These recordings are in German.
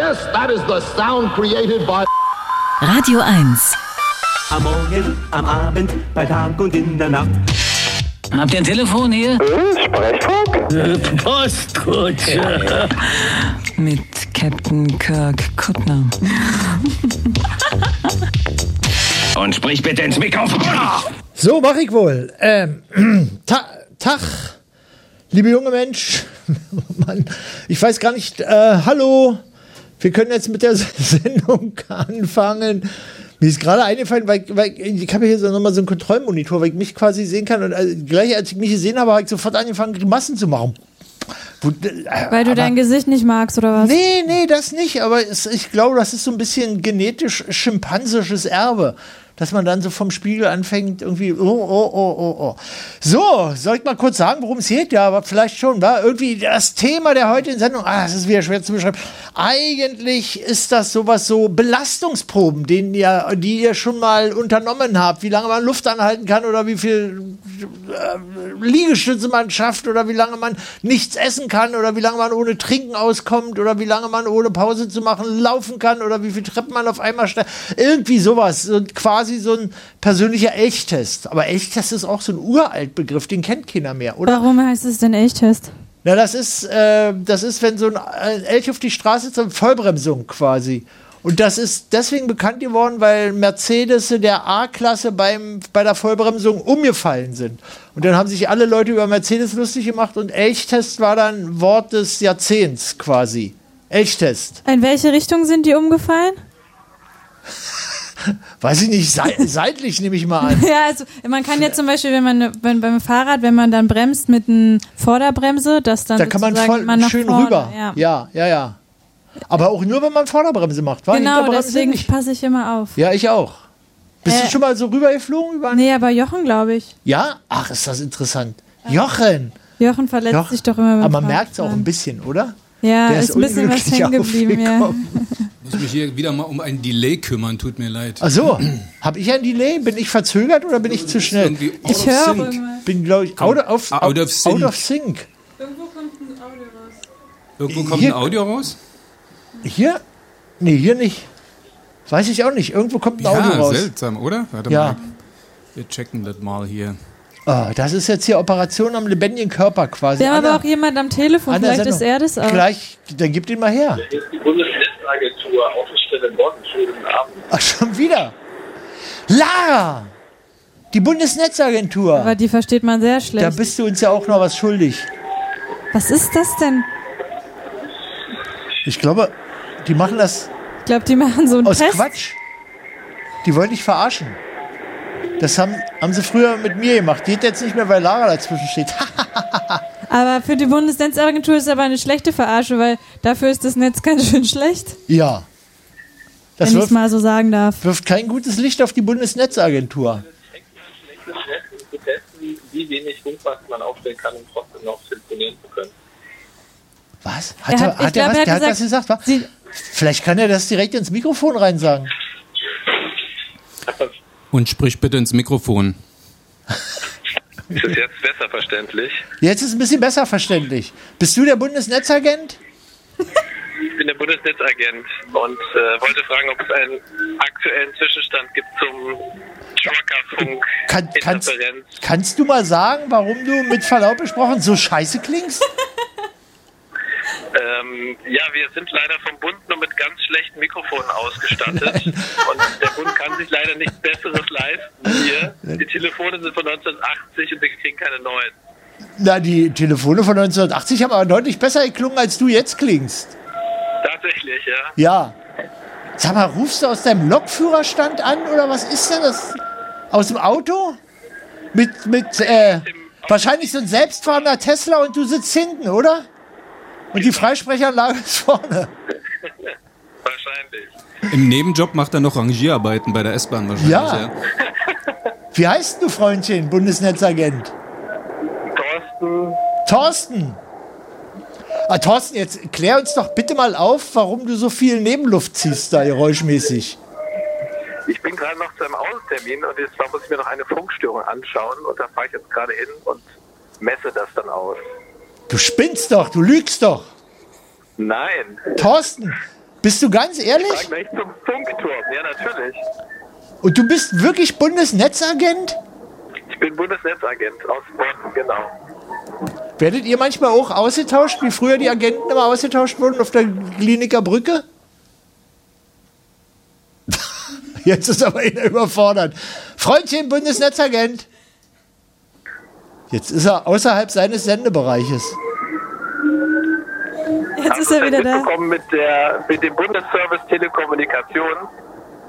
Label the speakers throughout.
Speaker 1: Yes, that is the sound created by.
Speaker 2: Radio 1.
Speaker 3: Am Morgen, am Abend, bei Tag und in der Nacht.
Speaker 4: Habt ihr ein Telefon hier? Sprechfunk? Postkutsche. Mit Captain Kirk Kuttner.
Speaker 5: Und sprich bitte ins Mikrofon.
Speaker 6: So mach ich wohl. Ähm, ta Tag, liebe junge Mensch. Mann, ich weiß gar nicht. Äh, hallo. Wir können jetzt mit der Sendung anfangen. Mir ist gerade eingefallen, weil, ich- weil ich ich habe hier so nochmal so einen Kontrollmonitor, weil ich mich quasi sehen kann. Und äh, gleich als ich mich gesehen habe, habe ich sofort angefangen, Grimassen zu machen. Wo, äh,
Speaker 7: Weil du
Speaker 6: aber-
Speaker 7: dein Gesicht nicht magst oder was?
Speaker 6: Nee, nee, das nicht. Aber es, ich glaube, das ist so ein bisschen genetisch schimpansisches Erbe. Dass man dann so vom Spiegel anfängt, irgendwie, oh, oh, oh, oh, oh. So, soll ich mal kurz sagen, worum es geht? Ja, aber vielleicht schon, war irgendwie das Thema der heutigen Sendung, ah, es ist wieder schwer zu beschreiben. Eigentlich ist das sowas so Belastungsproben, denen ihr, die ihr schon mal unternommen habt, wie lange man Luft anhalten kann oder wie viel Liegestütze man schafft oder wie lange man nichts essen kann oder wie lange man ohne Trinken auskommt oder wie lange man ohne Pause zu machen laufen kann oder wie viele Treppen man auf einmal steigt. Irgendwie sowas. So, quasi so ein persönlicher Elchtest. Aber Elchtest ist auch so ein uralt Begriff, den kennt keiner mehr, oder?
Speaker 7: Warum heißt es denn Elchtest?
Speaker 6: Na, das ist, äh, das ist, wenn so ein äh, Elch auf die Straße ist, so eine Vollbremsung quasi. Und das ist deswegen bekannt geworden, weil Mercedes der A-Klasse beim, bei der Vollbremsung umgefallen sind. Und dann haben sich alle Leute über Mercedes lustig gemacht und Elchtest war dann Wort des Jahrzehnts quasi. Elchtest.
Speaker 7: In welche Richtung sind die umgefallen?
Speaker 6: Weiß ich nicht, sei, seitlich nehme ich mal an.
Speaker 7: Ja, also man kann ja zum Beispiel, wenn man wenn, beim Fahrrad, wenn man dann bremst mit einer Vorderbremse, dass dann
Speaker 6: Da kann man,
Speaker 7: Also sozusagen
Speaker 6: voll,
Speaker 7: man nach
Speaker 6: schön
Speaker 7: vorne,
Speaker 6: rüber.
Speaker 7: Ja.
Speaker 6: ja, ja, ja. Aber auch nur, wenn man Vorderbremse macht. War
Speaker 7: Genau,
Speaker 6: Hinterbremse
Speaker 7: deswegen
Speaker 6: nicht.
Speaker 7: passe ich immer auf.
Speaker 6: Ja, ich auch. Bist du
Speaker 7: Äh,
Speaker 6: schon mal so rübergeflogen über einen
Speaker 7: Nee, aber Jochen, glaube ich.
Speaker 6: Ja? Ach, ist das interessant. Jochen!
Speaker 7: Jochen verletzt
Speaker 6: Jochen.
Speaker 7: sich doch immer beim
Speaker 6: Aber man merkt es auch ein
Speaker 7: Fahrradfahren.
Speaker 6: bisschen, oder?
Speaker 7: Ja,
Speaker 6: Der
Speaker 7: ist, ein bisschen was
Speaker 6: unglücklich
Speaker 7: hängen geblieben. Ja.
Speaker 6: aufgekommen.
Speaker 8: muss mich hier wieder mal um ein Delay kümmern, tut mir leid.
Speaker 6: Ach so, habe ich ein Delay? Bin ich verzögert oder bin ich zu schnell?
Speaker 8: Irgendwie out
Speaker 7: Ich
Speaker 8: of
Speaker 7: höre
Speaker 8: sync.
Speaker 7: immer.
Speaker 6: Bin, glaube ich, out of,
Speaker 8: Out
Speaker 6: out,
Speaker 8: of
Speaker 6: of
Speaker 8: sync.
Speaker 6: out of sync.
Speaker 8: Irgendwo kommt
Speaker 6: Hier-
Speaker 8: ein Audio raus?
Speaker 6: Hier? Nee, hier nicht. Weiß ich auch nicht. Irgendwo kommt ein Audio
Speaker 8: ja,
Speaker 6: raus.
Speaker 8: seltsam, oder? Warte
Speaker 6: Ja.
Speaker 8: mal. Wir checken das mal hier.
Speaker 6: Ah, das ist jetzt hier Operation am lebendigen Körper quasi.
Speaker 7: Wir haben
Speaker 6: Anna-
Speaker 7: aber auch jemand am Telefon,
Speaker 6: Anna
Speaker 7: vielleicht ist
Speaker 6: Sendung.
Speaker 7: er das auch.
Speaker 6: Gleich, dann gib den mal her.
Speaker 9: Hier ist die Bundesnetzagentur, Außenstelle Norden. Schönen guten Abend.
Speaker 6: Ach, schon wieder. Lara! Die Bundesnetzagentur.
Speaker 7: Aber die versteht man sehr
Speaker 6: Da
Speaker 7: schlecht.
Speaker 6: bist du uns ja auch noch was schuldig.
Speaker 7: Was ist das denn?
Speaker 6: Ich glaube, die machen das
Speaker 7: Ich glaube, die machen so einen
Speaker 6: aus
Speaker 7: Test.
Speaker 6: Quatsch. Die wollen dich verarschen. Das haben, haben sie früher mit mir gemacht. Geht jetzt nicht mehr, weil Lara dazwischen steht. Ha,
Speaker 7: Aber für die Bundesnetzagentur ist es aber eine schlechte Verarsche, weil dafür ist das Netz ganz schön schlecht,
Speaker 6: ja. Das
Speaker 7: wenn ich es
Speaker 6: wirft,
Speaker 7: mal so sagen darf.
Speaker 6: wirft kein gutes Licht auf die Bundesnetzagentur.
Speaker 9: Schlechtes Netz ist zu testen, wie wenig Funkmasten man aufstellen kann, um trotzdem noch telefonieren zu können.
Speaker 6: Was?
Speaker 7: Er
Speaker 6: Hat
Speaker 7: hat-
Speaker 6: er,
Speaker 7: ich
Speaker 6: hat
Speaker 7: glaube,
Speaker 6: er was,
Speaker 7: er hat
Speaker 6: der hat was gesagt? wa?
Speaker 7: Sie-
Speaker 6: Vielleicht kann er das direkt ins Mikrofon rein sagen.
Speaker 8: Und sprich bitte ins Mikrofon.
Speaker 9: Ist es jetzt besser verständlich?
Speaker 6: Jetzt ist ein bisschen besser verständlich. Bist du der Bundesnetzagent?
Speaker 9: Ich bin der Bundesnetzagent und äh, wollte fragen, ob es einen aktuellen Zwischenstand gibt zum Schwackerfunk.
Speaker 6: Kann, kannst,
Speaker 9: Interferenz.
Speaker 6: kannst du mal sagen, warum du mit Verlaub gesprochen so scheiße klingst?
Speaker 9: Ähm, ja, wir sind leider vom Bund nur mit ganz schlechten Mikrofonen ausgestattet. Und der Bund kann sich leider nichts Besseres leisten hier. Die Telefone sind von 1980 und wir kriegen keine neuen.
Speaker 6: Na, die Telefone von 1980 haben aber deutlich besser geklungen, als du jetzt klingst.
Speaker 9: Tatsächlich, ja.
Speaker 6: Ja. Sag mal, rufst du aus deinem Lokführerstand an oder was ist denn das? Aus dem Auto? Mit, mit, äh, wahrscheinlich so ein selbstfahrender Tesla und du sitzt hinten, oder? Und die Freisprechanlage ist vorne.
Speaker 9: Wahrscheinlich.
Speaker 8: Im Nebenjob macht er noch Rangierarbeiten bei der S-Bahn wahrscheinlich.
Speaker 6: Ja. Wie heißt du, Freundchen, Bundesnetzagent?
Speaker 9: Thorsten,
Speaker 6: Thorsten! Ah, Thorsten, jetzt klär uns doch bitte mal auf, warum du so viel Nebenluft ziehst da geräuschmäßig.
Speaker 9: ich bin gerade noch zu einem Außentermin und jetzt muss ich mir noch eine Funkstörung anschauen und da fahre ich jetzt gerade hin und messe das dann aus.
Speaker 6: Du spinnst doch, du lügst doch.
Speaker 9: Nein,
Speaker 6: Thorsten, bist du ganz
Speaker 9: frag
Speaker 6: ehrlich?
Speaker 9: gleich zum Funkturm. Ja, natürlich.
Speaker 6: Und du bist wirklich Bundesnetzagent?
Speaker 9: Ich bin Bundesnetzagent aus Bonn, genau.
Speaker 6: Werdet ihr manchmal auch ausgetauscht, wie früher die Agenten immer ausgetauscht wurden auf der Kliniker Brücke? Jetzt ist aber einer überfordert. Freundchen, Bundesnetzagent. Jetzt ist er außerhalb seines Sendebereiches.
Speaker 7: Jetzt ist
Speaker 9: Hast
Speaker 7: er
Speaker 9: du
Speaker 7: wieder
Speaker 9: denn
Speaker 7: da.
Speaker 9: mitbekommen mit, der, mit dem Bundesservice Telekommunikation?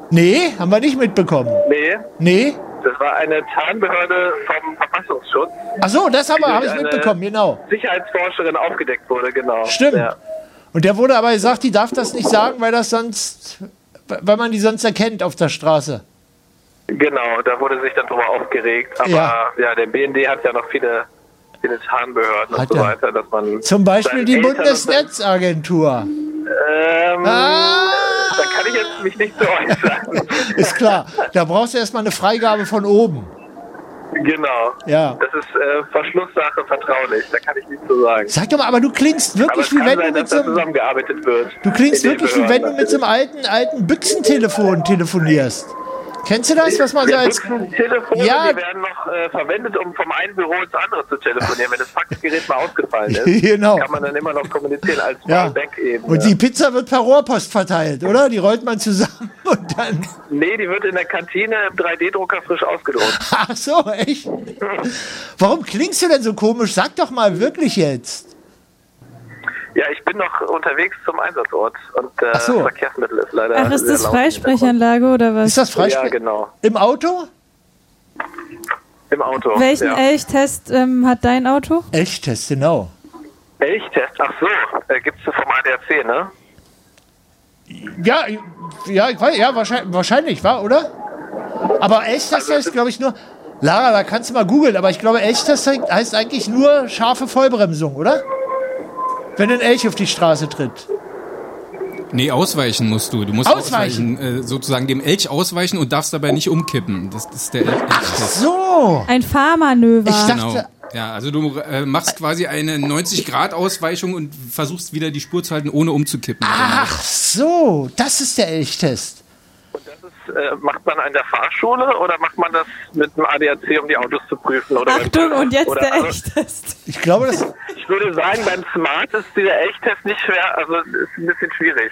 Speaker 6: Nee, haben wir nicht mitbekommen.
Speaker 9: Nee,
Speaker 6: Nee?
Speaker 9: das war eine Zahnbehörde vom Verfassungsschutz.
Speaker 6: Ach so, das haben wir, habe ich
Speaker 9: Eine
Speaker 6: mitbekommen,
Speaker 3: Oh.
Speaker 6: genau.
Speaker 9: Sicherheitsforscherin aufgedeckt wurde, genau.
Speaker 6: Stimmt.
Speaker 9: äh, Ja.
Speaker 6: Und der wurde aber gesagt, die darf das nicht sagen, weil das sonst, weil man die sonst erkennt auf der Straße.
Speaker 9: Genau, da wurde sich dann drüber aufgeregt. Aber
Speaker 6: Ja.
Speaker 9: ja, der BND hat ja noch viele, viele Zahnbehörden
Speaker 6: Hat
Speaker 9: und so
Speaker 6: er.
Speaker 9: weiter, dass man.
Speaker 6: Zum Beispiel
Speaker 9: seinen
Speaker 6: die
Speaker 9: Eltern und
Speaker 6: Bundesnetzagentur.
Speaker 9: seinen- Ähm,
Speaker 6: Ah!
Speaker 9: Da kann ich jetzt mich nicht zu äußern.
Speaker 6: Ist klar. Da brauchst du erstmal eine Freigabe von oben.
Speaker 9: genau.
Speaker 6: Ja.
Speaker 9: Das ist äh, Verschlusssache vertraulich, da kann ich nichts zu sagen.
Speaker 6: Sag doch mal, aber du klingst
Speaker 9: Aber
Speaker 6: wirklich
Speaker 9: es
Speaker 6: wie
Speaker 9: kann
Speaker 6: wenn
Speaker 9: sein, dass
Speaker 6: du mit so
Speaker 9: da
Speaker 6: einem,
Speaker 9: zusammengearbeitet wird.
Speaker 6: du klingst
Speaker 9: In den
Speaker 6: wirklich wie wenn
Speaker 9: Behörden
Speaker 6: du mit so einem
Speaker 9: natürlich.
Speaker 6: alten, alten Büchsentelefon telefonierst. Kennst du das, was man so
Speaker 9: Ja,
Speaker 6: als,
Speaker 9: Telefone,
Speaker 6: Ja.
Speaker 9: die werden noch äh, verwendet, um vom einen Büro ins andere zu telefonieren, wenn das Faxgerät mal ausgefallen ist.
Speaker 6: Genau.
Speaker 9: Kann man dann immer noch kommunizieren als
Speaker 6: ja.
Speaker 9: Fallback eben.
Speaker 6: Und
Speaker 9: ja.
Speaker 6: die Pizza wird per Rohrpost verteilt, oder? Die rollt man zusammen und dann,
Speaker 9: Nee, die wird in der Kantine im 3D-Drucker frisch ausgedruckt.
Speaker 6: ach so, echt? Warum klingst du denn so komisch? Sag doch mal wirklich jetzt.
Speaker 9: Ja, ich bin noch unterwegs zum Einsatzort und äh,
Speaker 6: Ach so.
Speaker 9: Verkehrsmittel ist leider.
Speaker 7: Ach, ist
Speaker 9: sehr
Speaker 7: das
Speaker 9: laut.
Speaker 7: Freisprechanlage oder was?
Speaker 6: Ist das
Speaker 9: Ja,
Speaker 6: Freisprech?
Speaker 9: genau.
Speaker 6: Im Auto?
Speaker 9: Im Auto.
Speaker 7: Welchen
Speaker 9: ja.
Speaker 7: Elchtest ähm, hat dein Auto?
Speaker 6: Elchtest, genau.
Speaker 9: Elchtest? Ach so, äh, gibt's vom ADAC, ne?
Speaker 6: Ja, ja, ich weiß, ja wahrscheinlich, wahrscheinlich war, oder? Aber Elchtester ist, glaube ich, nur. Lara, da kannst du mal googeln, aber ich glaube, Elchtester heißt eigentlich nur scharfe Vollbremsung, oder? Wenn ein Elch auf die Straße tritt.
Speaker 8: Nee, ausweichen musst du. Du musst
Speaker 6: Ausweichen?
Speaker 8: ausweichen, äh, sozusagen dem Elch ausweichen und darfst dabei nicht umkippen. Das, das ist der Elchtest.
Speaker 6: So!
Speaker 7: Ein Fahrmanöver.
Speaker 6: Oh. Ich dachte-
Speaker 8: Genau. Ja, also du äh, machst quasi eine 90-Grad-Ausweichung und versuchst wieder die Spur zu halten, ohne umzukippen.
Speaker 6: Ach so, das ist der Elchtest.
Speaker 9: Das, äh, macht man an der Fahrschule oder macht man das mit dem ADAC, um die Autos zu prüfen? Oder
Speaker 7: Achtung, und jetzt
Speaker 9: oder,
Speaker 7: der
Speaker 9: also,
Speaker 7: Elchtest.
Speaker 6: Ich glaube, das.
Speaker 9: Ich würde sagen, beim Smart ist dieser Elchtest nicht schwer, also ist ein bisschen schwierig.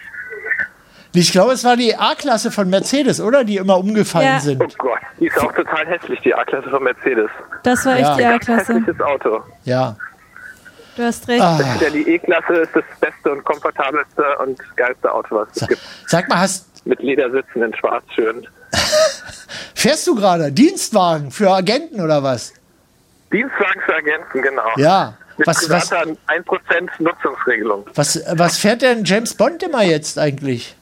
Speaker 6: Ich glaube, es war die A-Klasse von Mercedes, oder? Die immer umgefallen
Speaker 7: Ja.
Speaker 9: Oh
Speaker 6: sind.
Speaker 9: Gott, die ist auch total hässlich, die A-Klasse von Mercedes.
Speaker 7: Das war echt
Speaker 6: Ja.
Speaker 7: die A-Klasse.
Speaker 9: Hässliches Auto.
Speaker 6: Ja.
Speaker 7: Du hast recht.
Speaker 6: Ah.
Speaker 9: Ja, die E-Klasse ist das beste und komfortabelste und geilste Auto, was es gibt.
Speaker 6: Sag mal, hast,
Speaker 9: Mit Ledersitzen in schwarz schön.
Speaker 6: fährst du gerade Dienstwagen für Agenten oder was?
Speaker 9: Dienstwagen für Agenten, genau.
Speaker 6: Ja.
Speaker 9: Mit
Speaker 6: Was, was,
Speaker 9: privater 1% Nutzungsregelung.
Speaker 6: was, was fährt denn James Bond immer jetzt eigentlich?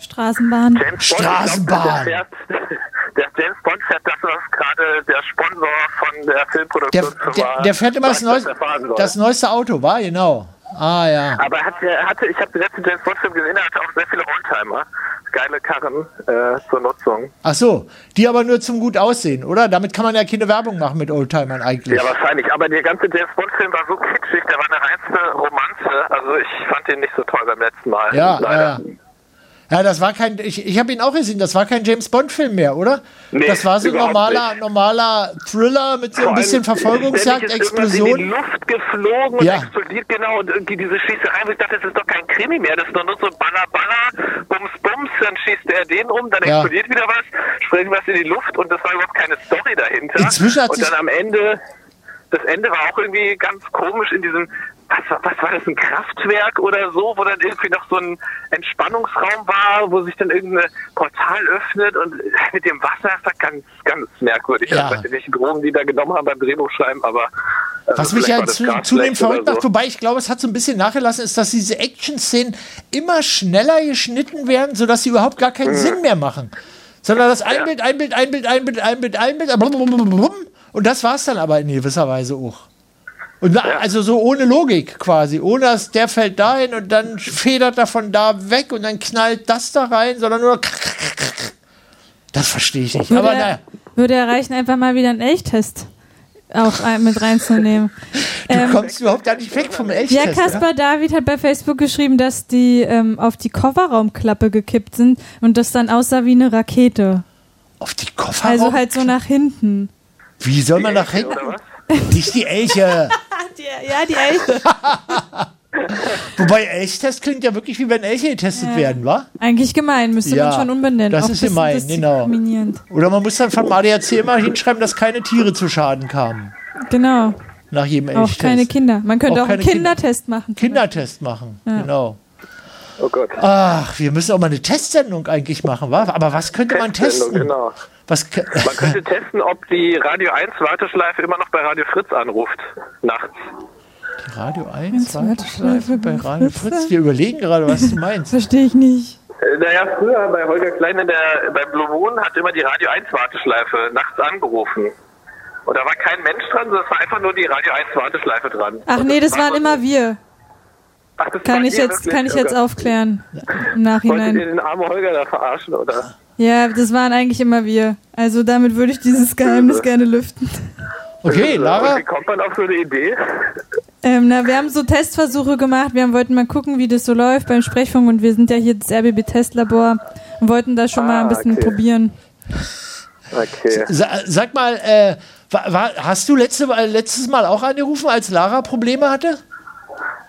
Speaker 7: Straßenbahn.
Speaker 9: James Bond,
Speaker 6: Straßenbahn.
Speaker 9: ich glaub, Der, fährt, der James Bond fährt das, was gerade der Sponsor von der
Speaker 6: Der,
Speaker 9: Filmproduktion
Speaker 6: der, der fährt immer das,
Speaker 9: sagt,
Speaker 6: neueste,
Speaker 9: dass er fahren soll.
Speaker 6: das neueste Auto, war genau. Ah ja.
Speaker 9: Aber hat, er hatte, ich habe den letzten James Bond Film gesehen, er hatte auch sehr viele Oldtimer. Geile Karren äh, zur Nutzung.
Speaker 6: Ach so, die aber nur zum gut aussehen, oder? Damit kann man ja keine Werbung machen mit Oldtimern eigentlich.
Speaker 9: Ja, wahrscheinlich. Aber der ganze James Bond Film war so kitschig, der war eine reinste Romanze. Also ich fand den nicht so toll beim letzten Mal.
Speaker 6: Ja, ja,
Speaker 9: leider.
Speaker 6: ja. Ja, das war kein, ich, ich habe ihn auch gesehen, das war kein James Bond-Film mehr, oder?
Speaker 9: Nee,
Speaker 6: das war so ein
Speaker 9: überhaupt
Speaker 6: normaler,
Speaker 9: nicht.
Speaker 6: normaler Thriller mit so
Speaker 9: Vor
Speaker 6: ein bisschen
Speaker 9: allem,
Speaker 6: Verfolgungsjagd,
Speaker 9: ständig ist irgendwas In
Speaker 6: Explosion.
Speaker 9: die Luft geflogen und
Speaker 6: Ja.
Speaker 9: explodiert genau und irgendwie diese Schießerei. Und Ich dachte, das ist doch kein Krimi mehr. Das ist doch nur so Baller, Baller, Bums, Bums. Dann schießt er den um, dann
Speaker 6: Ja.
Speaker 9: explodiert wieder was, springt was in die Luft und das war überhaupt keine Story dahinter.
Speaker 6: Inzwischen hat
Speaker 9: und
Speaker 6: sich-
Speaker 9: dann am Ende, das Ende war auch irgendwie ganz komisch in diesem. Was, war- was war das, ein Kraftwerk oder so, wo dann irgendwie noch so ein Entspannungsraum war, wo sich dann irgendein Portal öffnet und mit dem Wasser, das war ganz, ganz merkwürdig.
Speaker 6: Ja.
Speaker 9: Ich weiß nicht, welche Drogen die da genommen haben beim Drehbuchschreiben, aber. also
Speaker 6: Was mich
Speaker 9: vielleicht
Speaker 6: ja
Speaker 9: war das
Speaker 6: zu,
Speaker 9: Gas
Speaker 6: zunehmend
Speaker 9: schlecht oder
Speaker 6: verrückt macht, wobei ich glaube, es hat so ein bisschen nachgelassen, ist, dass diese Action-Szenen immer schneller geschnitten werden, sodass sie überhaupt gar
Speaker 9: Mhm.
Speaker 6: keinen Sinn mehr machen. Sondern das ein Bild, ein Bild, ein Bild, ein Bild, ein Bild, ein Bild, blum, blum, blum, blum. und das war es dann aber in gewisser Weise auch. Und na, also so ohne Logik quasi, ohne dass der fällt dahin und dann federt er von da weg und dann knallt das da rein, sondern nur das verstehe ich nicht.
Speaker 7: Würde,
Speaker 6: Aber
Speaker 7: er-
Speaker 6: naja,
Speaker 7: würde erreichen einfach mal wieder einen Elchtest. auch ein- mit reinzunehmen.
Speaker 6: Du
Speaker 7: Ähm,
Speaker 6: kommst überhaupt gar nicht weg vom
Speaker 7: Ja,
Speaker 6: Elchtest.
Speaker 7: Kaspar David hat bei Facebook geschrieben, dass die ähm, auf die Kofferraumklappe gekippt sind und das dann aussah wie eine Rakete.
Speaker 6: Auf die Koffer.
Speaker 7: Also halt so nach hinten.
Speaker 6: Wie soll man nach
Speaker 9: Elche,
Speaker 6: hinten?
Speaker 9: oder was?
Speaker 6: Nicht die Elche.
Speaker 7: ja, die Elche.
Speaker 6: Wobei Elchtest klingt ja wirklich wie wenn Elche getestet werden, wa?
Speaker 7: Eigentlich gemein, müsste
Speaker 6: Ja,
Speaker 7: man schon umbenennen.
Speaker 6: das
Speaker 7: Auch
Speaker 6: ist
Speaker 7: ein
Speaker 6: gemein,
Speaker 7: bisschen
Speaker 6: genau.
Speaker 7: diskriminierend.
Speaker 6: Oder man muss dann vom ADAC immer hinschreiben, dass keine Tiere zu Schaden kamen.
Speaker 7: Genau.
Speaker 6: Nach jedem
Speaker 7: Auch
Speaker 6: Elchtest.
Speaker 7: keine Kinder. Man könnte
Speaker 6: Auch
Speaker 7: auch, einen
Speaker 6: keine Kinder.
Speaker 7: Kindertest machen.
Speaker 6: Kindertest machen, genau.
Speaker 9: Oh Gott.
Speaker 6: Ach, wir müssen auch mal eine Testsendung eigentlich machen, wa? Aber was könnte man
Speaker 9: Testsendung,
Speaker 6: testen?
Speaker 9: genau.
Speaker 6: Was k-
Speaker 9: Man könnte testen, ob die Radio 1 Warteschleife immer noch bei Radio Fritz anruft. Nachts.
Speaker 6: Radio 1,
Speaker 7: Warteschleife
Speaker 6: Warteschleife bei Radio
Speaker 7: Fritze?
Speaker 6: Fritz. Wir überlegen gerade, was du meinst.
Speaker 7: Verstehe ich nicht.
Speaker 9: Äh, Naja, früher bei Holger Klein in der, bei Blue Moon hat immer die Radio 1 Warteschleife nachts angerufen. Und da war kein Mensch dran, sondern es war einfach nur die Radio 1 Warteschleife dran.
Speaker 7: Ach nee, das waren immer wir.
Speaker 9: Ach, das
Speaker 7: Kann
Speaker 9: war
Speaker 7: ich
Speaker 9: ihr
Speaker 7: jetzt,
Speaker 9: wirklich?
Speaker 7: kann ich
Speaker 9: Oh
Speaker 7: jetzt
Speaker 9: Gott.
Speaker 7: aufklären. Im
Speaker 9: Wolltet ihr
Speaker 7: Nachhinein.
Speaker 9: den armen Holger da verarschen, oder?
Speaker 7: Ja, das waren eigentlich immer wir. Also damit würde ich dieses Geheimnis gerne lüften.
Speaker 6: Okay,
Speaker 9: Und
Speaker 6: Lara,
Speaker 9: Wie kommt man auf so eine Idee?
Speaker 7: Ähm, na, wir haben so Testversuche gemacht. Wir haben, wollten mal gucken, wie das so läuft beim Sprechfunk. Und wir sind ja hier das RBB-Testlabor und wollten da schon mal ein
Speaker 9: Ah,
Speaker 7: bisschen
Speaker 9: okay.
Speaker 7: probieren.
Speaker 9: Okay.
Speaker 6: sa sag mal, äh, wa- wa- hast du letzte, äh, letztes Mal auch angerufen, als Lara Probleme hatte?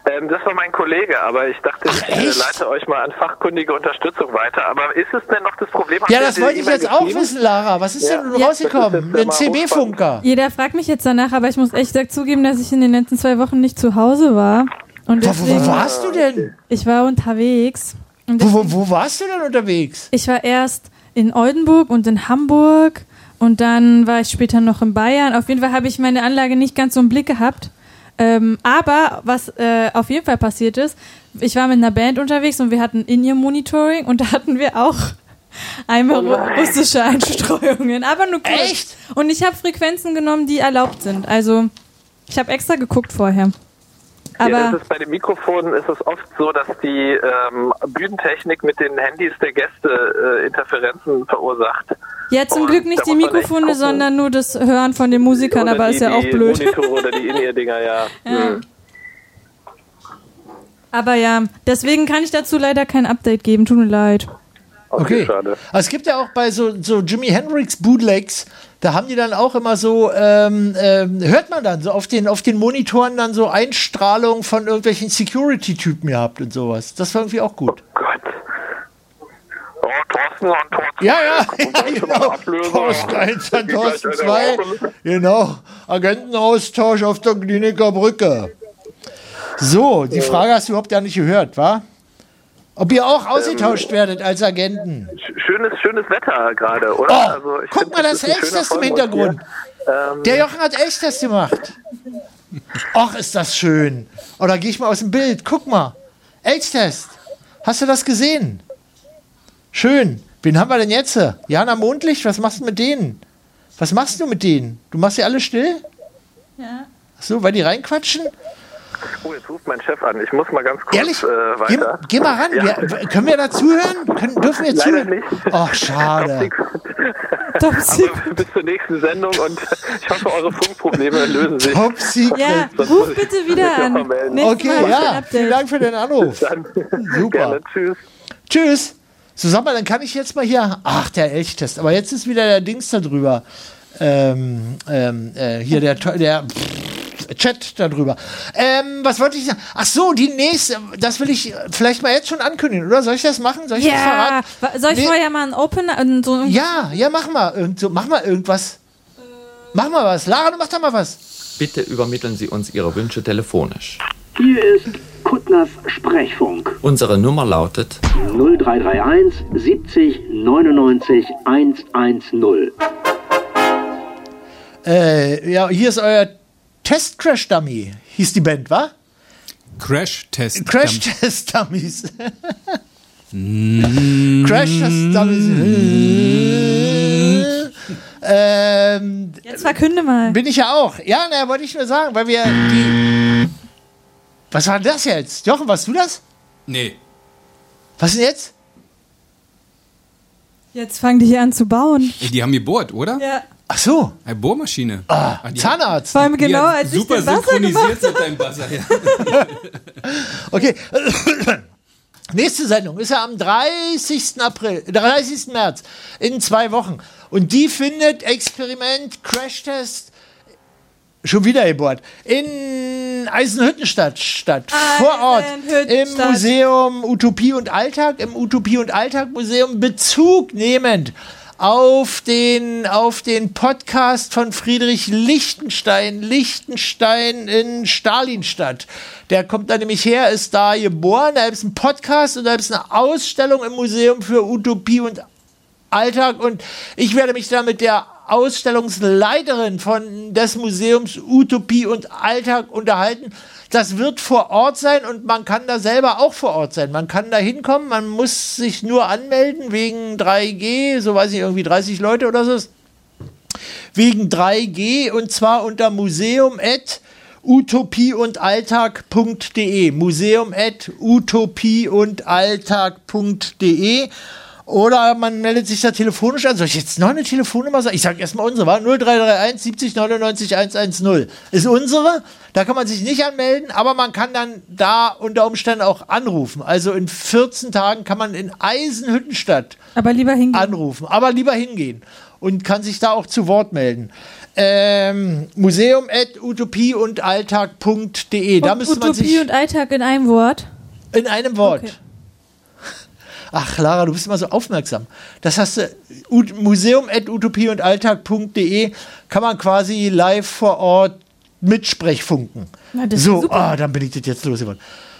Speaker 9: Ähm, das war mein Kollege, aber ich dachte, ich äh,
Speaker 6: echt?
Speaker 9: leite euch mal an fachkundige Unterstützung weiter. Aber ist es denn noch das Problem? Habt
Speaker 6: Ja,
Speaker 9: ihr
Speaker 6: das
Speaker 9: die
Speaker 6: wollte ich
Speaker 9: E-Mail
Speaker 6: jetzt auch
Speaker 9: geschrieben?
Speaker 6: wissen, Lara. Was ist
Speaker 9: Ja.
Speaker 6: denn
Speaker 9: Ja.
Speaker 6: rausgekommen?
Speaker 9: Das ist jetzt
Speaker 6: Ein
Speaker 9: mal
Speaker 6: CB-Funker.
Speaker 7: Jeder fragt mich jetzt danach, aber ich muss echt gesagt zugeben, dass ich in den letzten zwei Wochen nicht zu Hause war. Und
Speaker 6: Wo, wo, wo
Speaker 7: deswegen,
Speaker 6: warst du denn?
Speaker 7: ich war unterwegs. Und
Speaker 6: Wo, wo, wo warst du denn unterwegs?
Speaker 7: Ich war erst in Oldenburg und in Hamburg und dann war ich später noch in Bayern. Auf jeden Fall habe ich meine Anlage nicht ganz so im Blick gehabt. Ähm, aber was äh, auf jeden Fall passiert ist, ich war mit einer Band unterwegs und wir hatten In-Ear-Monitoring und da hatten wir auch einmal
Speaker 9: Oh
Speaker 7: ru- russische Einstreuungen, aber nur kurz.
Speaker 6: Echt?
Speaker 7: Und ich habe Frequenzen genommen, die erlaubt sind. Also ich habe extra geguckt vorher. Aber
Speaker 9: ja, das ist bei den Mikrofonen ist es oft so, dass die ähm, Bühnentechnik mit den Handys der Gäste äh, Interferenzen verursacht.
Speaker 7: ja, zum
Speaker 9: Und
Speaker 7: Glück
Speaker 9: da
Speaker 7: nicht die
Speaker 9: muss man echt
Speaker 7: Mikrofone,
Speaker 9: gucken.
Speaker 7: sondern nur das Hören von den Musikern,
Speaker 9: Oder
Speaker 7: aber
Speaker 9: die,
Speaker 7: ist ja auch
Speaker 9: die
Speaker 7: blöd.
Speaker 9: Monitore oder die In-Ear-Dinger, ja. Hm.
Speaker 7: Aber ja, deswegen kann ich dazu leider kein Update geben. Tut mir leid.
Speaker 9: Okay, schade.
Speaker 6: Aber Also, es gibt ja auch bei so, so Jimi Hendrix Bootlegs, da haben die dann auch immer so, ähm, ähm, hört man dann so auf den, auf den Monitoren dann so Einstrahlung von irgendwelchen Security-Typen gehabt und sowas. Das war irgendwie auch gut.
Speaker 9: Gott. Oh, Thorsten und Thorsten.
Speaker 6: Ja, ja,
Speaker 9: Und dann
Speaker 6: ja
Speaker 9: schon mal
Speaker 6: genau.
Speaker 9: Ablöse.
Speaker 6: Thorsten 1 an
Speaker 9: Geht gleich
Speaker 6: Thorsten
Speaker 9: einer
Speaker 6: 2.
Speaker 9: rauchen.
Speaker 6: Genau. Agentenaustausch auf der Kliniker Brücke. So, die Frage hast du überhaupt ja nicht gehört, wa? Ob ihr auch ausgetauscht
Speaker 9: Ähm,
Speaker 6: werdet als Agenten.
Speaker 9: Schönes, schönes Wetter gerade, oder? Also,
Speaker 6: Oh, guck
Speaker 9: find,
Speaker 6: mal, das
Speaker 9: ist ein schöner
Speaker 6: Elchtest im
Speaker 9: Vollmond
Speaker 6: Hintergrund.
Speaker 9: hier. Ähm,
Speaker 6: Der Jochen hat Elchtest gemacht. Och, ist das schön. Oder gehe ich mal aus dem Bild. Guck mal. Elchtest. Hast du das gesehen? Schön. Wen haben wir denn jetzt? Jana Mondlicht, was machst du mit denen? Was machst du mit denen? Du machst sie alle still?
Speaker 7: Ja.
Speaker 6: Ach So, weil die reinquatschen?
Speaker 9: oh, jetzt ruft mein Chef an. Ich muss mal ganz kurz
Speaker 6: Ehrlich?
Speaker 9: äh,
Speaker 6: geh,
Speaker 9: weiter.
Speaker 6: geh mal ran.
Speaker 9: Ja.
Speaker 6: Wir, können wir da zuhören? Können, dürfen wir
Speaker 9: Leider
Speaker 6: zuhören?
Speaker 9: nicht.
Speaker 6: Ach, schade.
Speaker 7: Top Secret.
Speaker 9: Aber bis zur nächsten Sendung und ich hoffe, eure Funkprobleme lösen sich.
Speaker 6: Top Secret.
Speaker 7: Ja,
Speaker 9: Das
Speaker 7: ruf
Speaker 9: muss ich-
Speaker 7: bitte
Speaker 9: muss ich
Speaker 7: wieder
Speaker 9: noch mal
Speaker 7: an.
Speaker 9: melden.
Speaker 7: Nächstes Mal
Speaker 6: Okay,
Speaker 7: hab ich ein
Speaker 6: ja.
Speaker 7: Genau. Update.
Speaker 6: Vielen Dank für den Anruf.
Speaker 9: Dann
Speaker 6: Super.
Speaker 9: gerne. Tschüss.
Speaker 6: Tschüss. Susanne, dann kann ich jetzt mal hier. Ach, der Elchtest. Aber jetzt ist wieder der Dings da drüber. Ähm, ähm, äh, hier der, To- der pff, Chat da drüber. Ähm, was wollte ich sagen? Ach so, die nächste. Das will ich vielleicht mal jetzt schon ankündigen, oder? Soll ich das machen? Soll ich das
Speaker 7: Ja,
Speaker 6: verraten?
Speaker 7: Wa- soll ich
Speaker 6: Nee.
Speaker 7: vorher mal einen Opener und so ein
Speaker 6: Ja, ja, mach mal. Irgend, so, mach mal irgendwas. Mach mal was. Lara, du mach doch mal was.
Speaker 10: Bitte übermitteln Sie uns Ihre Wünsche telefonisch.
Speaker 11: Hier ist Kuttners Sprechfunk
Speaker 10: Unsere Nummer lautet
Speaker 11: 0331 70 99 110.
Speaker 6: Äh, ja, hier ist euer Test Crash Dummy. Hieß die Band, wa?
Speaker 8: Crash-Test.
Speaker 6: Crash Test Dummies. Crash Test Dummies. ähm,
Speaker 7: Jetzt verkünde mal.
Speaker 6: bin ich ja auch. Ja, naja, wollte ich nur sagen, weil wir die. Was war denn das jetzt? Jochen, warst du das?
Speaker 8: Nee.
Speaker 6: Was denn jetzt?
Speaker 7: Jetzt fangen die hier an zu bauen.
Speaker 8: Ey, die haben gebohrt, oder?
Speaker 7: Ja.
Speaker 6: Ach so.
Speaker 8: Eine Bohrmaschine.
Speaker 6: Ah, Zahnarzt.
Speaker 7: Vor allem genau, als ich
Speaker 8: Super
Speaker 7: den Wasser
Speaker 8: synchronisiert
Speaker 7: gemacht
Speaker 8: mit deinem Wasser. Ja.
Speaker 6: Okay. Nächste Sendung ist ja am 30. April, 30. März, in zwei Wochen. Und die findet Experiment Crashtest schon wieder gebohrt, in Eisenhüttenstadt statt, vor Ort, im
Speaker 7: Eisenhüttenstadt.
Speaker 6: Museum Utopie und Alltag, im Utopie und Alltag Museum Bezug nehmend auf den, auf den Podcast von Friedrich Lichtenstein, Lichtenstein in Stalinstadt. Der kommt da nämlich her, ist da geboren, da gibt es einen Podcast und da gibt es eine Ausstellung im Museum für Utopie und Alltag und ich werde mich da mit der Ausstellungsleiterin von des Museums Utopie und Alltag unterhalten. Das wird vor Ort sein und man kann da selber auch vor Ort sein. Man kann da hinkommen, man muss sich nur anmelden wegen 3G, so weiß ich irgendwie 30 Leute oder so. Wegen 3G und zwar unter museum at utopieundalltag.de museum at utopieundalltag.de oder man meldet sich da telefonisch an. Soll ich jetzt noch eine Telefonnummer sagen? Ich sage erstmal unsere, war 0331 70 99 110. Ist unsere. Da kann man sich nicht anmelden, aber man kann dann da unter Umständen auch anrufen. Also in 14 Tagen kann man in Eisenhüttenstadt
Speaker 7: Aber lieber hingehen.
Speaker 6: anrufen, aber lieber hingehen und kann sich da auch zu Wort melden. Ähm, Museum at utopie und alltag.de. Da
Speaker 7: Und
Speaker 6: müsste man
Speaker 7: Utopie
Speaker 6: sich
Speaker 7: und Alltag in einem Wort.
Speaker 6: in einem Wort.
Speaker 7: Okay.
Speaker 6: Ach, Lara, du bist immer so aufmerksam. Das hast du, ut- museum at utopie und alltag.de kann man quasi live vor Ort mitsprechfunken.
Speaker 7: Na, das ist
Speaker 6: so,
Speaker 7: super.
Speaker 6: ah, dann bin ich das jetzt losgeworden.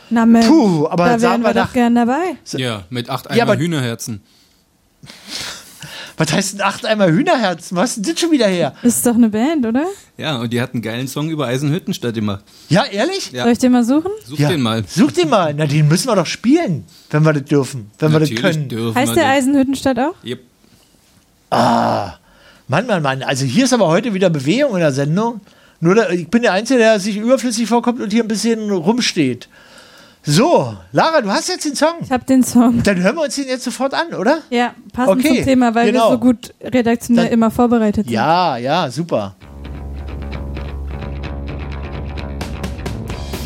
Speaker 7: Na Mensch,
Speaker 6: Puh, aber
Speaker 7: da
Speaker 6: sagen
Speaker 7: wären
Speaker 6: wir
Speaker 7: wir
Speaker 6: nach-
Speaker 7: doch gern dabei.
Speaker 8: ja, mit acht Eimer
Speaker 6: Ja, aber-
Speaker 8: Hühnerherzen.
Speaker 6: Was heißt denn acht einmal Hühnerherzen? Was ist denn das schon wieder her?
Speaker 7: Ist doch eine Band, oder?
Speaker 8: Ja, und die hat einen geilen Song über Eisenhüttenstadt gemacht.
Speaker 6: Ja, ehrlich?
Speaker 8: Ja.
Speaker 7: Soll ich den mal suchen?
Speaker 8: Such den mal.
Speaker 6: Such den mal. Na, den müssen wir doch spielen, wenn wir das dürfen, wenn
Speaker 8: Natürlich
Speaker 6: wir das können.
Speaker 8: dürfen
Speaker 7: Heißt
Speaker 8: wir
Speaker 7: der
Speaker 8: das.
Speaker 7: Eisenhüttenstadt auch?
Speaker 8: Yep.
Speaker 6: Mann, Mann, Mann. Also hier ist aber heute wieder Bewegung in der Sendung. Nur da, ich bin der Einzige, der sich überflüssig vorkommt und hier ein bisschen rumsteht. So, Lara, du hast jetzt den Song.
Speaker 7: Ich hab den Song.
Speaker 6: Dann hören wir uns den jetzt sofort an, oder?
Speaker 7: Ja, passend
Speaker 6: Okay,
Speaker 7: zum Thema, weil
Speaker 6: genau.
Speaker 7: wir so gut redaktionell
Speaker 6: Dann-
Speaker 7: immer vorbereitet sind.
Speaker 6: Ja, ja, super.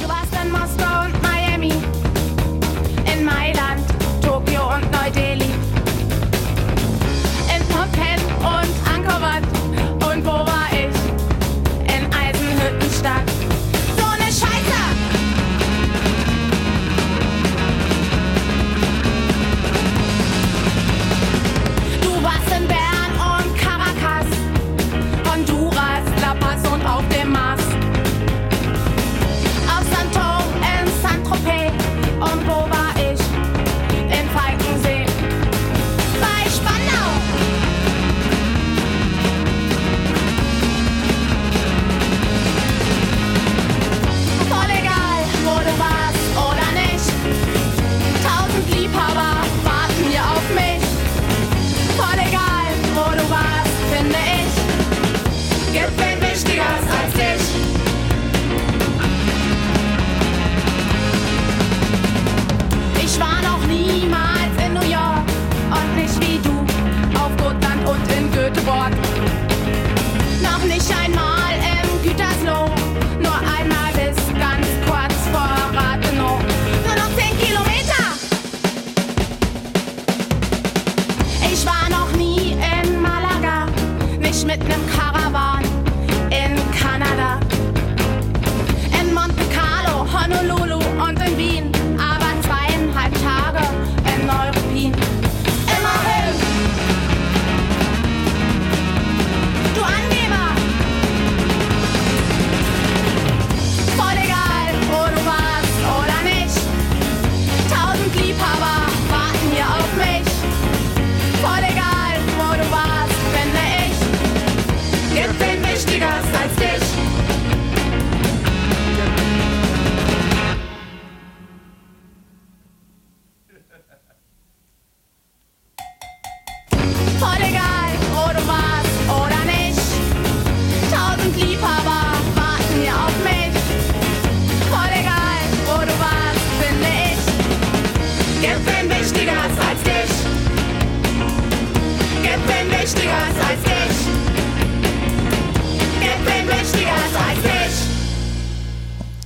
Speaker 12: Du warst in Moskau und Miami, in Mailand, Tokio und Neu-Delhi, in Phnom Penh und Angkor Wat und wo war ich? In Eisenhüttenstadt. So eine Scheiße! Du warst in Bern und Caracas, Honduras, La Paz und auf dem Mars. Auf Santo in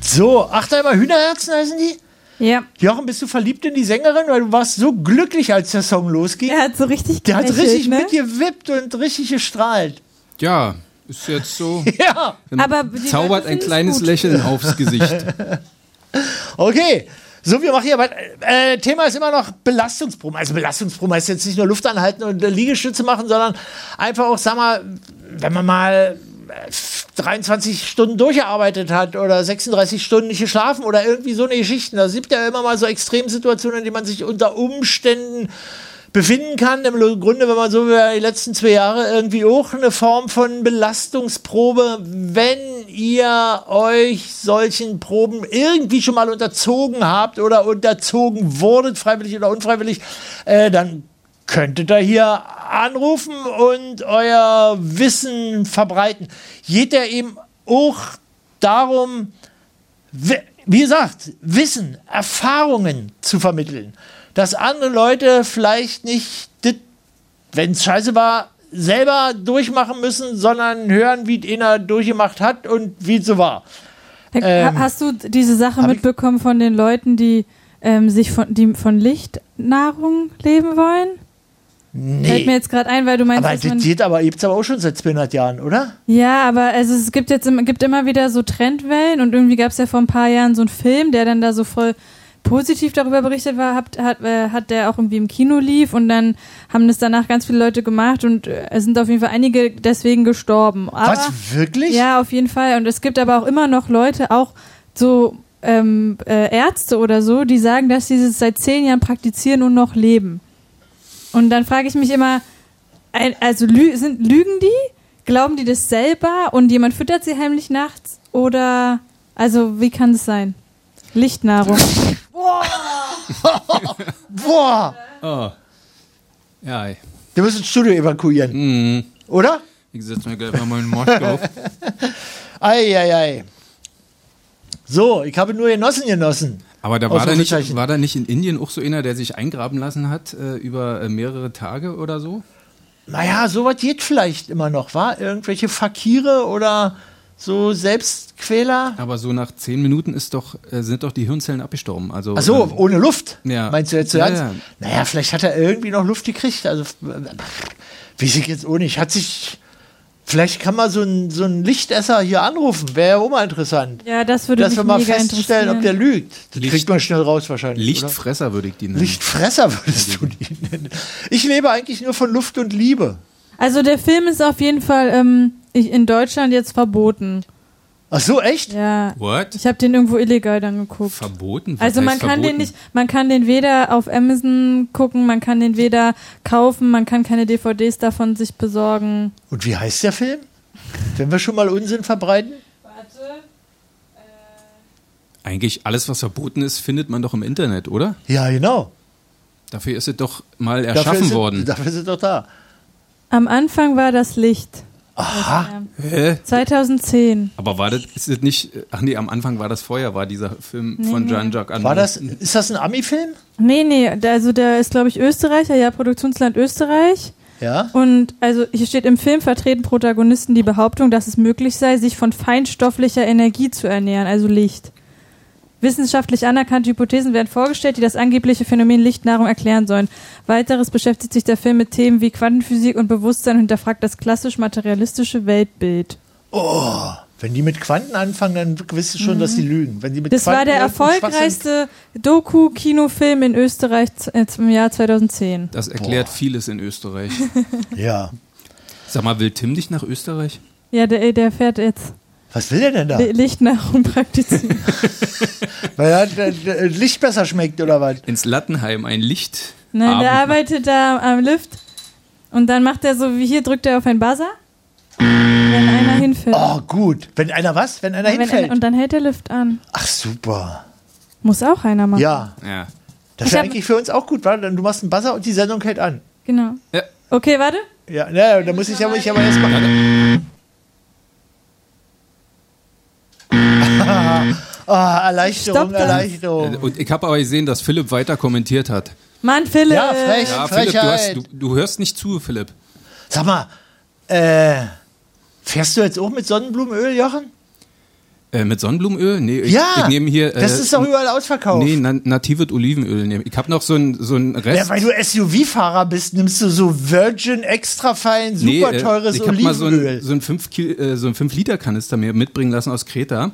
Speaker 6: So, Achtheimer Hühnerherzen heißen die?
Speaker 7: Ja.
Speaker 6: Jochen, bist du verliebt in die Sängerin? Weil du warst so glücklich, als der Song losging.
Speaker 7: Der hat so richtig
Speaker 6: Der hat
Speaker 7: gelächelt,
Speaker 6: richtig
Speaker 7: ne?
Speaker 6: mitgewippt und richtig gestrahlt.
Speaker 8: Ja, ist jetzt so.
Speaker 6: Ja.
Speaker 8: Dann
Speaker 6: Aber die
Speaker 8: zaubert
Speaker 6: Leute
Speaker 8: ein
Speaker 6: finden's
Speaker 8: kleines
Speaker 6: gut.
Speaker 8: Lächeln aufs Gesicht.
Speaker 6: Okay. So, wir machen hier weiter. Äh, Thema ist immer noch Belastungsproben. Also Belastungsproben heißt jetzt nicht nur Luft anhalten und äh, Liegestütze machen, sondern einfach auch, sag mal, wenn man mal äh, 23 Stunden durchgearbeitet hat oder 36 Stunden nicht geschlafen oder irgendwie so eine Geschichten. Da gibt ja immer mal so Extremsituationen, in denen man sich unter Umständen befinden kann. Im Grunde, wenn man so wie die letzten zwei Jahre irgendwie auch eine Form von Belastungsprobe, wenn ihr euch solchen Proben irgendwie schon mal unterzogen habt oder unterzogen wurdet, freiwillig oder unfreiwillig, äh, dann könntet ihr hier anrufen und euer Wissen verbreiten. Geht ja eben auch darum, wi- wie gesagt, Wissen, Erfahrungen zu vermitteln. Dass andere Leute vielleicht nicht, wenn es scheiße war, selber durchmachen müssen, sondern hören, wie einer durchgemacht hat und wie es so war. Ähm,
Speaker 7: Hast du diese Sache mitbekommen von den Leuten, die ähm, sich von, die von Lichtnahrung leben wollen?
Speaker 6: Nee.
Speaker 7: Fällt mir jetzt gerade ein, weil du meinst,
Speaker 6: aber
Speaker 7: dass man
Speaker 6: das geht aber, gibt's aber auch schon seit 200 Jahren, oder?
Speaker 7: Ja, aber also es gibt jetzt im- gibt immer wieder so Trendwellen und irgendwie gab es ja vor ein paar Jahren so einen Film, der dann da so voll positiv darüber berichtet war, hat, hat, äh, hat der auch irgendwie im Kino lief und dann haben das danach ganz viele Leute gemacht und äh, es sind auf jeden Fall einige deswegen gestorben. Aber,
Speaker 6: Was, wirklich?
Speaker 7: Ja, auf jeden Fall. Und es gibt aber auch immer noch Leute, auch so ähm, äh, Ärzte oder so, die sagen, dass sie es seit zehn Jahren praktizieren und noch leben. Und dann frage ich mich immer, ein- also lü sind, lügen die? Glauben die das selber und jemand füttert sie heimlich nachts? Oder, also wie kann es sein? Lichtnahrung.
Speaker 6: Boah!
Speaker 8: Oh. Ja, ey.
Speaker 6: Wir müssen das Studio evakuieren. Oder?
Speaker 8: ich setze mir gleich mal meinen Moschkopf.
Speaker 6: Eieiei. Ei, ei. So, ich habe nur Genossen genossen.
Speaker 8: Aber da war da, nicht,
Speaker 6: Ausrufezeichen.
Speaker 8: war da nicht in Indien auch so einer, der sich eingraben lassen hat äh, über äh, mehrere Tage oder so?
Speaker 6: Naja, sowas geht vielleicht immer noch, war? Irgendwelche Fakire oder so Selbstquäler?
Speaker 8: Aber so nach zehn Minuten ist doch, äh, sind doch die Hirnzellen abgestorben. Also,
Speaker 6: Ach so, oh, ohne Luft.
Speaker 8: ja.
Speaker 6: Meinst du jetzt so
Speaker 8: Ja,
Speaker 6: ganz?
Speaker 8: ja.
Speaker 6: Naja, vielleicht hat er irgendwie noch Luft gekriegt. Also, wie ich jetzt ohne. Ich hat sich. Vielleicht kann man so einen so einen Lichtesser hier anrufen. Wäre ja auch mal interessant.
Speaker 7: Ja, das würde
Speaker 6: Dass
Speaker 7: mich
Speaker 6: wir mal
Speaker 7: mega
Speaker 6: feststellen, ob der
Speaker 7: interessieren.
Speaker 6: lügt. Das kriegt man schnell raus wahrscheinlich. oder?
Speaker 8: Lichtfresser würde ich die nennen.
Speaker 6: Lichtfresser würdest du die nennen. Ich lebe eigentlich nur von Luft und Liebe.
Speaker 7: Also der Film ist auf jeden Fall ähm, ich- in Deutschland jetzt verboten.
Speaker 6: Ach so, echt?
Speaker 7: Ja.
Speaker 8: What?
Speaker 7: Ich habe den irgendwo illegal dann geguckt.
Speaker 8: Verboten? Was
Speaker 7: Also man
Speaker 8: heißt
Speaker 7: kann
Speaker 8: verboten?
Speaker 7: den nicht, man kann den weder auf Amazon gucken, man kann den weder kaufen, man kann keine DVDs davon sich besorgen.
Speaker 6: Und wie heißt der Film? Wenn wir schon mal Unsinn verbreiten?
Speaker 8: Eigentlich alles, was verboten ist, findet man doch im Internet, oder?
Speaker 6: Ja, genau.
Speaker 8: Dafür ist es doch mal
Speaker 6: Dafür
Speaker 8: erschaffen
Speaker 6: ist es-
Speaker 8: worden.
Speaker 6: Dafür sind doch da.
Speaker 7: Am Anfang war das Licht. Aha.
Speaker 8: Hä?
Speaker 7: 2010.
Speaker 8: Aber war das, ist das nicht, äh, ach nee, am Anfang war das Feuer, war dieser Film
Speaker 7: Nee,
Speaker 8: von
Speaker 7: nee.
Speaker 8: Jean-Jacques Annaud.
Speaker 6: War das, ist das ein Ami-Film?
Speaker 7: Nee, nee, der- also der ist glaube ich Österreicher, ja, Produktionsland Österreich.
Speaker 6: Ja.
Speaker 7: Und also hier steht im Film vertreten Protagonisten die Behauptung, dass es möglich sei, sich von feinstofflicher Energie zu ernähren, also Licht. Wissenschaftlich anerkannte Hypothesen werden vorgestellt, die das angebliche Phänomen Lichtnahrung erklären sollen. Weiteres beschäftigt sich der Film mit Themen wie Quantenphysik und Bewusstsein und hinterfragt das klassisch materialistische Weltbild.
Speaker 6: Oh, wenn die mit Quanten anfangen, dann wisst ihr schon, dass sie lügen. Wenn die mit
Speaker 7: Mhm. Das war
Speaker 6: Quanten
Speaker 7: der
Speaker 6: irgendeinen Schwachsinn-
Speaker 7: erfolgreichste Doku-Kinofilm in Österreich z- äh, im Jahr 2010.
Speaker 8: Das erklärt vieles in Österreich.
Speaker 6: ja.
Speaker 8: Sag mal, will Tim dich nach Österreich?
Speaker 7: Ja, der, äh, der fährt jetzt
Speaker 6: Was will der denn da?
Speaker 7: Li- Lichtnahrung praktizieren.
Speaker 6: Weil er hat, äh, Licht besser schmeckt oder was?
Speaker 8: Ins Lattenheim, ein Licht.
Speaker 7: Nein, der
Speaker 8: Abend.
Speaker 7: arbeitet da am Lift und dann macht er so wie hier drückt er auf ein Buzzer, wenn einer hinfällt.
Speaker 6: Oh, gut. Wenn einer was? Wenn einer
Speaker 7: Wenn
Speaker 6: hinfällt.
Speaker 7: einer- und dann hält der Lift an.
Speaker 6: Ach, super.
Speaker 7: Muss auch einer machen.
Speaker 6: Ja.
Speaker 8: Ja.
Speaker 6: Das ist
Speaker 7: Ich
Speaker 6: ja
Speaker 7: hab-
Speaker 6: eigentlich für uns auch gut, weil du machst einen Buzzer und die Sendung hält an.
Speaker 7: Genau.
Speaker 8: Ja.
Speaker 7: Okay, warte.
Speaker 6: Ja, naja, da muss ich aber, ich aber erstmal. Ah, Erleichterung,
Speaker 7: Stopp das.
Speaker 6: Erleichterung.
Speaker 8: Äh, Und ich habe aber gesehen, dass Philipp weiter kommentiert hat.
Speaker 7: Mann, Philipp.
Speaker 6: Ja, frech,
Speaker 8: Ja, Philipp, du, hast,
Speaker 6: Frechheit.
Speaker 8: du, du hörst nicht zu, Philipp.
Speaker 6: Sag mal, äh, fährst du jetzt auch mit Sonnenblumenöl, Jochen?
Speaker 8: Äh, mit Sonnenblumenöl? Nee, ich,
Speaker 6: Ja,
Speaker 8: ich nehme hier. äh,
Speaker 6: das ist doch überall ausverkauft.
Speaker 8: Nee, na, natives Olivenöl nehmen. Ich habe noch so ein so ein Rest.
Speaker 6: Ja, weil du SUV-Fahrer bist, nimmst du so Virgin extra fein,
Speaker 8: Nee,
Speaker 6: super
Speaker 8: äh,
Speaker 6: teures
Speaker 8: ich hab
Speaker 6: Olivenöl.
Speaker 8: mal so ein, so ein 5 Kil- äh, so ein 5 Liter Kanister mir mitbringen lassen aus Kreta.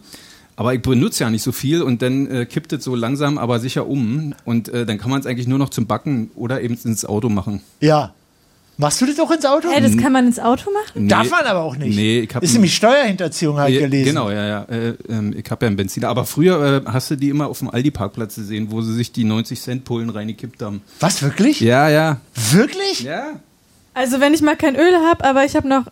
Speaker 8: Aber ich benutze ja nicht so viel und dann äh, kippt es so langsam, aber sicher um. Und äh, dann kann man es eigentlich nur noch zum Backen oder eben ins Auto machen.
Speaker 6: ja. Machst du das auch ins Auto?
Speaker 7: Hey, Äh, das kann man ins Auto machen?
Speaker 6: Darf man aber auch nicht.
Speaker 8: Nee, ich hab
Speaker 6: ist
Speaker 8: ein-
Speaker 6: nämlich Steuerhinterziehung halt
Speaker 8: Ja,
Speaker 6: gelesen.
Speaker 8: Genau, ja, ja. Äh, ähm, ich habe ja einen Benziner. Aber früher äh, hast du die immer auf dem Aldi-Parkplatz gesehen, wo sie sich die 90-Cent-Pullen reingekippt haben.
Speaker 6: Was, wirklich?
Speaker 8: Ja, ja.
Speaker 6: Wirklich?
Speaker 8: Ja.
Speaker 7: Also wenn ich mal kein Öl habe, aber ich habe noch.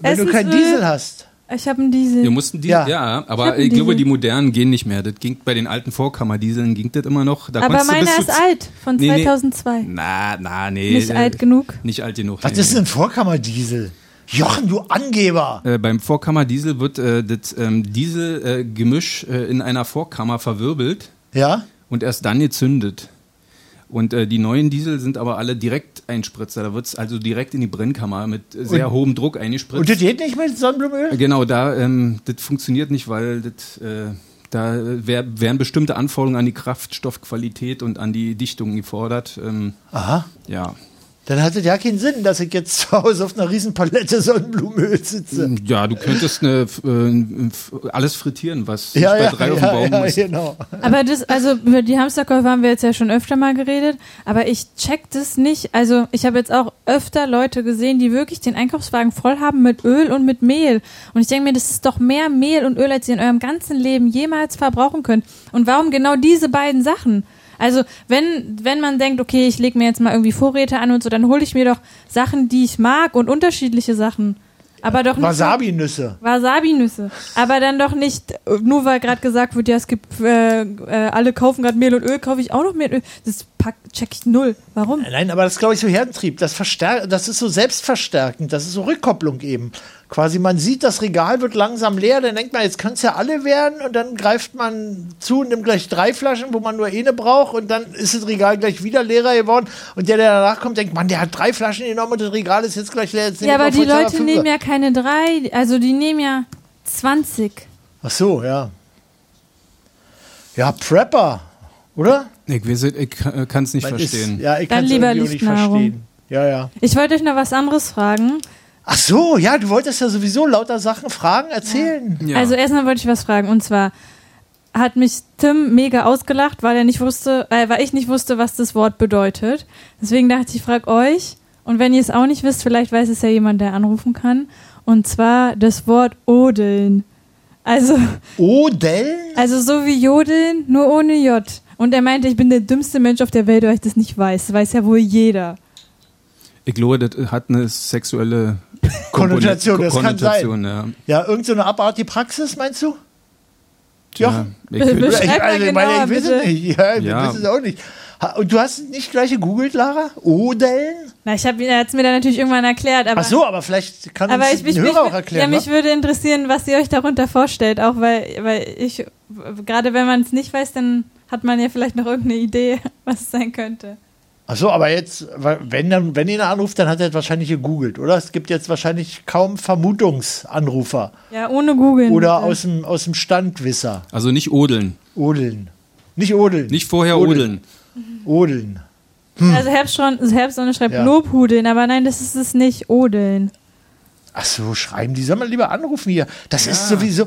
Speaker 6: Wenn du keinen
Speaker 7: Essensöl.
Speaker 6: Diesel hast.
Speaker 7: Ich habe einen Diesel.
Speaker 8: Wir mussten die, ja.
Speaker 7: Ich hab
Speaker 8: aber
Speaker 7: einen
Speaker 8: ich, glaube,
Speaker 7: Diesel.
Speaker 8: die modernen gehen nicht mehr. Das ging bei den alten Vorkammerdieseln ging das immer noch. Da
Speaker 7: aber
Speaker 8: konntest du bis
Speaker 7: meiner
Speaker 8: zu
Speaker 7: ist alt, von
Speaker 8: Nee, nee.
Speaker 7: 2002.
Speaker 8: Na, na, nee. Äh,
Speaker 7: Nicht alt genug?
Speaker 8: Nicht alt genug.
Speaker 6: Was
Speaker 8: nee.
Speaker 6: ist denn ein Vorkammerdiesel? Jochen, du Angeber!
Speaker 8: Äh, beim Vorkammerdiesel wird äh, das ähm, Dieselgemisch äh, in einer Vorkammer verwirbelt
Speaker 6: Ja?
Speaker 8: und erst dann gezündet. Und äh, die neuen Diesel sind aber alle direkt Einspritzer. Da wird es also direkt in die Brennkammer mit sehr
Speaker 6: Und-
Speaker 8: hohem Druck eingespritzt.
Speaker 6: Und das geht nicht mit Sonnenblumenöl?
Speaker 8: Genau, da ähm, das funktioniert nicht, weil das, äh, da wär, wären bestimmte Anforderungen an die Kraftstoffqualität und an die Dichtung gefordert. Ähm,
Speaker 6: Aha.
Speaker 8: ja.
Speaker 6: Dann hat es ja keinen Sinn, dass ich jetzt zu Hause auf einer riesen Palette Sonnenblumenöl sitze.
Speaker 8: Ja, du könntest eine, f- äh, f- alles frittieren, was
Speaker 6: Ja,
Speaker 8: nicht bei
Speaker 6: ja,
Speaker 8: drei auf
Speaker 6: ja,
Speaker 8: dem Baum
Speaker 6: ja,
Speaker 8: ist.
Speaker 6: genau.
Speaker 7: Aber das, also über die Hamsterkäufe haben wir jetzt ja schon öfter mal geredet, aber ich check das nicht. Also ich habe jetzt auch öfter Leute gesehen, die wirklich den Einkaufswagen voll haben mit Öl und mit Mehl. Und ich denke mir, das ist doch mehr Mehl und Öl, als ihr in eurem ganzen Leben jemals verbrauchen könnt. Und warum genau diese beiden Sachen? Also wenn, wenn man denkt, okay, ich lege mir jetzt mal irgendwie Vorräte an und so, dann hole ich mir doch Sachen, die ich mag und unterschiedliche Sachen. Aber doch nicht.
Speaker 6: Wasabi-Nüsse.
Speaker 7: Wasabi-Nüsse. Aber dann doch nicht, äh, nur weil gerade gesagt wird, ja, es gibt, äh, äh, alle kaufen gerade Mehl und Öl, kaufe ich auch noch Mehl und Öl. Das pack, check ich null. Warum?
Speaker 6: Nein, aber das ist, glaube ich, so Herdentrieb. Das, verstärkt, das ist so selbstverstärkend. Das ist so Rückkopplung eben. Quasi, man sieht, das Regal wird langsam leer, dann denkt man, jetzt können es ja alle werden und dann greift man zu und nimmt gleich drei Flaschen, wo man nur eine braucht und dann ist das Regal gleich wieder leerer geworden und der, der danach kommt, denkt, Mann, der hat drei Flaschen genommen und das Regal ist jetzt gleich leer. Jetzt
Speaker 7: Ja, aber die Leute nehmen
Speaker 6: ja...
Speaker 7: ja keine drei, also die nehmen ja 20.
Speaker 6: Ach so, ja. Ja, Prepper, oder?
Speaker 8: Ich, weiß es, ich kann es nicht
Speaker 6: Man ist-
Speaker 8: verstehen.
Speaker 6: ja, ich
Speaker 7: Dann
Speaker 6: kann's
Speaker 7: lieber
Speaker 6: irgendwie auch nicht
Speaker 7: Lichtnahrung.
Speaker 6: verstehen. Ja, ja.
Speaker 7: Ich wollte euch noch was anderes fragen.
Speaker 6: Ach so, ja, du wolltest ja sowieso lauter Sachen fragen, erzählen.
Speaker 8: Ja.
Speaker 7: Also erstmal wollte ich was fragen und zwar hat mich Tim mega ausgelacht, weil er nicht wusste, äh, weil ich nicht wusste, was das Wort bedeutet. Deswegen dachte ich, ich frag euch und wenn ihr es auch nicht wisst, vielleicht weiß es ja jemand, der anrufen kann. Und zwar das Wort Odeln. Also
Speaker 6: Odell?
Speaker 7: also so wie Jodeln, nur ohne J. Und er meinte, ich bin der dümmste Mensch auf der Welt, weil ich das nicht weiß. Das weiß ja wohl jeder.
Speaker 8: ich glaube, das hat eine sexuelle Komponente-
Speaker 6: Konnotation, das kann
Speaker 8: Konnotation, ja.
Speaker 6: Ja, irgendeine so eine abartige Praxis, meinst du?
Speaker 8: Ja,
Speaker 6: Jochen?
Speaker 8: ich könnte-
Speaker 7: Beschreib mal
Speaker 6: ich
Speaker 7: genauer,
Speaker 6: weiß es
Speaker 7: bitte.
Speaker 6: nicht. Ja, wir
Speaker 8: Ja.
Speaker 6: wissen es auch nicht. Ha- Und du hast nicht gleich gegoogelt, Lara? Odell?
Speaker 7: Na, ich habe es mir dann natürlich irgendwann erklärt, aber
Speaker 6: Ach so, aber vielleicht kann uns
Speaker 7: Aber
Speaker 6: ein
Speaker 7: ich, mich,
Speaker 6: Hörer
Speaker 7: mich,
Speaker 6: auch
Speaker 7: ja,
Speaker 6: erklären. ne?
Speaker 7: mich
Speaker 6: Ja,
Speaker 7: würde interessieren, was ihr euch darunter vorstellt, auch weil, weil ich, gerade wenn man es nicht weiß, dann hat man ja vielleicht noch irgendeine Idee, was es sein könnte.
Speaker 6: Ach so, aber jetzt, weil- wenn, dann, wenn ihn anruft, dann hat er wahrscheinlich gegoogelt, oder? Es gibt jetzt wahrscheinlich kaum Vermutungsanrufer
Speaker 7: Ja, ohne googeln.
Speaker 6: oder
Speaker 7: bitte.
Speaker 6: aus dem, aus dem Standwisser.
Speaker 8: Also nicht odeln.
Speaker 6: Odeln. Nicht odeln.
Speaker 8: Nicht vorher odeln.
Speaker 6: Odeln.
Speaker 7: Also Herbstsonne Herbstsonne schreibt
Speaker 6: hm. Ja.
Speaker 7: Lobhudeln, aber nein, das ist es nicht, Odeln.
Speaker 6: Ach so, schreiben die. Soll man lieber anrufen hier? Das ist sowieso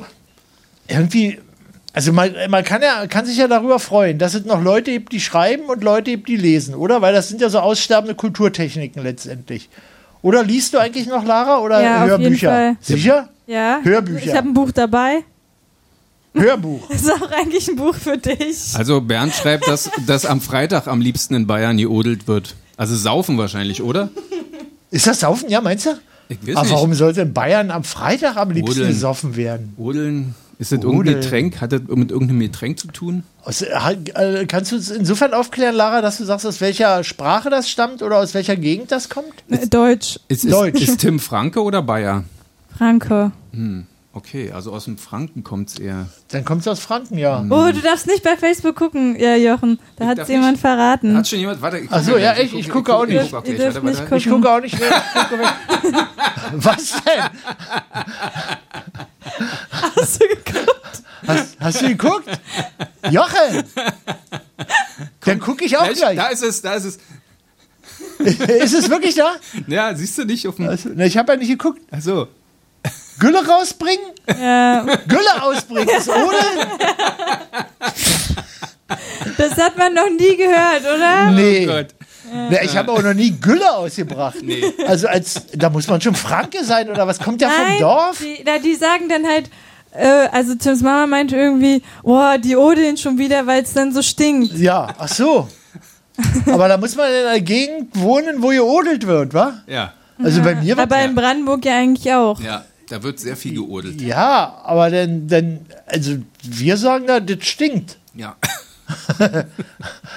Speaker 6: irgendwie. Also man, man kann ja kann sich ja darüber freuen, dass es noch Leute gibt, die schreiben und Leute gibt, die lesen, oder? Weil das sind ja so aussterbende Kulturtechniken letztendlich. Oder liest du eigentlich noch Lara oder
Speaker 7: Ja, auf jeden
Speaker 6: Hörbücher?
Speaker 7: Fall.
Speaker 6: Sicher?
Speaker 7: Ja.
Speaker 6: Hörbücher.
Speaker 7: Ich habe ein Buch dabei.
Speaker 6: Hörbuch.
Speaker 7: Das ist auch eigentlich ein Buch für dich.
Speaker 8: Also Bernd schreibt, dass, dass am Freitag am liebsten in Bayern geodelt wird. Also saufen wahrscheinlich, oder?
Speaker 6: Ist das Saufen? Ja, meinst du?
Speaker 8: Ich weiß
Speaker 6: Aber
Speaker 8: nicht.
Speaker 6: warum sollte in Bayern am Freitag am liebsten
Speaker 8: Rodeln.
Speaker 6: gesoffen werden?
Speaker 8: Odeln. Ist das
Speaker 6: Odeln.
Speaker 8: irgendein Getränk? Hat das mit irgendeinem Getränk zu tun?
Speaker 6: Aus, äh, kannst du uns insofern aufklären, Lara, dass du sagst, aus welcher Sprache das stammt oder aus welcher Gegend das kommt?
Speaker 7: Äh, Deutsch.
Speaker 8: Ist, ist,
Speaker 6: Deutsch.
Speaker 8: ist Tim Franke oder Bayer?
Speaker 7: Franke.
Speaker 8: Hm. Okay, also aus dem Franken kommt es eher.
Speaker 6: Dann kommt es aus Franken, ja.
Speaker 7: Oh, du darfst nicht bei Facebook gucken, ja, Jochen. Da hat es
Speaker 8: darf
Speaker 7: jemand
Speaker 8: nicht.
Speaker 7: verraten.
Speaker 8: Hat schon jemand? Warte, ich
Speaker 6: Ach so,
Speaker 8: gucke
Speaker 6: ja,
Speaker 8: gleich.
Speaker 6: ich- ich gucke auch nicht.
Speaker 8: gucke auch
Speaker 7: Ihr
Speaker 8: gleich.
Speaker 7: dürft
Speaker 8: Warte,
Speaker 7: nicht
Speaker 8: warte.
Speaker 7: gucken.
Speaker 6: Ich gucke auch nicht mehr. Ich gucke weg. Was denn?
Speaker 7: Hast du geguckt?
Speaker 6: Hast, hast du geguckt? Jochen! Dann gucke ich auch
Speaker 8: Mensch,
Speaker 6: gleich.
Speaker 8: Da ist es, da ist es.
Speaker 6: ist es wirklich da?
Speaker 8: Ja, siehst du nicht auf dem.
Speaker 6: Also, na, ich habe ja nicht geguckt.
Speaker 8: Ach so.
Speaker 6: Gülle rausbringen? Gülle ausbringen ist ohne?
Speaker 7: Das hat man noch nie gehört, oder?
Speaker 6: Nee.
Speaker 8: Oh Gott.
Speaker 6: Na, ich habe auch noch nie Gülle ausgebracht. Also als, da muss man schon Franke sein oder was? Kommt ja vom
Speaker 7: Nein,
Speaker 6: Dorf?
Speaker 7: Die, na, die sagen dann halt, äh, also Tims Mama meinte irgendwie, boah, die Odin schon wieder, weil es dann so stinkt.
Speaker 6: Ja, ach so. Aber da muss man in einer Gegend wohnen, wo geodelt wird, wa?
Speaker 8: Ja.
Speaker 6: Also bei mir war
Speaker 7: Aber in Brandenburg ja eigentlich auch.
Speaker 8: Ja, da wird sehr viel geodelt.
Speaker 6: Ja, aber dann, dann, also wir sagen da, das stinkt.
Speaker 8: Ja.
Speaker 6: aber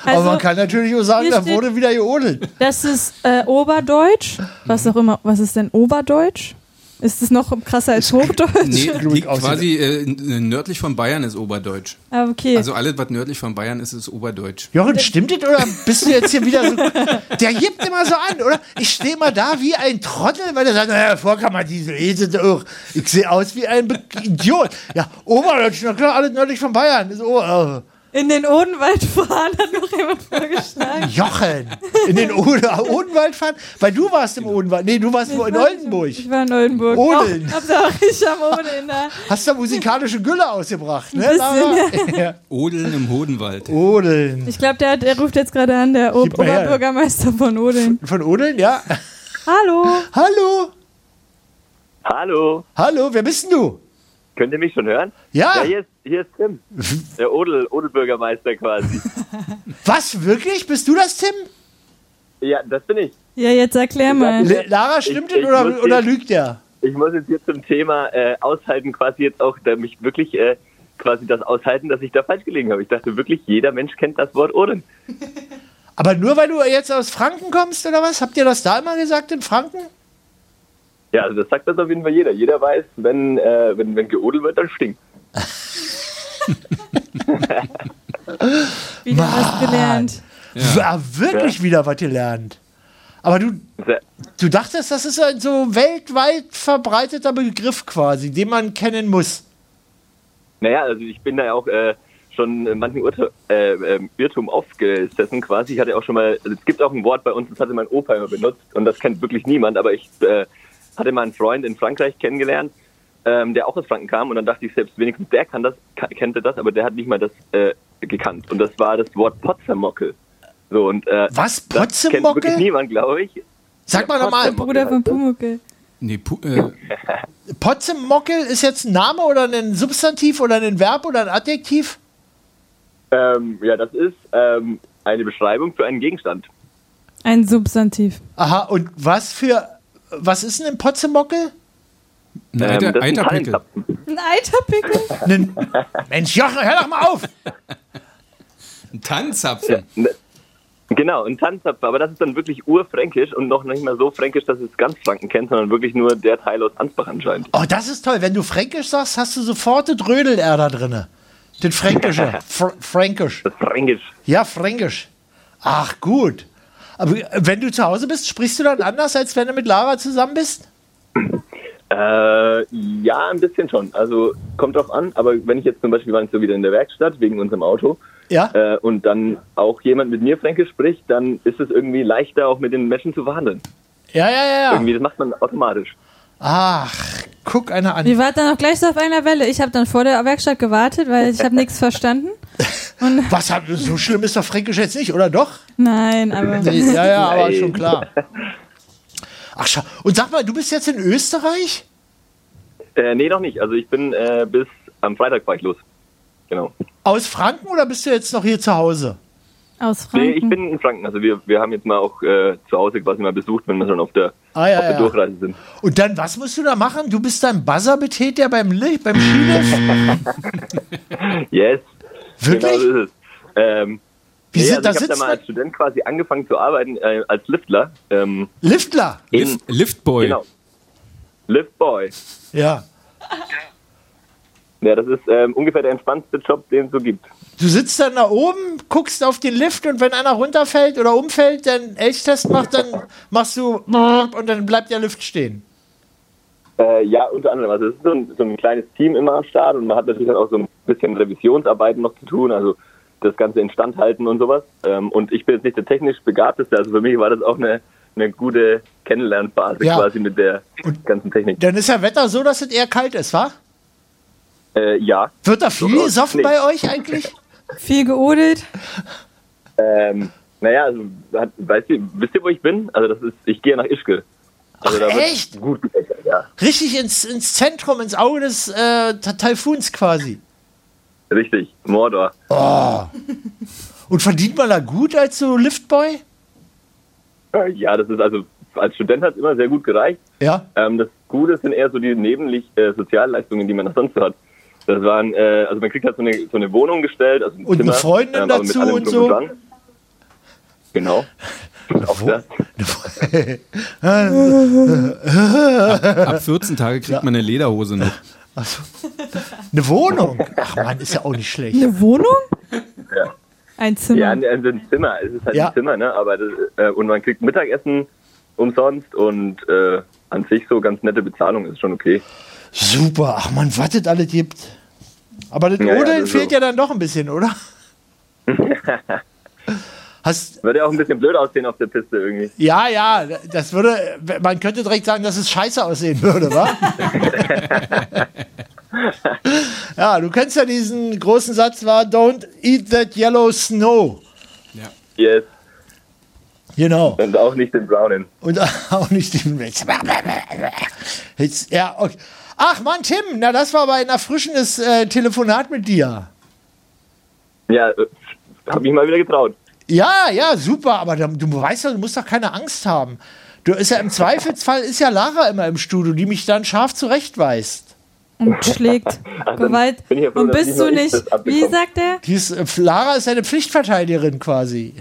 Speaker 7: Also,
Speaker 6: man kann natürlich auch sagen,
Speaker 7: hier
Speaker 6: da
Speaker 7: steht-
Speaker 6: wurde wieder geodelt.
Speaker 7: das ist äh, Oberdeutsch, was auch immer. Was ist denn Oberdeutsch? Ist es noch krasser als Hochdeutsch?
Speaker 8: Nee,
Speaker 6: Blut
Speaker 8: liegt
Speaker 6: aus-
Speaker 8: quasi äh, n- nördlich von Bayern ist Oberdeutsch.
Speaker 7: Ah, okay.
Speaker 8: Also alles, was nördlich von Bayern ist, ist Oberdeutsch.
Speaker 6: Jochen, stimmt das oder bist du jetzt hier wieder so. Der gibt immer so an, oder? Ich stehe mal da wie ein Trottel, weil der sagt, naja, Vorkammerdiesel, eh, sind doch- ich sehe aus wie ein Be Idiot. Ja, Oberdeutsch, na klar, alles nördlich von Bayern. Ist äh, Ober
Speaker 7: In den Odenwald fahren hat noch jemand vorgeschlagen.
Speaker 6: Jochen, in den Oder Odenwald fahren? Weil du warst im Odenwald. Nee, du warst wo in Oldenburg.
Speaker 7: Ich war in Oldenburg.
Speaker 6: Odeln.
Speaker 7: Auch, aber auch ich am Odeln da.
Speaker 6: Hast da musikalische Gülle ausgebracht, ne?
Speaker 7: Ein
Speaker 6: Lara? Ja.
Speaker 8: Odeln im Hodenwald.
Speaker 6: Oh, Odeln.
Speaker 7: Ich glaube, der, hat- der ruft jetzt gerade an, der Ob
Speaker 6: Gib mal her.
Speaker 7: Oberbürgermeister von Odeln.
Speaker 6: Von Odeln, ja.
Speaker 7: Hallo.
Speaker 6: Hallo,
Speaker 9: Hallo,
Speaker 6: hallo, wer bist denn du?
Speaker 9: könnt ihr mich schon hören?
Speaker 6: Ja.
Speaker 9: hier, ist, hier ist Tim, der Odel, Odelbürgermeister quasi.
Speaker 6: Was, wirklich? Bist du das, Tim?
Speaker 9: Ja, das bin ich.
Speaker 7: Ja, jetzt erklär mal.
Speaker 6: Le- Lara, stimmt
Speaker 9: Ich- ich
Speaker 6: das
Speaker 9: muss
Speaker 6: oder, oder
Speaker 9: jetzt-
Speaker 6: lügt er?
Speaker 9: Ich muss jetzt hier zum Thema äh, aushalten, quasi jetzt auch, da mich wirklich äh, quasi das aushalten, dass ich da falsch gelegen habe. Ich dachte wirklich, jeder Mensch kennt das Wort Odeln.
Speaker 6: Aber nur weil du jetzt aus Franken kommst oder was? Habt ihr das da immer gesagt in Franken?
Speaker 9: Ja, also das sagt das auf jeden Fall jeder. Jeder weiß, wenn, äh, wenn, wenn geodelt wird, dann stinkt.
Speaker 7: Wieder was gelernt.
Speaker 6: War ah, wirklich wieder was gelernt. Aber du,
Speaker 9: Sehr-
Speaker 6: du dachtest, das ist ein so weltweit verbreiteter Begriff quasi, den man kennen muss.
Speaker 9: Naja, also ich bin da ja auch äh, schon in manchen Urte äh, ähm, Irrtum aufgesessen quasi. Ich hatte auch schon mal, also es gibt auch ein Wort bei uns, das hatte mein Opa immer benutzt und das kennt wirklich niemand, aber ich äh, hatte mal einen Freund in Frankreich kennengelernt, ähm, der auch aus Franken kam und dann dachte ich selbst, wenigstens der kann das, ka- kannte das, aber der hat nicht mal das äh, gekannt. Und das war das Wort Potzermockel. So, und, äh, Das
Speaker 6: Was?
Speaker 9: kennt
Speaker 6: Potzermockel?
Speaker 9: wirklich niemand, glaube ich.
Speaker 6: Sag mal nochmal,
Speaker 9: Potzermockel
Speaker 7: Bruder von
Speaker 9: heißt das.
Speaker 7: Pumuckel.
Speaker 8: Nee, pu
Speaker 9: Ähm,
Speaker 8: äh,
Speaker 6: Potzemmockel ist jetzt ein Name oder ein Substantiv oder ein Verb oder ein Adjektiv?
Speaker 9: Ähm, ja, das ist ähm, eine Beschreibung für einen Gegenstand.
Speaker 7: Ein Substantiv.
Speaker 6: Aha, und was für, was ist denn ein Potzemmockel?
Speaker 9: Ähm,
Speaker 8: ein Eiter,
Speaker 9: das sind
Speaker 8: Eiterpickel.
Speaker 9: Tannenzapfen.
Speaker 7: Ein Eiterpickel?
Speaker 6: Ein, Mensch, Jochen, hör doch mal auf!
Speaker 8: Ein Tannenzapfen.
Speaker 9: Ne- Genau, ein Tannenzapfen, aber das ist dann wirklich urfränkisch und noch nicht mal so fränkisch, dass es ganz Franken kennt, sondern wirklich nur der Teil aus Ansbach anscheinend.
Speaker 6: Oh, das ist toll. Wenn du Fränkisch sagst, hast du sofort das Rödel er da drinne. Den Fränkische. Fr Fränkisch.
Speaker 9: Das Fränkisch.
Speaker 6: Ja, Fränkisch. Ach, gut. Aber wenn du zu Hause bist, sprichst du dann anders, als wenn du mit Lara zusammen bist?
Speaker 9: Äh, ja, ein bisschen schon. Also kommt drauf an, aber wenn ich jetzt zum Beispiel, wir waren jetzt so wieder in der Werkstatt wegen unserem Auto
Speaker 6: Ja.
Speaker 9: äh, und dann auch jemand mit mir Fränkisch spricht, dann ist es irgendwie leichter, auch mit den Menschen zu verhandeln.
Speaker 6: Ja, ja, ja, ja.
Speaker 9: Irgendwie, das macht man automatisch.
Speaker 6: Ach, guck einer an.
Speaker 7: Wir waren dann auch gleich so auf einer Welle. Ich habe dann vor der Werkstatt gewartet, weil ich habe nichts verstanden.
Speaker 6: Was hat, so schlimm ist doch Fränkisch jetzt nicht, oder doch?
Speaker 7: Nein, aber
Speaker 6: Ja, ja, aber
Speaker 9: Nein.
Speaker 6: schon klar. Ach, scha- und sag mal, du bist jetzt in Österreich?
Speaker 9: Äh, nee, noch nicht. Also ich bin äh, bis am Freitag war ich los. Genau.
Speaker 6: Aus Franken oder bist du jetzt noch hier zu Hause?
Speaker 7: aus
Speaker 9: Nee, ich
Speaker 7: Franken.
Speaker 9: bin in Franken. Also wir, wir haben jetzt mal auch äh, zu Hause quasi mal besucht, wenn wir schon auf der,
Speaker 6: Ah, ja,
Speaker 9: auf der
Speaker 6: ja.
Speaker 9: Durchreise sind.
Speaker 6: Und dann, was musst du da machen? Du bist dein Buzzer-Betäter beim, Li- beim Skilift?
Speaker 9: Genau, Yes.
Speaker 6: Wirklich?
Speaker 9: Genau so ist es. Ähm,
Speaker 6: Wie
Speaker 9: nee,
Speaker 6: sind-
Speaker 9: also ich habe
Speaker 6: da
Speaker 9: da
Speaker 6: sitzt
Speaker 9: mal
Speaker 6: man-
Speaker 9: als Student quasi angefangen zu arbeiten, äh, als Liftler. Ähm,
Speaker 6: Liftler.
Speaker 9: in,
Speaker 8: Lift, Liftboy.
Speaker 9: Genau. Liftboy.
Speaker 6: Ja.
Speaker 9: Ja, das ist ähm, ungefähr der entspannteste Job, den es so gibt.
Speaker 6: Du sitzt dann da oben, guckst auf den Lift und wenn einer runterfällt oder umfällt, dann Elchtest macht, dann machst du und dann bleibt der Lift stehen.
Speaker 9: Äh, ja, unter anderem. Also es ist so ein, so ein kleines Team immer am Start und man hat natürlich dann auch so ein bisschen Revisionsarbeiten noch zu tun, also das Ganze instand halten und sowas. Ähm, und ich bin jetzt nicht der technisch Begabteste, also für mich war das auch eine, eine gute Kennenlernphase
Speaker 6: Ja.
Speaker 9: quasi mit der ganzen Technik.
Speaker 6: Dann ist ja Wetter so, dass es eher kalt ist, wa?
Speaker 9: Äh, ja.
Speaker 6: Wird da viel gesoffen bei euch eigentlich?
Speaker 13: Viel geodelt?
Speaker 9: Ähm, naja, also, hat, weißt du, wisst ihr, wo ich bin? Also das ist, ich gehe nach Ischgl. Also, da wird's
Speaker 6: echt?
Speaker 9: Gut, gegessen, ja.
Speaker 6: Richtig ins, ins Zentrum, ins Auge des äh, Ta- Taifuns quasi.
Speaker 9: Richtig, Mordor.
Speaker 6: Oh. Und verdient man da gut als so Liftboy?
Speaker 9: Ja, das ist also, als Student hat es immer sehr gut gereicht.
Speaker 6: Ja.
Speaker 9: Ähm, das Gute sind eher so die nebenlich äh, Sozialleistungen, die man noch sonst so hat. Das waren, äh, also man kriegt halt so eine, so eine Wohnung gestellt, also ein
Speaker 6: Und eine
Speaker 9: Zimmer,
Speaker 6: Freundin
Speaker 9: aber mit
Speaker 6: dazu
Speaker 9: allem
Speaker 6: und
Speaker 9: drum
Speaker 6: so?
Speaker 9: dran. Genau. Auch das.
Speaker 8: Ab, ab 14 Tage kriegt man eine Lederhose noch.
Speaker 6: Eine Wohnung? Ach man, ist ja auch nicht schlecht.
Speaker 13: Eine Wohnung?
Speaker 9: Ja.
Speaker 13: Ein Zimmer.
Speaker 9: Ja, ein, ein ein Zimmer. Es ist halt
Speaker 6: Ja.
Speaker 9: ein Zimmer, ne? Aber das, äh, und man kriegt Mittagessen umsonst und äh, an sich so ganz nette Bezahlung ist schon okay.
Speaker 6: Super, ach man, was das alles gibt. Aber das
Speaker 9: Ja, ja,
Speaker 6: Rodeln
Speaker 9: das ist
Speaker 6: fehlt
Speaker 9: so.
Speaker 6: ja dann doch ein bisschen, oder?
Speaker 9: Würde ja auch ein bisschen blöd aussehen auf der Piste irgendwie.
Speaker 6: Ja, ja, das würde, man könnte direkt sagen, dass es scheiße aussehen würde, wa? ja, du kennst ja diesen großen Satz, war Don't eat that yellow snow.
Speaker 9: Yes.
Speaker 6: Genau.
Speaker 9: Und auch nicht den Brownen.
Speaker 6: Und auch nicht den Witz. Jetzt, ja, okay. Ach Mann, Tim, na das war aber ein erfrischendes äh, Telefonat mit dir.
Speaker 9: Ja, äh, hab mich mal wieder getraut.
Speaker 6: Ja, ja, super, aber da- du weißt doch, du musst doch keine Angst haben. Du ist ja im Zweifelsfall ist ja Lara immer im Studio, die mich dann scharf zurechtweist.
Speaker 13: Und schlägt
Speaker 6: dann
Speaker 13: Gewalt.
Speaker 6: bin ich ja froh,
Speaker 13: Und
Speaker 6: dass
Speaker 13: bist
Speaker 6: nicht nur
Speaker 13: du
Speaker 6: ich
Speaker 13: nicht,
Speaker 6: das
Speaker 13: wie
Speaker 6: abbekomme.
Speaker 13: sagt er?
Speaker 6: Die ist, äh, Lara ist eine Pflichtverteidigerin quasi.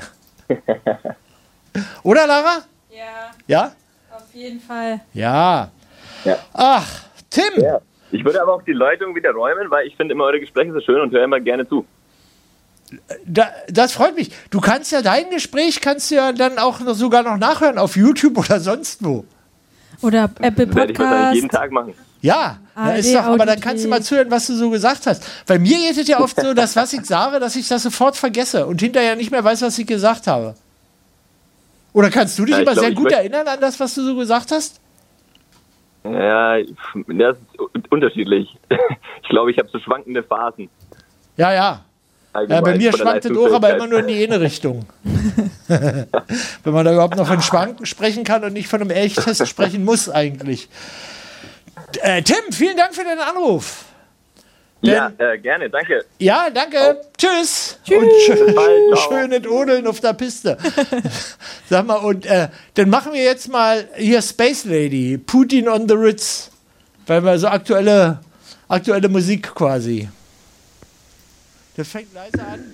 Speaker 6: Oder Lara?
Speaker 13: Ja,
Speaker 6: Ja?
Speaker 13: auf jeden Fall.
Speaker 6: Ja.
Speaker 9: Ja.
Speaker 6: Ach, Tim!
Speaker 9: Ja. Ich würde aber auch die Leitung wieder räumen, weil ich finde immer eure Gespräche so schön und höre immer gerne zu.
Speaker 6: Da, das freut mich. Du kannst ja dein Gespräch kannst du ja dann auch noch, sogar noch nachhören auf YouTube oder sonst wo.
Speaker 13: Oder Apple
Speaker 9: Das werde ich wahrscheinlich jeden
Speaker 13: Podcast.
Speaker 9: Tag machen.
Speaker 6: Ja, na,
Speaker 13: ARD,
Speaker 6: ist doch, aber dann
Speaker 13: Audiothek.
Speaker 6: kannst du mal zuhören, was du so gesagt hast. Bei mir geht es ja oft so, dass was ich sage, dass ich das sofort vergesse und hinterher nicht mehr weiß, was ich gesagt habe. Oder kannst du dich
Speaker 9: Ja, ich
Speaker 6: immer
Speaker 9: glaub,
Speaker 6: sehr
Speaker 9: ich
Speaker 6: gut
Speaker 9: möcht-
Speaker 6: erinnern an das, was du so gesagt hast?
Speaker 9: Ja, pf, das ist u- unterschiedlich. Ich glaube, ich habe so schwankende Phasen.
Speaker 6: Ja, ja. Ja, bei
Speaker 9: Allgemein
Speaker 6: mir
Speaker 9: von der
Speaker 6: schwankt es auch, aber
Speaker 9: Leistungsfähigkeit.
Speaker 6: immer nur in die eine Richtung. Wenn man da überhaupt noch von Schwanken sprechen kann und nicht von einem Elchtest sprechen muss eigentlich. Äh, Tim, vielen Dank für deinen Anruf.
Speaker 9: Ja, äh, gerne, danke.
Speaker 6: Ja, danke. Tschüss.
Speaker 9: Tschüss.
Speaker 6: Und
Speaker 9: Bis bald. Ciao.
Speaker 6: schönes Odeln auf der Piste. Sag mal, und äh, dann machen wir jetzt mal hier Space Lady, Putin on the Ritz. Weil wir so aktuelle, aktuelle Musik quasi. Das fängt leise an.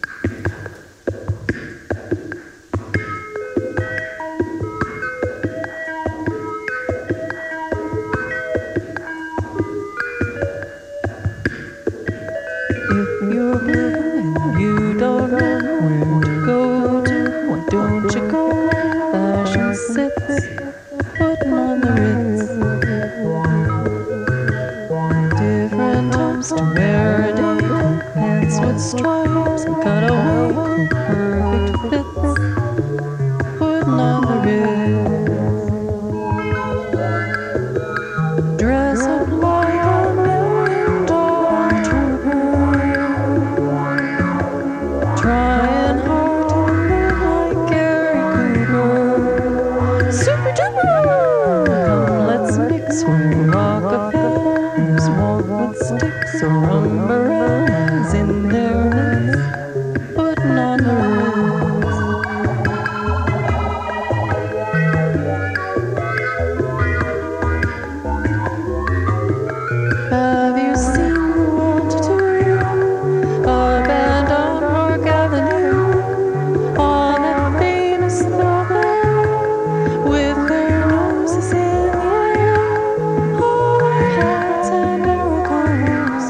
Speaker 7: You're blind and you don't know where to go to. Why don't you go where fashion sits? Putting on the Ritz. Different homes to Meredith. Pants with stripes and cutaway. cool, Perfect fits. Putting on the Ritz. Dress up like a million dollar trooper. Trying hard to live like Gary Cooper. Super duper! Come, let's mix when Rockefellers walk with sticks or umbrellas in their hands, putting on the roof. Have you seen what to do? A band on Park Avenue, on a famous thoroughfare, with their noses in the air, all their hats and arrow combs,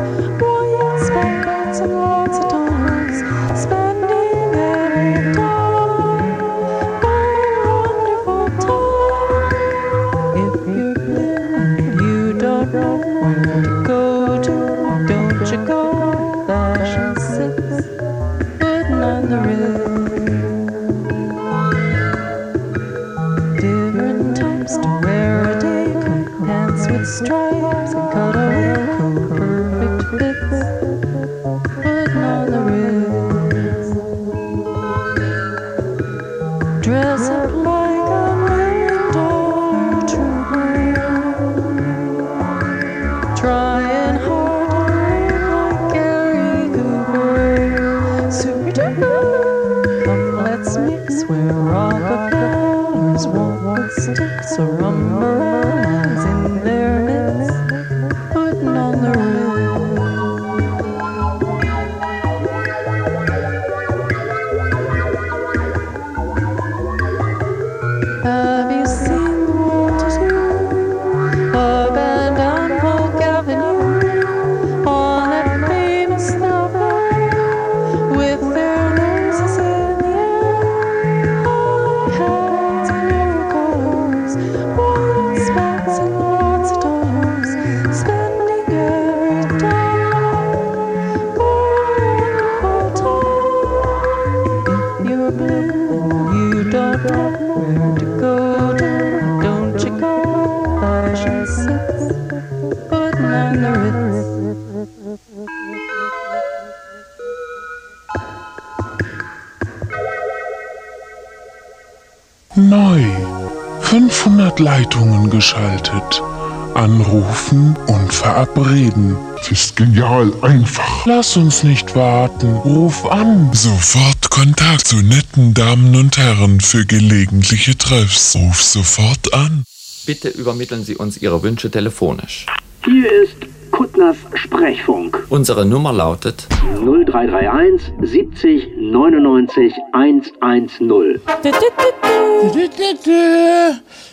Speaker 7: under it. Different types to wear a day coat, hats with stripes and cutaway coat, perfect fits, putting on the ritz. Dress up like a random trooper, trying hard to look like Gary Cooper. Super duper, come let's mix where Rockefellers won't want sticks or umbrellas in their midst, putting on the roof. Have you seen what to do? Up and down Polk Avenue on that famous thoroughfare with their noses in the air. High hats and miracles, wide spats and lots of dollars, spending every dollar for a wonderful time. If you're blue and you don't know where to go to, don't you go fashion sits, putting on the Ritz.
Speaker 14: Neu. 500 Leitungen geschaltet. Anrufen und verabreden. Das ist genial, einfach. Lass uns nicht warten. Ruf an.
Speaker 5: Sofort Kontakt zu netten Damen und Herren für gelegentliche Treffs. Ruf sofort an.
Speaker 9: Bitte übermitteln Sie uns Ihre Wünsche telefonisch.
Speaker 11: Hier ist Kuttners Sprechfunk.
Speaker 9: Unsere Nummer lautet
Speaker 11: 0331 70 99 110.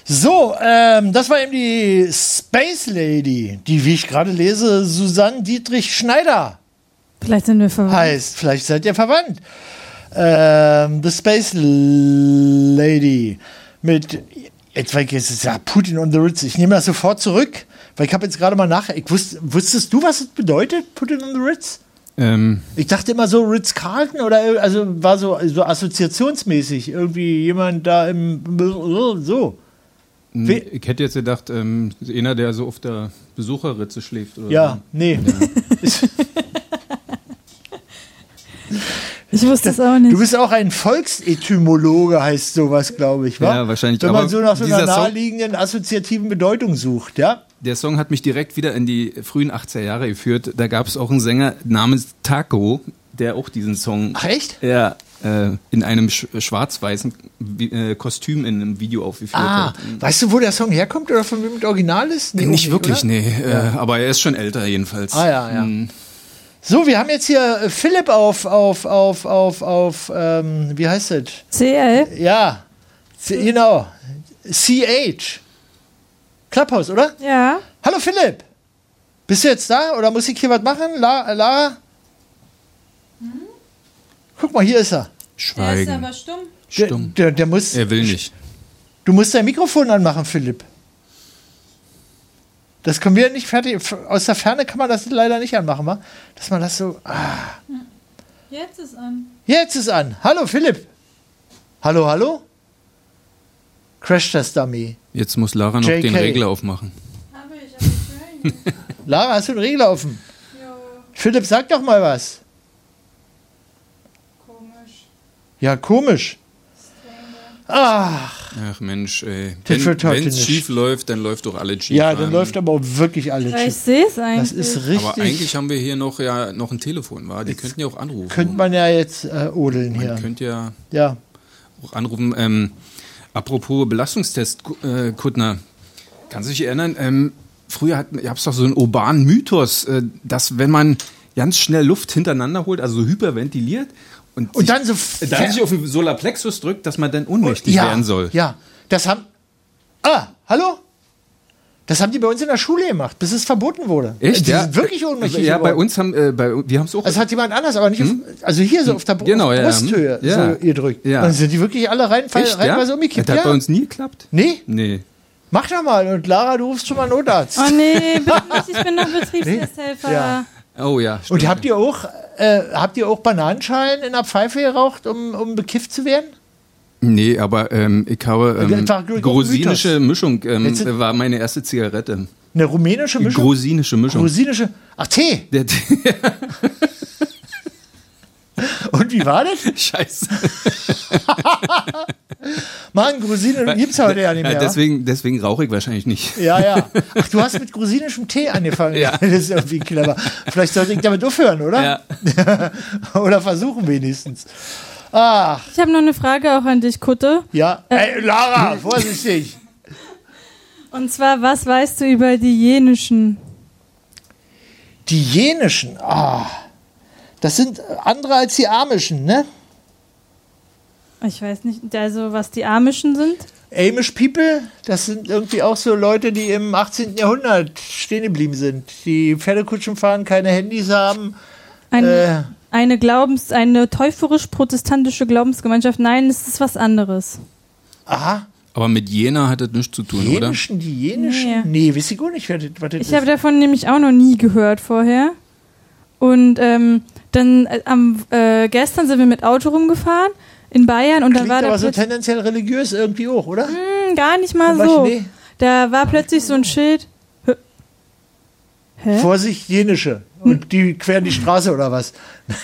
Speaker 6: So, ähm, das war eben die Space Lady, die, wie ich gerade lese, Susanne Dietrich Schneider.
Speaker 15: Vielleicht sind wir verwandt.
Speaker 6: Heißt, vielleicht seid ihr verwandt. Ähm, The Space Lady mit, jetzt weil ich jetzt ja Putin on the Ritz. Ich nehme das sofort zurück, weil ich habe jetzt gerade mal nach. Ich wusste, wusstest du, was es bedeutet, Putin on the Ritz?
Speaker 8: Ähm,
Speaker 6: Ich dachte immer so Ritz Carlton oder also war so, so assoziationsmäßig irgendwie jemand da im so. We-
Speaker 8: ich hätte jetzt gedacht, ähm, einer, der so auf der Besucherritze schläft. Oder
Speaker 6: Ja, nee.
Speaker 15: Ich wusste es auch nicht.
Speaker 6: Du bist auch ein Volksetymologe, heißt sowas, glaube ich, wa?
Speaker 8: Ja, wahrscheinlich.
Speaker 6: Wenn man
Speaker 8: Aber
Speaker 6: so nach so einer
Speaker 8: dieser Song-
Speaker 6: naheliegenden assoziativen Bedeutung sucht, ja?
Speaker 8: Der Song hat mich direkt wieder in die frühen 80er Jahre geführt. Da gab es auch einen Sänger namens Taco, der auch diesen Song.
Speaker 6: Ach, echt?
Speaker 8: Ja. Äh, in einem sch schwarz-weißen Vi- äh, Kostüm in einem Video aufgeführt
Speaker 6: Ah,
Speaker 8: hat.
Speaker 6: weißt du, wo der Song herkommt oder von wem das Original ist? Nee,
Speaker 8: Nicht
Speaker 6: okay,
Speaker 8: wirklich,
Speaker 6: oder?
Speaker 8: nee. Äh, aber er ist schon älter jedenfalls.
Speaker 6: Ah, ja, ja.
Speaker 8: Hm.
Speaker 6: So, wir haben jetzt hier äh, Philipp auf, auf, auf, auf, auf, ähm, wie heißt das?
Speaker 15: CL?
Speaker 6: Ja, C genau. CH. Clubhouse, oder?
Speaker 15: Ja.
Speaker 6: Hallo Philipp. Bist du jetzt da oder muss ich hier was machen? La Lara? Guck mal, hier ist er.
Speaker 15: Der ist aber stumm.
Speaker 8: Stumm. Äh.
Speaker 6: Der, der, der muss,
Speaker 8: Er will nicht.
Speaker 6: du musst dein Mikrofon anmachen, Philipp. Das können wir nicht fertig. f- Aus der Ferne kann man das leider nicht anmachen, wa? Dass man das so. Ah.
Speaker 15: Jetzt ist an.
Speaker 6: Jetzt ist an. Hallo Philipp. Hallo, hallo? Crash Test Dummy.
Speaker 8: Jetzt muss Lara noch
Speaker 6: JK.
Speaker 8: den Regler aufmachen.
Speaker 6: Lara, hast du einen Regler offen? Philipp, sag doch mal was. Ja, komisch. Ah. Ach,
Speaker 8: Ach Mensch, ey.
Speaker 6: Das
Speaker 8: Wenn
Speaker 6: wird heute
Speaker 8: es
Speaker 6: nicht.
Speaker 8: schief läuft, dann läuft doch alle schief.
Speaker 6: ja, dann
Speaker 8: Mann.
Speaker 6: läuft aber auch wirklich alles.
Speaker 15: Ja, ich
Speaker 6: schief.
Speaker 15: sehe es eigentlich.
Speaker 6: Das ist richtig.
Speaker 8: Aber eigentlich haben wir hier noch, ja, noch ein Telefon, war. Die könnten ja auch anrufen.
Speaker 6: Könnte man ja jetzt äh, odeln
Speaker 8: Man
Speaker 6: hier.
Speaker 8: könnte ja
Speaker 6: Ja.
Speaker 8: auch anrufen. Ähm, apropos Belastungstest, Ku- äh, Kuttner, kannst du dich erinnern? Ähm, früher hat, gab es doch so einen urbanen Mythos, äh, dass wenn man ganz schnell Luft hintereinander holt, also so hyperventiliert und, sich,
Speaker 6: dann so
Speaker 8: äh, dann sich auf den Solarplexus drückt, dass man dann ohnmächtig
Speaker 6: ja,
Speaker 8: werden soll.
Speaker 6: Ja, das haben. Ah, hallo? Das haben die bei uns in der Schule gemacht, bis es verboten wurde.
Speaker 8: Echt?
Speaker 6: Die
Speaker 8: ja?
Speaker 6: sind wirklich ohnmächtig.
Speaker 8: Ja, bei
Speaker 6: geworden.
Speaker 8: uns haben, äh, bei, wir haben es auch.
Speaker 6: Also hat jemand anders, aber nicht. Auf, also hier so auf der Bru-
Speaker 8: Genau,
Speaker 6: auf
Speaker 8: ja.
Speaker 6: Brusthöhe
Speaker 8: Ja.
Speaker 6: so gedrückt.
Speaker 8: Ja.
Speaker 6: Dann sind die wirklich alle rein,
Speaker 8: Echt, ja?
Speaker 6: reinweise umgekippt.
Speaker 8: Das hat
Speaker 6: ja.
Speaker 8: bei uns nie geklappt.
Speaker 6: Nee?
Speaker 8: Nee.
Speaker 7: Ah,
Speaker 6: Mach doch mal. Und Lara, du rufst schon mal einen Notarzt.
Speaker 15: Oh nee, bitte nicht, ich bin noch Betriebsfesthelfer.
Speaker 6: Ja.
Speaker 8: Oh ja.
Speaker 6: Und habt ihr auch, äh, habt ihr auch Bananenschalen in der Pfeife geraucht, um, um bekifft zu werden?
Speaker 8: Nee, aber ähm, ich habe ähm,
Speaker 6: Einfach Gr- Gr-
Speaker 8: grusinische Mischung, ähm,
Speaker 6: Jetzt sind-
Speaker 8: war meine erste Zigarette.
Speaker 6: Eine rumänische Mischung?
Speaker 8: Grusinische Mischung.
Speaker 6: Grusinische. Ach, Tee.
Speaker 8: Der Tee.
Speaker 6: Und wie war das?
Speaker 8: Scheiße.
Speaker 6: Mann, Grusine gibt's heute ja nicht mehr.
Speaker 8: Ja,
Speaker 6: wa?
Speaker 8: deswegen, deswegen rauche ich wahrscheinlich nicht.
Speaker 6: Ja, ja. Ach, du hast mit grusinischem Tee angefangen.
Speaker 8: Ja.
Speaker 6: Das ist irgendwie clever. Vielleicht sollte ich damit aufhören, oder? oder versuchen wenigstens. Ah,
Speaker 7: Ich habe noch eine Frage auch an dich, Kutte.
Speaker 6: ja. Ey, Lara, vorsichtig.
Speaker 7: Und zwar, was weißt du über die jenischen?
Speaker 6: Die jenischen, ah. Das sind andere als die amischen, ne?
Speaker 7: Ich weiß nicht, also was die Amischen sind.
Speaker 6: Amish People, das sind irgendwie auch so Leute, die im 18. Jahrhundert stehen geblieben sind. Die Pferdekutschen fahren, keine Handys haben.
Speaker 7: Eine,
Speaker 6: Äh.
Speaker 7: eine Glaubens, eine täuferisch-protestantische Glaubensgemeinschaft. Nein, es ist was anderes.
Speaker 6: Aha.
Speaker 8: Aber mit Jena hat das nichts zu tun, oder?
Speaker 6: Jenischen, die jenischen? Nee, weiß ich auch nicht, wer das, was das
Speaker 7: Ich habe davon nämlich auch noch nie gehört vorher. Und ähm, dann äh, am äh, gestern sind wir mit Auto rumgefahren in Bayern und da
Speaker 6: Klingt
Speaker 7: war da
Speaker 6: aber so
Speaker 7: plötzlich-
Speaker 6: tendenziell religiös irgendwie auch, oder?
Speaker 7: Hm, gar nicht mal
Speaker 6: Was?
Speaker 7: so.
Speaker 6: Nee.
Speaker 7: Da war plötzlich so ein Schild. Hä? Hä?
Speaker 6: Vorsicht, jenische.
Speaker 7: Hm.
Speaker 6: Und die queren die Straße oder was?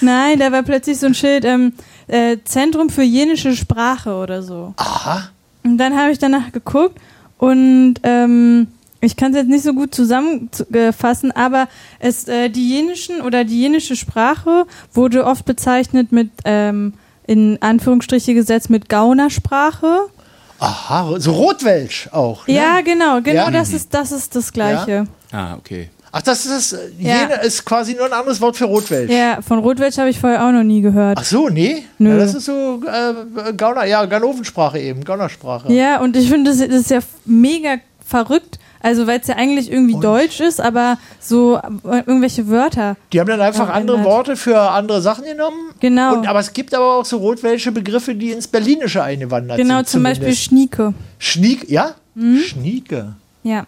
Speaker 7: Nein, da war plötzlich so ein Schild, ähm, äh, Zentrum für jenische Sprache oder so.
Speaker 6: Aha.
Speaker 7: Und dann habe ich danach geguckt und ähm, ich kann es jetzt nicht so gut zusammenfassen, aber es, äh, die jenischen oder die jenische Sprache wurde oft bezeichnet mit, ähm, in Anführungsstriche gesetzt, mit Gaunersprache.
Speaker 6: Aha, so Rotwelsch auch. Ne?
Speaker 7: Ja, genau, genau,
Speaker 6: Ja.
Speaker 7: das ist das ist das Gleiche.
Speaker 8: Ah, okay.
Speaker 6: Ach, das ist das.
Speaker 7: Ja.
Speaker 6: Jene ist quasi nur ein anderes Wort für Rotwelsch.
Speaker 7: Ja, von Rotwelsch habe ich vorher auch noch nie gehört.
Speaker 6: Ach so, nee.
Speaker 7: Nö.
Speaker 6: Ja, das ist so äh, Gauner, ja, Galovensprache eben, Gaunersprache.
Speaker 7: Ja, und ich finde, das, das ist ja f- mega verrückt. Also, weil es ja eigentlich irgendwie Deutsch ist, aber so äh, irgendwelche Wörter.
Speaker 6: Die haben dann einfach
Speaker 7: Ja,
Speaker 6: andere
Speaker 7: ändert.
Speaker 6: Worte für andere Sachen genommen.
Speaker 7: Genau.
Speaker 6: Und, aber es gibt aber auch so rotwelsche Begriffe, die ins Berlinische eingewandert
Speaker 7: genau,
Speaker 6: sind.
Speaker 7: zum Beispiel Hm?
Speaker 6: zumindest.
Speaker 7: Schnieke.
Speaker 6: Schnieke. Ja? Schnieke.
Speaker 7: Ja.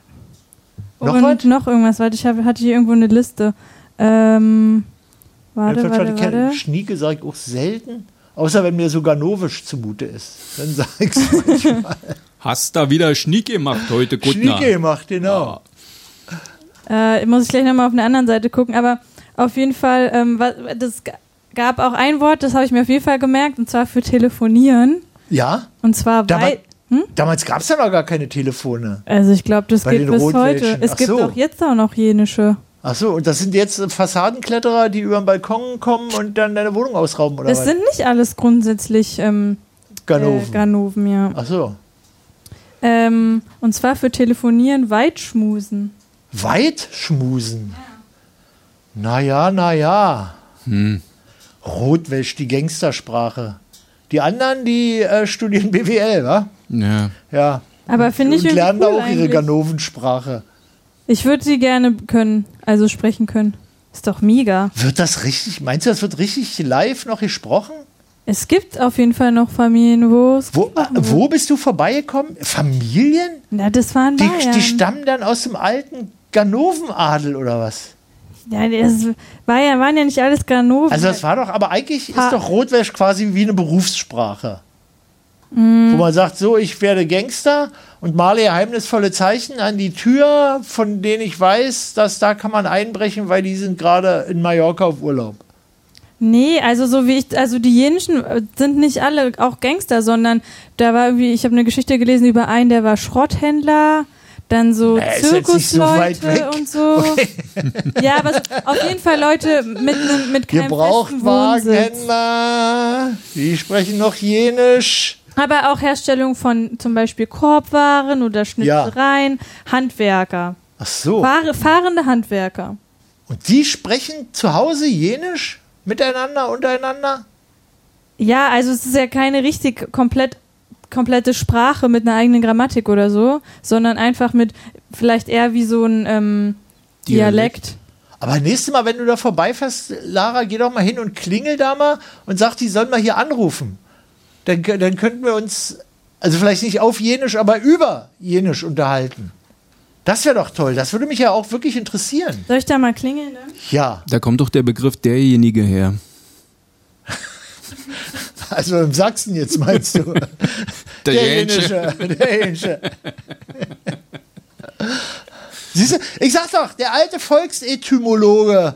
Speaker 6: Noch
Speaker 7: und
Speaker 6: was?
Speaker 7: noch irgendwas. Warte, ich hab, hatte hier irgendwo eine Liste. Ähm, warte,
Speaker 6: Jedenfalls
Speaker 7: warte,
Speaker 6: hatte ich keine-
Speaker 7: warte.
Speaker 6: Schnieke sage ich auch selten. Außer wenn mir so ganovisch zumute ist. Dann sage ich es manchmal.
Speaker 8: Hast da wieder Schnick gemacht heute, Kuttner.
Speaker 6: Schnieke gemacht, genau.
Speaker 7: Äh, muss ich gleich nochmal auf einer anderen Seite gucken, aber auf jeden Fall, ähm, wa- das g- gab auch ein Wort, das habe ich mir auf jeden Fall gemerkt, und zwar für telefonieren.
Speaker 6: Ja?
Speaker 7: Und zwar
Speaker 6: Damals,
Speaker 7: wei-
Speaker 6: damals gab es ja noch gar keine Telefone.
Speaker 7: Also ich glaube, das
Speaker 6: Bei
Speaker 7: geht
Speaker 6: den
Speaker 7: bis heute.
Speaker 6: Rotwelschen.
Speaker 7: Es
Speaker 6: Ach
Speaker 7: gibt
Speaker 6: so.
Speaker 7: auch jetzt auch noch jenische.
Speaker 6: Ach so, und das sind jetzt äh, Fassadenkletterer, die über den Balkon kommen und dann deine Wohnung ausrauben oder
Speaker 7: Das
Speaker 6: was?
Speaker 7: sind nicht alles grundsätzlich ähm,
Speaker 6: Ganoven.
Speaker 7: Äh, Ganoven, ja.
Speaker 6: Ach so.
Speaker 7: Ähm, und zwar für Telefonieren Weitschmusen.
Speaker 6: Weitschmusen. Naja, naja.
Speaker 8: Hm.
Speaker 6: Rotwäsch, die Gangstersprache. Die anderen, die äh, studieren BWL, wa?
Speaker 8: Ja.
Speaker 6: Ja.
Speaker 7: Aber finde ich
Speaker 6: Und lernen
Speaker 7: irgendwie
Speaker 6: da
Speaker 7: cool
Speaker 6: auch ihre
Speaker 7: eigentlich.
Speaker 6: Ganovensprache.
Speaker 7: Ich würde sie gerne können, also sprechen können. Ist doch mega.
Speaker 6: Wird das richtig, meinst du, das wird richtig live noch gesprochen?
Speaker 7: Es gibt auf jeden Fall noch Familien, wo es.
Speaker 6: Wo, äh,
Speaker 7: mhm.
Speaker 6: wo bist du vorbeigekommen? Familien?
Speaker 7: Na, das waren
Speaker 6: Die,
Speaker 7: Bayern.
Speaker 6: die stammen dann aus dem alten Ganovenadel oder was?
Speaker 7: ja, das Bayern waren ja nicht alles Ganoven.
Speaker 6: Also das war doch, aber eigentlich
Speaker 7: Ha-
Speaker 6: ist doch Rotwäsch quasi wie eine Berufssprache.
Speaker 7: Mm.
Speaker 6: Wo man sagt, so, ich werde Gangster und male geheimnisvolle Zeichen an die Tür, von denen ich weiß, dass da kann man einbrechen, weil die sind gerade in Mallorca auf Urlaub.
Speaker 7: Nee, also so wie ich, also die jenischen äh, sind nicht alle auch Gangster, sondern da war irgendwie, ich habe eine Geschichte gelesen über einen, der war Schrotthändler, dann so
Speaker 6: Naja, ist jetzt nicht so
Speaker 7: Zirkusleute
Speaker 6: weit weg.
Speaker 7: und so. Ja, aber so, auf jeden Fall Leute mit, nem- mit keinem festen Wohnsitz.
Speaker 6: Gebrauchtwagenhändler, die sprechen noch Jenisch.
Speaker 7: Aber auch Herstellung von zum Beispiel Korbwaren oder Schnitzereien, Handwerker.
Speaker 6: Ach so.
Speaker 7: Fahre, fahrende Handwerker.
Speaker 6: Und die sprechen zu Hause Jenisch miteinander, untereinander?
Speaker 7: Ja, also es ist ja keine richtig komplett komplette Sprache mit einer eigenen Grammatik oder so, sondern einfach mit vielleicht eher wie so ein ähm, Dialekt.
Speaker 6: Aber nächstes Mal, wenn du da vorbeifährst, Lara, geh doch mal hin und klingel da mal und sag, die sollen mal hier anrufen. Dann, kö- dann könnten wir uns, also vielleicht nicht auf Jenisch, aber über Jenisch unterhalten. Das wäre doch toll. Das würde mich ja auch wirklich interessieren.
Speaker 7: Soll ich da mal klingeln? Ne?
Speaker 6: Ja.
Speaker 8: Da kommt doch der Begriff derjenige her.
Speaker 6: Also im Sachsen jetzt meinst du.
Speaker 8: Der
Speaker 6: Jänische. Der Jänische. Siehst du, ich sag doch, der alte Volksetymologe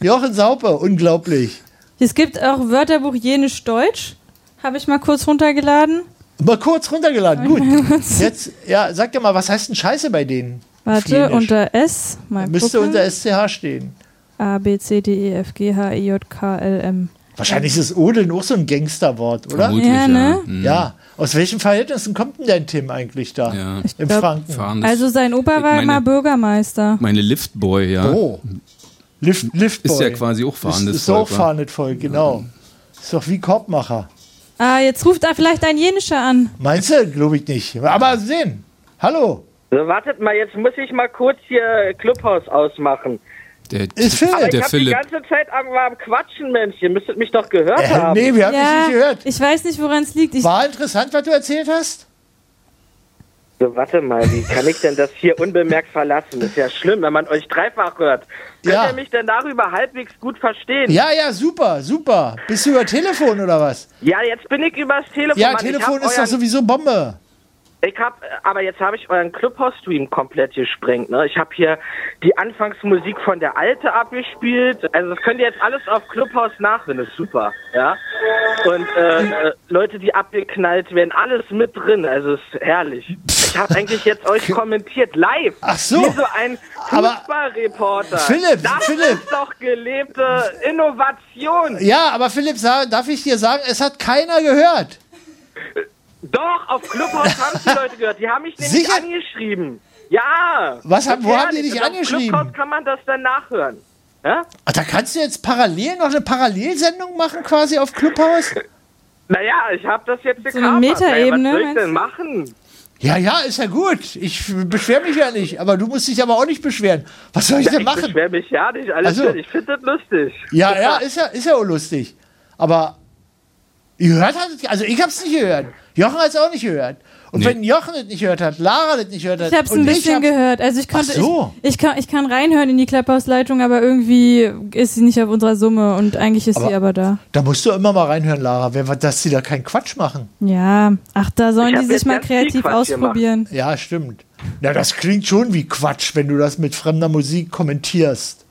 Speaker 6: Jochen Saupe, unglaublich.
Speaker 7: Es gibt auch Wörterbuch Jenisch-Deutsch. Habe ich mal kurz runtergeladen.
Speaker 6: Mal kurz runtergeladen, gut. Jetzt, ja, sag dir mal, was heißt denn Scheiße bei denen?
Speaker 7: Warte,
Speaker 6: Flämisch.
Speaker 7: unter S. Mal
Speaker 6: Müsste
Speaker 7: gucken.
Speaker 6: unter SCH stehen.
Speaker 7: A, B, C, D, E, F, G, H, I, J, K, L, M.
Speaker 6: Wahrscheinlich ist Odeln auch so ein Gangsterwort, oder?
Speaker 7: Vermutlich, Ja, ja. ne? Mhm.
Speaker 6: Ja. Aus welchen Verhältnissen kommt denn dein Tim eigentlich da? Im
Speaker 7: glaub-
Speaker 6: Franken.
Speaker 7: Also sein Opa war
Speaker 8: meine-
Speaker 7: immer Bürgermeister.
Speaker 8: Meine Liftboy, ja.
Speaker 6: Oh. Lift, Liftboy.
Speaker 8: Ist ja quasi auch fahrendes
Speaker 6: Ist, ist auch
Speaker 8: Volk, wa?
Speaker 6: fahrendes Volk, genau. Ist doch wie Korbmacher.
Speaker 7: Ah, jetzt ruft da vielleicht ein Jenischer an.
Speaker 6: Meinst du? Glaube ich nicht. Aber sehen. Hallo.
Speaker 16: So, wartet mal, jetzt muss ich mal kurz hier Clubhaus ausmachen.
Speaker 8: Der,
Speaker 6: Ist Phil.
Speaker 16: Aber ich
Speaker 8: der
Speaker 16: hab die
Speaker 8: Philipp.
Speaker 16: ganze Zeit am, am Quatschen, Mensch. Ihr müsstet mich doch gehört
Speaker 6: Äh,
Speaker 16: haben.
Speaker 6: nee, wir haben
Speaker 7: Ja,
Speaker 6: dich nicht gehört.
Speaker 7: Ich weiß nicht, woran es liegt. Ich,
Speaker 6: War interessant, was du erzählt hast?
Speaker 16: So, warte mal, wie kann ich denn das hier unbemerkt verlassen? Ist ja schlimm, wenn man euch dreifach hört. Könnt
Speaker 6: Ja.
Speaker 16: ihr mich denn darüber halbwegs gut verstehen?
Speaker 6: Ja, ja, super, super. Bist du über Telefon oder was?
Speaker 16: Ja, jetzt bin ich übers Telefon.
Speaker 6: ja,
Speaker 16: Mann.
Speaker 6: Telefon
Speaker 16: ich hab
Speaker 6: ist doch
Speaker 16: euren,
Speaker 6: sowieso Bombe.
Speaker 16: Ich hab, aber jetzt habe ich euren Clubhouse-Stream komplett gesprengt. Ne? Ich habe hier die Anfangsmusik von der Alte abgespielt. Also das könnt ihr jetzt alles auf Clubhouse nachhören. Das ist super, ja. Und äh, äh, Leute, die abgeknallt werden, alles mit drin. Also es ist herrlich. Ich habe eigentlich jetzt euch kommentiert live.
Speaker 6: Ach so.
Speaker 16: Wie so ein
Speaker 6: Aber-
Speaker 16: Fußballreporter.
Speaker 6: Philipp,
Speaker 16: das
Speaker 6: Philipp.
Speaker 16: ist doch gelebte Innovation.
Speaker 6: Ja, aber Philipp, sa- darf ich dir sagen, es hat keiner gehört.
Speaker 16: Doch, auf Clubhouse haben die Leute gehört. Die haben mich nämlich
Speaker 6: Sicher?
Speaker 16: angeschrieben. Ja.
Speaker 6: Was haben- wo haben die
Speaker 16: Herrlich.
Speaker 6: dich
Speaker 16: Und auf
Speaker 6: angeschrieben?
Speaker 16: Clubhouse kann man das dann nachhören. Ja?
Speaker 6: Ach, Ah, da kannst du jetzt parallel noch eine Parallelsendung machen, quasi auf Clubhouse?
Speaker 16: Naja, ich habe das jetzt
Speaker 7: eine
Speaker 16: gekapert. Naja,
Speaker 7: Metaebene,
Speaker 16: was soll ich
Speaker 7: meinst
Speaker 16: denn machen?
Speaker 6: Ja, ja, ist ja gut. Ich beschwere mich ja nicht, aber du musst dich aber auch nicht beschweren. Was soll ich
Speaker 16: ja,
Speaker 6: denn
Speaker 16: ich
Speaker 6: machen?
Speaker 16: beschwer mich ja nicht. Alles
Speaker 6: Also-
Speaker 16: gut. Ich finde das lustig.
Speaker 6: Ja, ja, ist ja, ist ja auch lustig. Aber ihr hört hat es, also ich hab's nicht gehört. Jochen hat's auch nicht gehört. Und
Speaker 8: Nee.
Speaker 6: wenn Jochen es nicht gehört hat, Lara das nicht gehört hat,
Speaker 7: ich habe es
Speaker 6: und
Speaker 7: ein bisschen
Speaker 6: hab-
Speaker 7: gehört. Also ich konnte,
Speaker 6: Ach so.
Speaker 7: ich, ich, kann, ich kann reinhören in die Clubhouse-Leitung, aber irgendwie ist sie nicht auf unserer Summe und eigentlich ist sie
Speaker 6: Aber-
Speaker 7: aber da.
Speaker 6: Da musst du immer mal reinhören, Lara, wenn wir, dass sie da keinen Quatsch machen.
Speaker 7: Ja, ach, da sollen
Speaker 16: Ich
Speaker 7: die
Speaker 16: hab
Speaker 7: sich
Speaker 16: jetzt
Speaker 7: mal
Speaker 16: ganz viel
Speaker 7: kreativ
Speaker 16: Quatsch gemacht.
Speaker 7: ausprobieren.
Speaker 6: Ja, stimmt. Na, das klingt schon wie Quatsch, wenn du das mit fremder Musik kommentierst.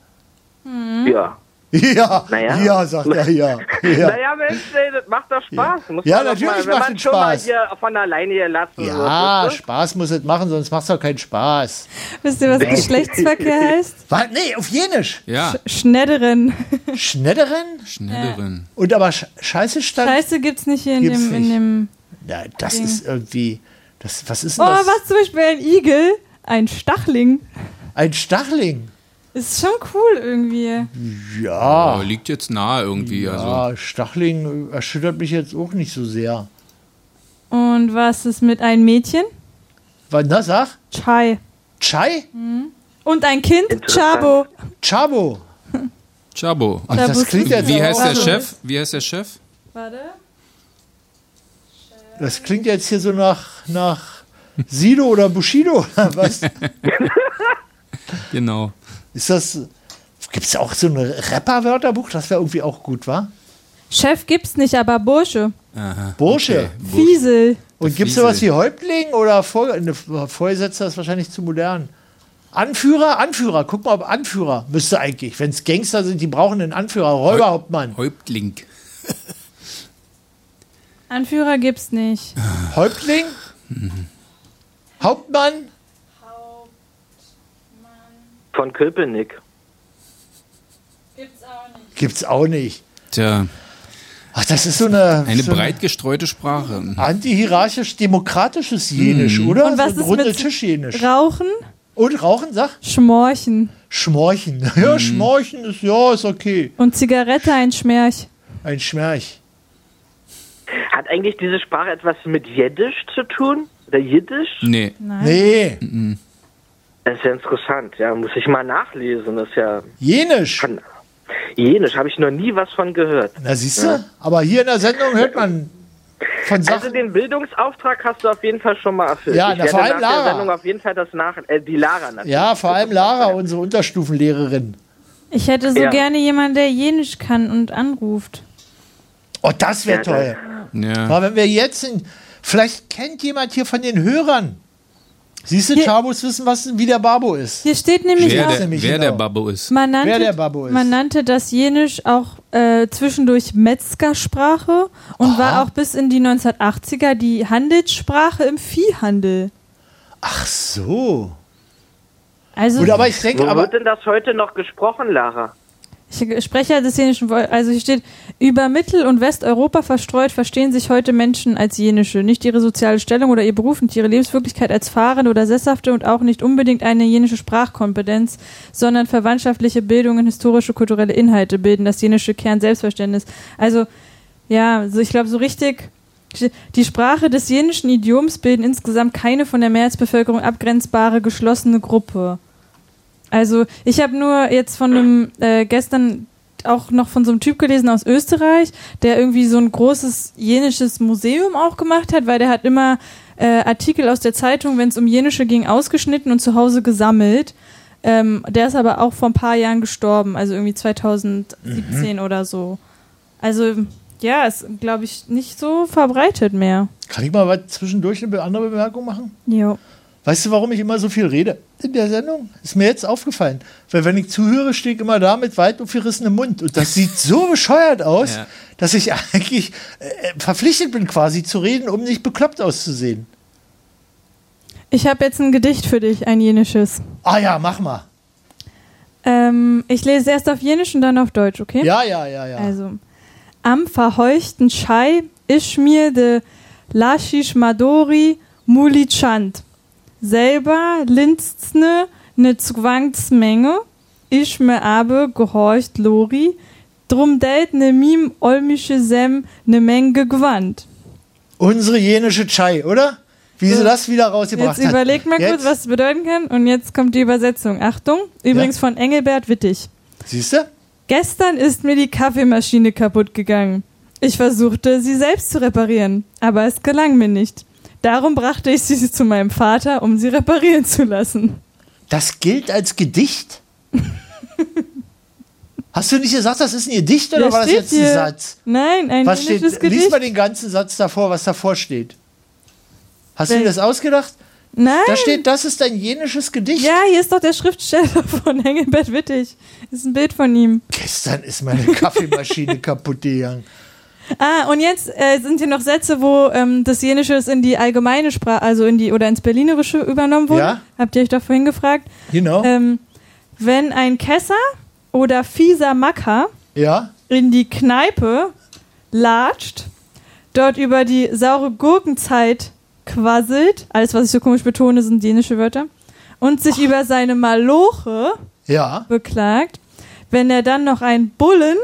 Speaker 7: Hm.
Speaker 16: Ja.
Speaker 6: Ja,
Speaker 16: Naja.
Speaker 6: ja, sagt er, ja. ja.
Speaker 16: Naja, Mensch, ey, das macht doch Spaß. Muss
Speaker 6: Ja,
Speaker 16: man doch
Speaker 6: natürlich
Speaker 16: mal, wenn
Speaker 6: macht
Speaker 16: man
Speaker 6: es
Speaker 16: schon mal
Speaker 6: Spaß.
Speaker 16: hier von alleine hier lassen wird,
Speaker 6: Ja,
Speaker 16: weißt du?
Speaker 6: Spaß muss es machen, sonst macht's doch keinen Spaß.
Speaker 7: Wisst ihr, was Geschlechtsverkehr heißt?
Speaker 6: Was? Nee, auf Jenisch.
Speaker 8: Ja, ne,
Speaker 7: Schnedderen.
Speaker 6: Schnedderen?
Speaker 8: Schnellerin.
Speaker 6: Und aber Sch- Scheiße stand.
Speaker 7: Scheiße gibt's nicht hier in
Speaker 6: Gibt's
Speaker 7: dem, in
Speaker 6: nicht.
Speaker 7: dem.
Speaker 6: Na, das
Speaker 7: Ding.
Speaker 6: ist irgendwie. Das, was ist
Speaker 7: Oh,
Speaker 6: denn das?
Speaker 7: was zum Beispiel ein Igel? Ein Stachling.
Speaker 6: Ein Stachling.
Speaker 7: Ist schon cool irgendwie.
Speaker 6: Ja.
Speaker 8: Aber liegt jetzt nahe irgendwie. Also.
Speaker 6: Ah. Ja, Stachling äh, erschüttert mich jetzt auch nicht so sehr.
Speaker 7: Und was ist mit einem Mädchen?
Speaker 6: Was, na, sag?
Speaker 7: Chai.
Speaker 6: Chai?
Speaker 7: Und ein Kind? Chabo.
Speaker 6: Chabo.
Speaker 8: Chabo.
Speaker 6: Ach, das
Speaker 7: Chabos
Speaker 6: klingt
Speaker 8: Wie,
Speaker 6: jetzt Also-
Speaker 8: wie
Speaker 6: aber
Speaker 8: heißt
Speaker 6: auch
Speaker 8: der
Speaker 6: so.
Speaker 8: Chef? Wie heißt der Chef?
Speaker 7: Warte.
Speaker 6: Das klingt jetzt hier so nach, nach Sido oder Bushido oder was?
Speaker 8: Genau.
Speaker 6: Ist das. Gibt es auch so ein Rapper-Wörterbuch? Das wäre irgendwie auch gut, wa?
Speaker 7: Chef gibt's nicht, aber Bursche.
Speaker 8: Aha.
Speaker 6: Bursche.
Speaker 7: Fiesel.
Speaker 6: Und gibt es
Speaker 8: Fiesel.
Speaker 6: sowas wie Häuptling oder Vor ne, Vorgesetzter ist wahrscheinlich zu modern? Anführer, Anführer, guck mal, ob Anführer müsste eigentlich, wenn es Gangster sind, die brauchen einen Anführer, Räuberhauptmann.
Speaker 8: Häuptling.
Speaker 7: Anführer gibt's nicht.
Speaker 6: Häuptling? Hauptmann?
Speaker 16: Von Köpenick.
Speaker 6: Gibt's auch nicht.
Speaker 8: Tja,
Speaker 6: Ach, das ist so eine,
Speaker 8: eine
Speaker 6: so
Speaker 8: breit gestreute Sprache.
Speaker 16: Ah.
Speaker 6: antihierarchisch-demokratisches Jenisch,
Speaker 16: Mhm.
Speaker 6: oder?
Speaker 7: Und was
Speaker 6: so ein
Speaker 7: ist
Speaker 6: runde
Speaker 7: mit
Speaker 6: Tischjenisch.
Speaker 7: Rauchen?
Speaker 6: Und Rauchen, sag?
Speaker 7: Schmorchen.
Speaker 6: Schmorchen.
Speaker 16: Mhm.
Speaker 6: Ja, Schmorchen ist, ja, ist okay.
Speaker 7: Und Zigarette ein Schmerch.
Speaker 6: Ein Schmerch.
Speaker 16: Hat eigentlich diese Sprache etwas mit Jiddisch zu tun? Oder Jiddisch?
Speaker 8: Nee.
Speaker 6: Nee,
Speaker 16: Das ist ja interessant, ja. Muss ich mal nachlesen. Das ist ja.
Speaker 6: Jenisch.
Speaker 16: Kann, Jenisch, habe ich noch nie was von gehört.
Speaker 6: Na, siehst du? Aber hier in der Sendung hört man Von Sachen-
Speaker 16: also den Bildungsauftrag hast du auf jeden Fall schon mal erfüllt.
Speaker 6: Ja,
Speaker 16: ich
Speaker 6: na,
Speaker 16: werde
Speaker 6: vor allem
Speaker 16: nach
Speaker 6: Lara.
Speaker 16: der Sendung auf jeden Fall das nach äh, die Lara natürlich.
Speaker 6: Ja, vor allem Lara, unsere Unterstufenlehrerin.
Speaker 7: Ich hätte so
Speaker 6: Ja.
Speaker 7: gerne jemanden, der Jenisch kann und anruft.
Speaker 6: Oh, das wäre toll. Aber wenn wir jetzt, in, vielleicht kennt jemand hier von den Hörern. Siehst du, Chabos wissen, was, wie der Babo ist.
Speaker 7: Hier steht nämlich
Speaker 8: Wer
Speaker 7: auch,
Speaker 8: der, wer der Babbo ist.
Speaker 7: man nannte,
Speaker 6: Wer der Babbo ist.
Speaker 7: man nannte das Jenisch auch äh, zwischendurch Metzgersprache und war auch bis in die 1980er die Handelssprache im Viehhandel.
Speaker 6: Ach so.
Speaker 7: Also
Speaker 16: Wo wird denn das heute noch gesprochen, Lara?
Speaker 7: Ich Sprecher des jenischen, Vol- also hier steht, über Mittel- und Westeuropa verstreut verstehen sich heute Menschen als jenische. Nicht ihre soziale Stellung oder ihr Beruf und ihre Lebenswirklichkeit als fahrende oder sesshafte und auch nicht unbedingt eine jenische Sprachkompetenz, sondern verwandtschaftliche Bildungen, historische, kulturelle Inhalte bilden das jenische Kernselbstverständnis. Also, ja, so ich glaube, so richtig. Die Sprache des jenischen Idioms bilden insgesamt keine von der Mehrheitsbevölkerung abgrenzbare geschlossene Gruppe. Also ich habe nur jetzt von einem äh, gestern auch noch von so einem Typ gelesen aus Österreich, der irgendwie so ein großes jenisches Museum auch gemacht hat, weil der hat immer äh, Artikel aus der Zeitung, wenn es um jenische ging, ausgeschnitten und zu Hause gesammelt. Ähm, der ist aber auch vor ein paar Jahren gestorben, also irgendwie 2017 oder so. Also ja, ist glaube ich nicht so verbreitet mehr.
Speaker 6: Kann ich mal was zwischendurch eine andere Bemerkung machen?
Speaker 7: Jo.
Speaker 6: Weißt du, warum ich immer so viel rede in der Sendung? Ist mir jetzt aufgefallen. Weil wenn ich zuhöre, stehe ich immer da mit weit aufgerissenem Mund. Und das sieht so bescheuert aus,
Speaker 8: Ja.
Speaker 6: dass ich eigentlich äh, verpflichtet bin, quasi zu reden, um nicht bekloppt auszusehen.
Speaker 7: Ich habe jetzt ein Gedicht für dich, ein jenisches.
Speaker 6: Ah ja, mach mal.
Speaker 7: Ähm, ich lese erst auf Jenisch und dann auf Deutsch, okay?
Speaker 6: Ja, ja, ja, ja.
Speaker 7: Also, am verheuchten Schei isch mir de Laschisch Madori Mulichant. Selber linztne ne Zwangsmenge, ich me aber gehorcht Lori, drum delt ne mim olmische Sem ne Menge gewandt.
Speaker 6: Unsere jenische Chai, oder? Wie sie das wieder rausgebracht
Speaker 7: Jetzt überleg mal
Speaker 6: hat.
Speaker 7: kurz, was es bedeuten kann. Und jetzt kommt die Übersetzung. Achtung, übrigens
Speaker 6: Ja.
Speaker 7: von Engelbert Wittig.
Speaker 6: Siehst du?
Speaker 7: Gestern ist mir die Kaffeemaschine kaputt gegangen. Ich versuchte, sie selbst zu reparieren, aber es gelang mir nicht. Darum brachte ich sie zu meinem Vater, um sie reparieren zu lassen.
Speaker 6: Das gilt als Gedicht? Hast du nicht gesagt, das ist ein Gedicht oder
Speaker 7: Da
Speaker 6: war das
Speaker 7: steht
Speaker 6: jetzt ein
Speaker 7: hier-
Speaker 6: Satz?
Speaker 7: Nein, ein
Speaker 6: was steht,
Speaker 7: jenisches Gedicht.
Speaker 6: Lies mal den ganzen Satz davor, was davor steht. Hast du
Speaker 7: Wel-
Speaker 6: dir das ausgedacht?
Speaker 7: Nein.
Speaker 6: Da steht, das ist ein jenisches Gedicht.
Speaker 7: Äh. Ja, hier ist doch der Schriftsteller von Engelbert Wittig. Ist ein Bild von ihm.
Speaker 6: Gestern ist meine Kaffeemaschine kaputt gegangen.
Speaker 7: Ah, und jetzt äh, sind hier noch Sätze, wo ähm, das Jenische ist in die allgemeine Sprache, also in die oder ins Berlinerische übernommen wurde.
Speaker 6: Ja.
Speaker 7: Habt ihr euch doch vorhin gefragt.
Speaker 6: Genau.
Speaker 7: Ähm, wenn ein Kesser oder fieser Macker
Speaker 6: Ja?
Speaker 7: in die Kneipe latscht, dort über die saure Gurkenzeit quasselt, alles was ich so komisch betone, sind dänische Wörter, und sich über seine Maloche
Speaker 6: Ja.
Speaker 7: beklagt, wenn er dann noch einen Bullen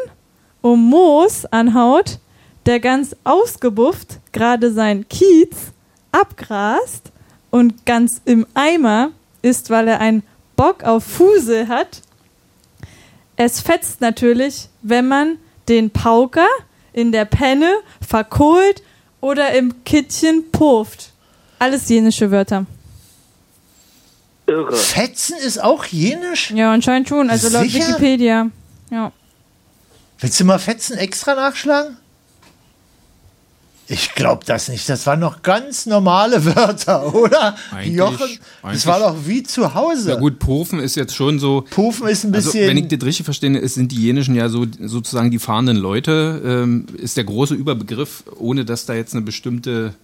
Speaker 7: um Moos anhaut, der ganz ausgebufft gerade sein Kiez abgrast und ganz im Eimer ist, weil er einen Bock auf Fusel hat. Es fetzt natürlich, wenn man den Pauker in der Penne verkohlt oder im Kittchen pufft. Alles jenische Wörter.
Speaker 16: Irre.
Speaker 6: Fetzen ist auch jenisch?
Speaker 7: Ja, anscheinend schon. Also laut
Speaker 6: Sicher?
Speaker 7: Wikipedia. Ja.
Speaker 6: Willst du mal Fetzen extra nachschlagen? Ich glaub das nicht. Das waren noch ganz normale Wörter, oder?
Speaker 8: Eigentlich-
Speaker 6: Jochen, das
Speaker 8: eigentlich-
Speaker 6: war doch wie zu Hause.
Speaker 8: Na gut, Pofen ist jetzt schon so.
Speaker 6: Pofen ist ein bisschen-
Speaker 8: Also, wenn ich das richtig verstehe, ist- sind die Jenischen ja so sozusagen die fahrenden Leute. Ähm, ist der große Überbegriff, ohne dass da jetzt eine bestimmte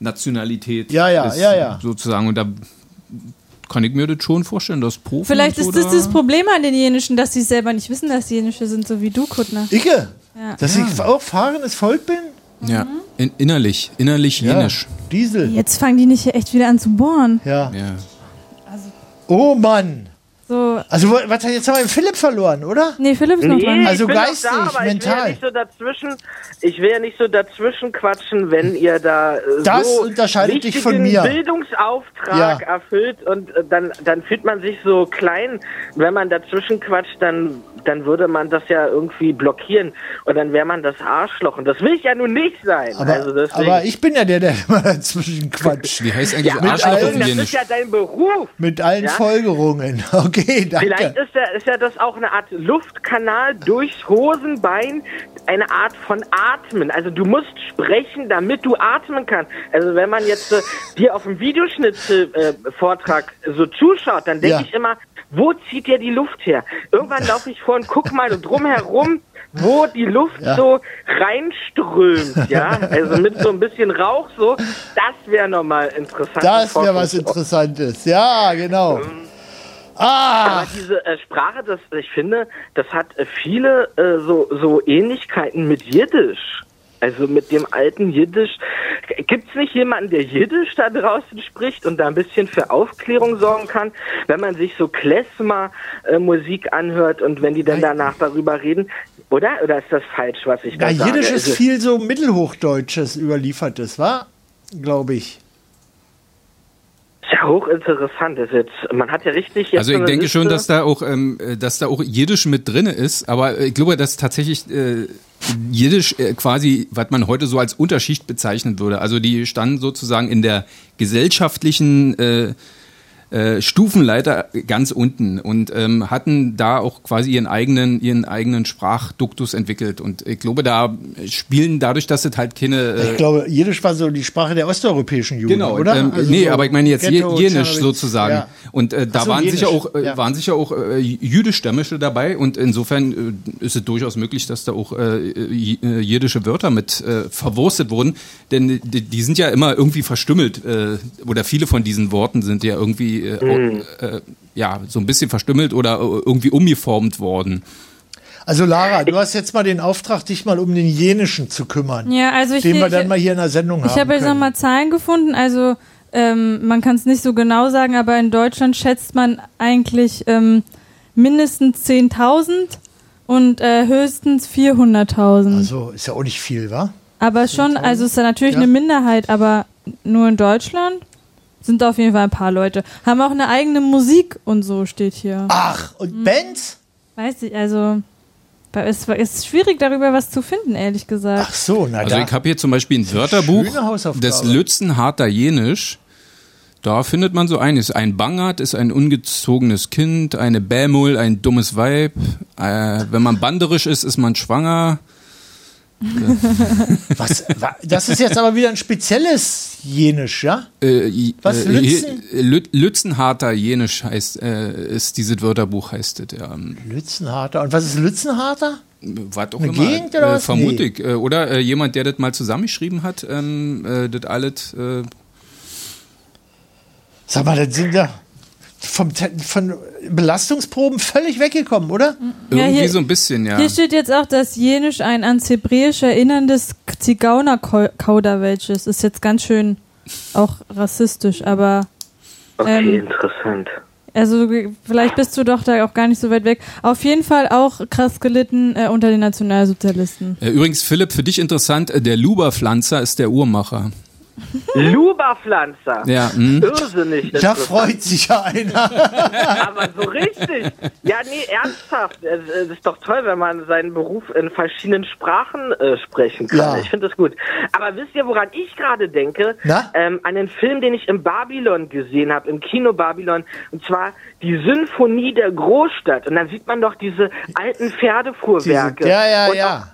Speaker 8: Nationalität
Speaker 6: Ja, ja,
Speaker 8: ist,
Speaker 6: ja, ja.
Speaker 8: sozusagen. Und da kann ich mir das schon vorstellen, dass Pofen.
Speaker 7: Vielleicht
Speaker 8: und
Speaker 7: ist
Speaker 8: so
Speaker 7: das
Speaker 8: da-
Speaker 7: das Problem an den Jenischen, dass sie es selber nicht wissen, dass sie Jenische sind, so wie du, Kuttner.
Speaker 6: Icke,
Speaker 7: Ja.
Speaker 6: dass ich auch fahrendes Volk bin?
Speaker 8: Ja, in, innerlich, innerlich jenisch.
Speaker 6: Diesel.
Speaker 7: Jetzt fangen die nicht hier echt wieder an zu bohren.
Speaker 6: Ja.
Speaker 8: Ja.
Speaker 6: Oh Mann.
Speaker 7: So,
Speaker 6: Also, wo- was, jetzt haben wir den Philipp verloren, oder?
Speaker 7: nee, Philipp ist noch dran.
Speaker 16: ich
Speaker 6: Also
Speaker 16: bin noch
Speaker 6: geistig,
Speaker 16: da, aber Ich will, ja
Speaker 6: mental.
Speaker 16: nicht so dazwischen, ich will ja nicht so dazwischen quatschen, wenn ihr da äh,
Speaker 6: Das
Speaker 16: so
Speaker 6: unterscheidet dich von
Speaker 16: wichtigen
Speaker 6: mir.
Speaker 16: Bildungsauftrag
Speaker 6: Ja.
Speaker 16: erfüllt und äh, dann, dann fühlt man sich so klein. Wenn man dazwischen quatscht, dann dann würde man das ja irgendwie blockieren und dann wäre man das Arschloch und das will ich ja nun nicht sein.
Speaker 6: Aber,
Speaker 16: also deswegen-
Speaker 6: aber ich bin ja der, der immer dazwischen quatscht.
Speaker 8: Wie heißt eigentlich
Speaker 6: Mit
Speaker 8: Arschloch auf
Speaker 6: allen-
Speaker 16: das ist ja dein Beruf.
Speaker 6: Mit allen
Speaker 16: Ja?
Speaker 6: Folgerungen. Okay,
Speaker 16: Vielleicht
Speaker 6: danke.
Speaker 16: ist ja, ist ja das auch eine Art Luftkanal durchs Hosenbein, eine Art von Atmen. Also du musst sprechen, damit du atmen kannst. Also wenn man jetzt äh, dir auf dem Videoschnitt-Vortrag so zuschaut, dann denke
Speaker 6: Ja.
Speaker 16: ich immer, wo zieht dir die Luft her? Irgendwann laufe ich vor und guck mal so drumherum, wo die Luft
Speaker 6: Ja.
Speaker 16: so reinströmt, ja? Also mit so ein bisschen Rauch so, das wäre nochmal interessant.
Speaker 6: Das wäre was Interessantes. Ja, genau.
Speaker 16: Ähm,
Speaker 6: Ah,
Speaker 16: Aber diese äh, Sprache, das, ich finde, das hat äh, viele äh, so, so Ähnlichkeiten mit Jiddisch. Also mit dem alten Jiddisch. Gibt es nicht jemanden, der Jiddisch da draußen spricht und da ein bisschen für Aufklärung sorgen kann, wenn man sich so Klezmer-Musik anhört und wenn die dann danach darüber reden? Oder? Oder ist das falsch, was ich
Speaker 6: Ja,
Speaker 16: da sage?
Speaker 6: Jiddisch ist
Speaker 16: Also-
Speaker 6: viel so Mittelhochdeutsches Überliefertes, war? Glaube ich.
Speaker 16: Ist Ja, hochinteressant. Das ist jetzt, man hat ja richtig jetzt so
Speaker 8: Also ich
Speaker 16: eine
Speaker 8: denke schon,
Speaker 16: Liste.
Speaker 8: dass da auch, ähm, äh, dass da auch Jiddisch mit drinne ist, aber äh, ich glaube, dass tatsächlich äh, Jiddisch äh, quasi, was man heute so als Unterschicht bezeichnen würde. Also die standen sozusagen in der gesellschaftlichen äh, äh, Stufenleiter ganz unten und ähm, hatten da auch quasi ihren eigenen, ihren eigenen Sprachduktus entwickelt. Und ich glaube, da spielen dadurch, dass es halt keine äh,
Speaker 6: Ich glaube, Jiddisch war so die Sprache der osteuropäischen Juden,
Speaker 8: Genau,
Speaker 6: oder?
Speaker 8: Ähm,
Speaker 6: Also
Speaker 8: nee,
Speaker 6: so
Speaker 8: aber ich meine jetzt je-
Speaker 6: Ghetto,
Speaker 8: jenisch
Speaker 6: Charlie-
Speaker 8: sozusagen.
Speaker 6: Ja.
Speaker 8: Und äh, da
Speaker 6: Ach so,
Speaker 8: waren,
Speaker 6: jenisch,
Speaker 8: sicher auch, äh,
Speaker 6: ja.
Speaker 8: waren sicher auch äh, jüdischstämmische dabei und insofern äh, ist es durchaus möglich, dass da auch äh, j- äh, jiddische Wörter mit äh, verwurstet wurden, denn äh, die, die sind ja immer irgendwie verstümmelt äh, oder viele von diesen Worten sind ja irgendwie äh,
Speaker 6: Mhm.
Speaker 8: au- äh, ja, so ein bisschen verstümmelt oder äh, irgendwie umgeformt worden.
Speaker 6: Also Lara, du hast jetzt mal den Auftrag, dich mal um den jenischen zu kümmern.
Speaker 7: Ja, also ich-
Speaker 6: Den wir
Speaker 7: ich-
Speaker 6: dann mal hier in der Sendung
Speaker 7: Ich habe
Speaker 6: haben
Speaker 7: jetzt
Speaker 6: können.
Speaker 7: nochmal Zahlen gefunden. Also ähm, man kann es nicht so genau sagen, aber in Deutschland schätzt man eigentlich ähm, mindestens 10.000 und äh, höchstens 400.000.
Speaker 6: Also ist ja auch nicht viel, wa?
Speaker 7: aber schon, also ist da natürlich
Speaker 6: Ja.
Speaker 7: eine Minderheit, aber nur in Deutschland sind da auf jeden Fall ein paar Leute. Haben auch eine eigene Musik und so steht hier.
Speaker 6: Ach, und
Speaker 7: Hm.
Speaker 6: Bands?
Speaker 7: Weiß ich, also es ist schwierig darüber was zu finden, ehrlich gesagt.
Speaker 6: Ach so, na
Speaker 8: Also
Speaker 6: da.
Speaker 8: ich habe hier zum Beispiel ein Wörterbuch,
Speaker 6: schöne Hausaufgabe.
Speaker 8: das Lützenharter Jenisch. Da findet man so eines. Ein Bangert ist ein ungezogenes Kind, eine Bämul, ein dummes Weib. Äh, wenn man banderisch ist, ist man schwanger.
Speaker 6: Was, wa- das ist jetzt aber wieder ein spezielles jenisch, ja?
Speaker 8: Äh, i-
Speaker 6: Was,
Speaker 8: äh, hier-
Speaker 6: Lützen?
Speaker 8: Lü- Lützenharter Jenisch heißt, äh, ist dieses Wörterbuch heißt es, ja. Ähm,
Speaker 6: Lützenharter. Und was ist Lützenharter?
Speaker 8: Was auch
Speaker 6: Eine
Speaker 8: immer.
Speaker 6: Gegend oder
Speaker 8: äh,
Speaker 6: was?
Speaker 8: Vermute ich. Äh, Oder äh, jemand, der das mal zusammengeschrieben hat, ähm, äh, das alles. Äh,
Speaker 6: Sag mal, das sind ja vom, Te- von Belastungsproben völlig weggekommen, oder?
Speaker 7: Ja,
Speaker 8: irgendwie
Speaker 7: hier-
Speaker 8: so ein bisschen, ja.
Speaker 7: Hier steht jetzt auch, dass Jenisch ein ans Hebräisch erinnerndes Zigeunerkauderwelsch ist. Ist jetzt ganz schön auch rassistisch, aber
Speaker 16: Okay,
Speaker 7: ähm,
Speaker 16: interessant.
Speaker 7: also ge- vielleicht bist du doch da auch gar nicht so weit weg. Auf jeden Fall auch krass gelitten äh, unter den Nationalsozialisten.
Speaker 8: Äh, Übrigens, Philipp, für dich interessant, äh, der Luberpflanzer ist der Uhrmacher.
Speaker 16: Luberpflanzer.
Speaker 8: Ja, hm.
Speaker 16: Irrsinnig.
Speaker 6: Da freut sich ja einer.
Speaker 16: Aber so richtig. Ja, nee, ernsthaft. Es, es ist doch toll, wenn man seinen Beruf in verschiedenen Sprachen äh, sprechen kann.
Speaker 6: Ja.
Speaker 16: Ich finde das gut. Aber wisst ihr, woran ich gerade denke?
Speaker 6: Na?
Speaker 16: Ähm, an den Film, den ich in Babylon gesehen habe, im Kino Babylon. Und zwar die Symphonie der Großstadt. Und dann sieht man doch diese alten Pferdefuhrwerke.
Speaker 6: ja, ja,
Speaker 16: Und
Speaker 6: ja.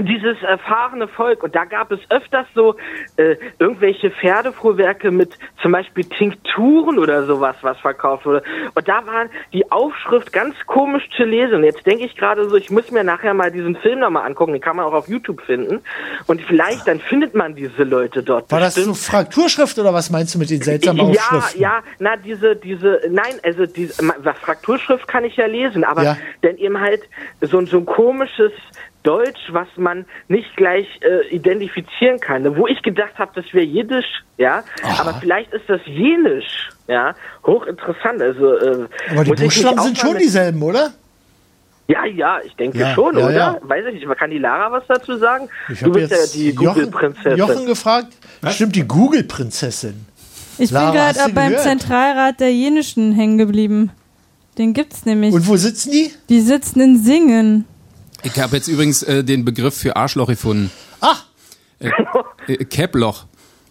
Speaker 16: dieses erfahrene Volk und da gab es öfters so äh, irgendwelche Pferdefuhrwerke mit zum Beispiel Tinkturen oder sowas, was verkauft wurde. Und da waren die Aufschrift ganz komisch zu lesen. Und jetzt denke ich gerade so, ich muss mir nachher mal diesen Film nochmal angucken, den kann man auch auf YouTube finden. Und vielleicht dann findet man diese Leute dort.
Speaker 6: War das so Frakturschrift oder was meinst du mit den seltsamen
Speaker 16: Ja,
Speaker 6: Aufschriften?
Speaker 16: ja, na diese, diese, nein, also diese ma- Frakturschrift kann ich ja lesen, aber
Speaker 6: Ja.
Speaker 16: denn eben halt so, ein- so ein komisches Deutsch, was man nicht gleich äh, identifizieren kann. ne? Wo ich gedacht habe, das wäre Jiddisch, ja, aber vielleicht ist das Jenisch, ja, hochinteressant. Also, äh,
Speaker 6: Aber
Speaker 16: muss ich
Speaker 6: die
Speaker 16: mich
Speaker 6: Buchstaben
Speaker 16: auch
Speaker 6: sind
Speaker 16: mal
Speaker 6: schon
Speaker 16: mit-
Speaker 6: dieselben, oder?
Speaker 16: Ja, ja, ich denke
Speaker 6: Ja,
Speaker 16: schon,
Speaker 6: ja,
Speaker 16: oder?
Speaker 6: ja.
Speaker 16: Weiß ich nicht, kann die Lara was dazu sagen?
Speaker 6: Ich
Speaker 16: du
Speaker 6: habe
Speaker 16: bist
Speaker 6: jetzt
Speaker 16: ja die
Speaker 6: Jochen,
Speaker 16: Google-Prinzessin.
Speaker 6: Jochen gefragt. Stimmt, die Google-Prinzessin.
Speaker 7: Ich
Speaker 6: Lara,
Speaker 7: bin
Speaker 6: hast du
Speaker 7: gerade beim
Speaker 6: gehört?
Speaker 7: Zentralrat der Jenischen hängen geblieben. Den gibt's nämlich.
Speaker 6: Und wo sitzen die?
Speaker 7: Die sitzen in Singen.
Speaker 8: Ich habe jetzt übrigens äh, den Begriff für Arschloch gefunden.
Speaker 6: Ach!
Speaker 8: Äh, äh, Keploch.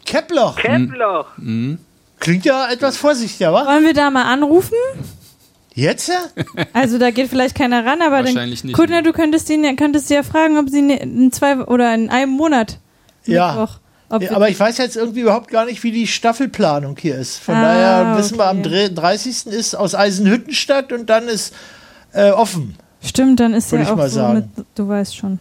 Speaker 6: Keploch.
Speaker 16: Keploch.
Speaker 6: Hm.
Speaker 8: Mhm.
Speaker 6: Klingt ja etwas vorsichtiger, wa?
Speaker 7: Wollen wir da mal anrufen?
Speaker 6: Jetzt ja?
Speaker 7: Also da geht vielleicht keiner ran, aber
Speaker 8: Wahrscheinlich
Speaker 7: dann,
Speaker 8: nicht, ne?
Speaker 7: Kutner, du könntest ihn, ja- könntest sie ja fragen, ob sie ne- in zwei oder in einem Monat.
Speaker 6: Ja.
Speaker 7: Mittwoch, ob
Speaker 6: Ja,
Speaker 7: wir-
Speaker 6: aber ich weiß jetzt irgendwie überhaupt gar nicht, wie die Staffelplanung hier ist. Von
Speaker 7: Ah,
Speaker 6: daher wissen wir, am dre- 30. ist aus Eisenhüttenstadt und dann ist äh, offen.
Speaker 7: Stimmt, dann ist
Speaker 6: Würde
Speaker 7: ja
Speaker 6: ich
Speaker 7: auch
Speaker 6: mal
Speaker 7: so
Speaker 6: sagen.
Speaker 7: mit, du weißt schon.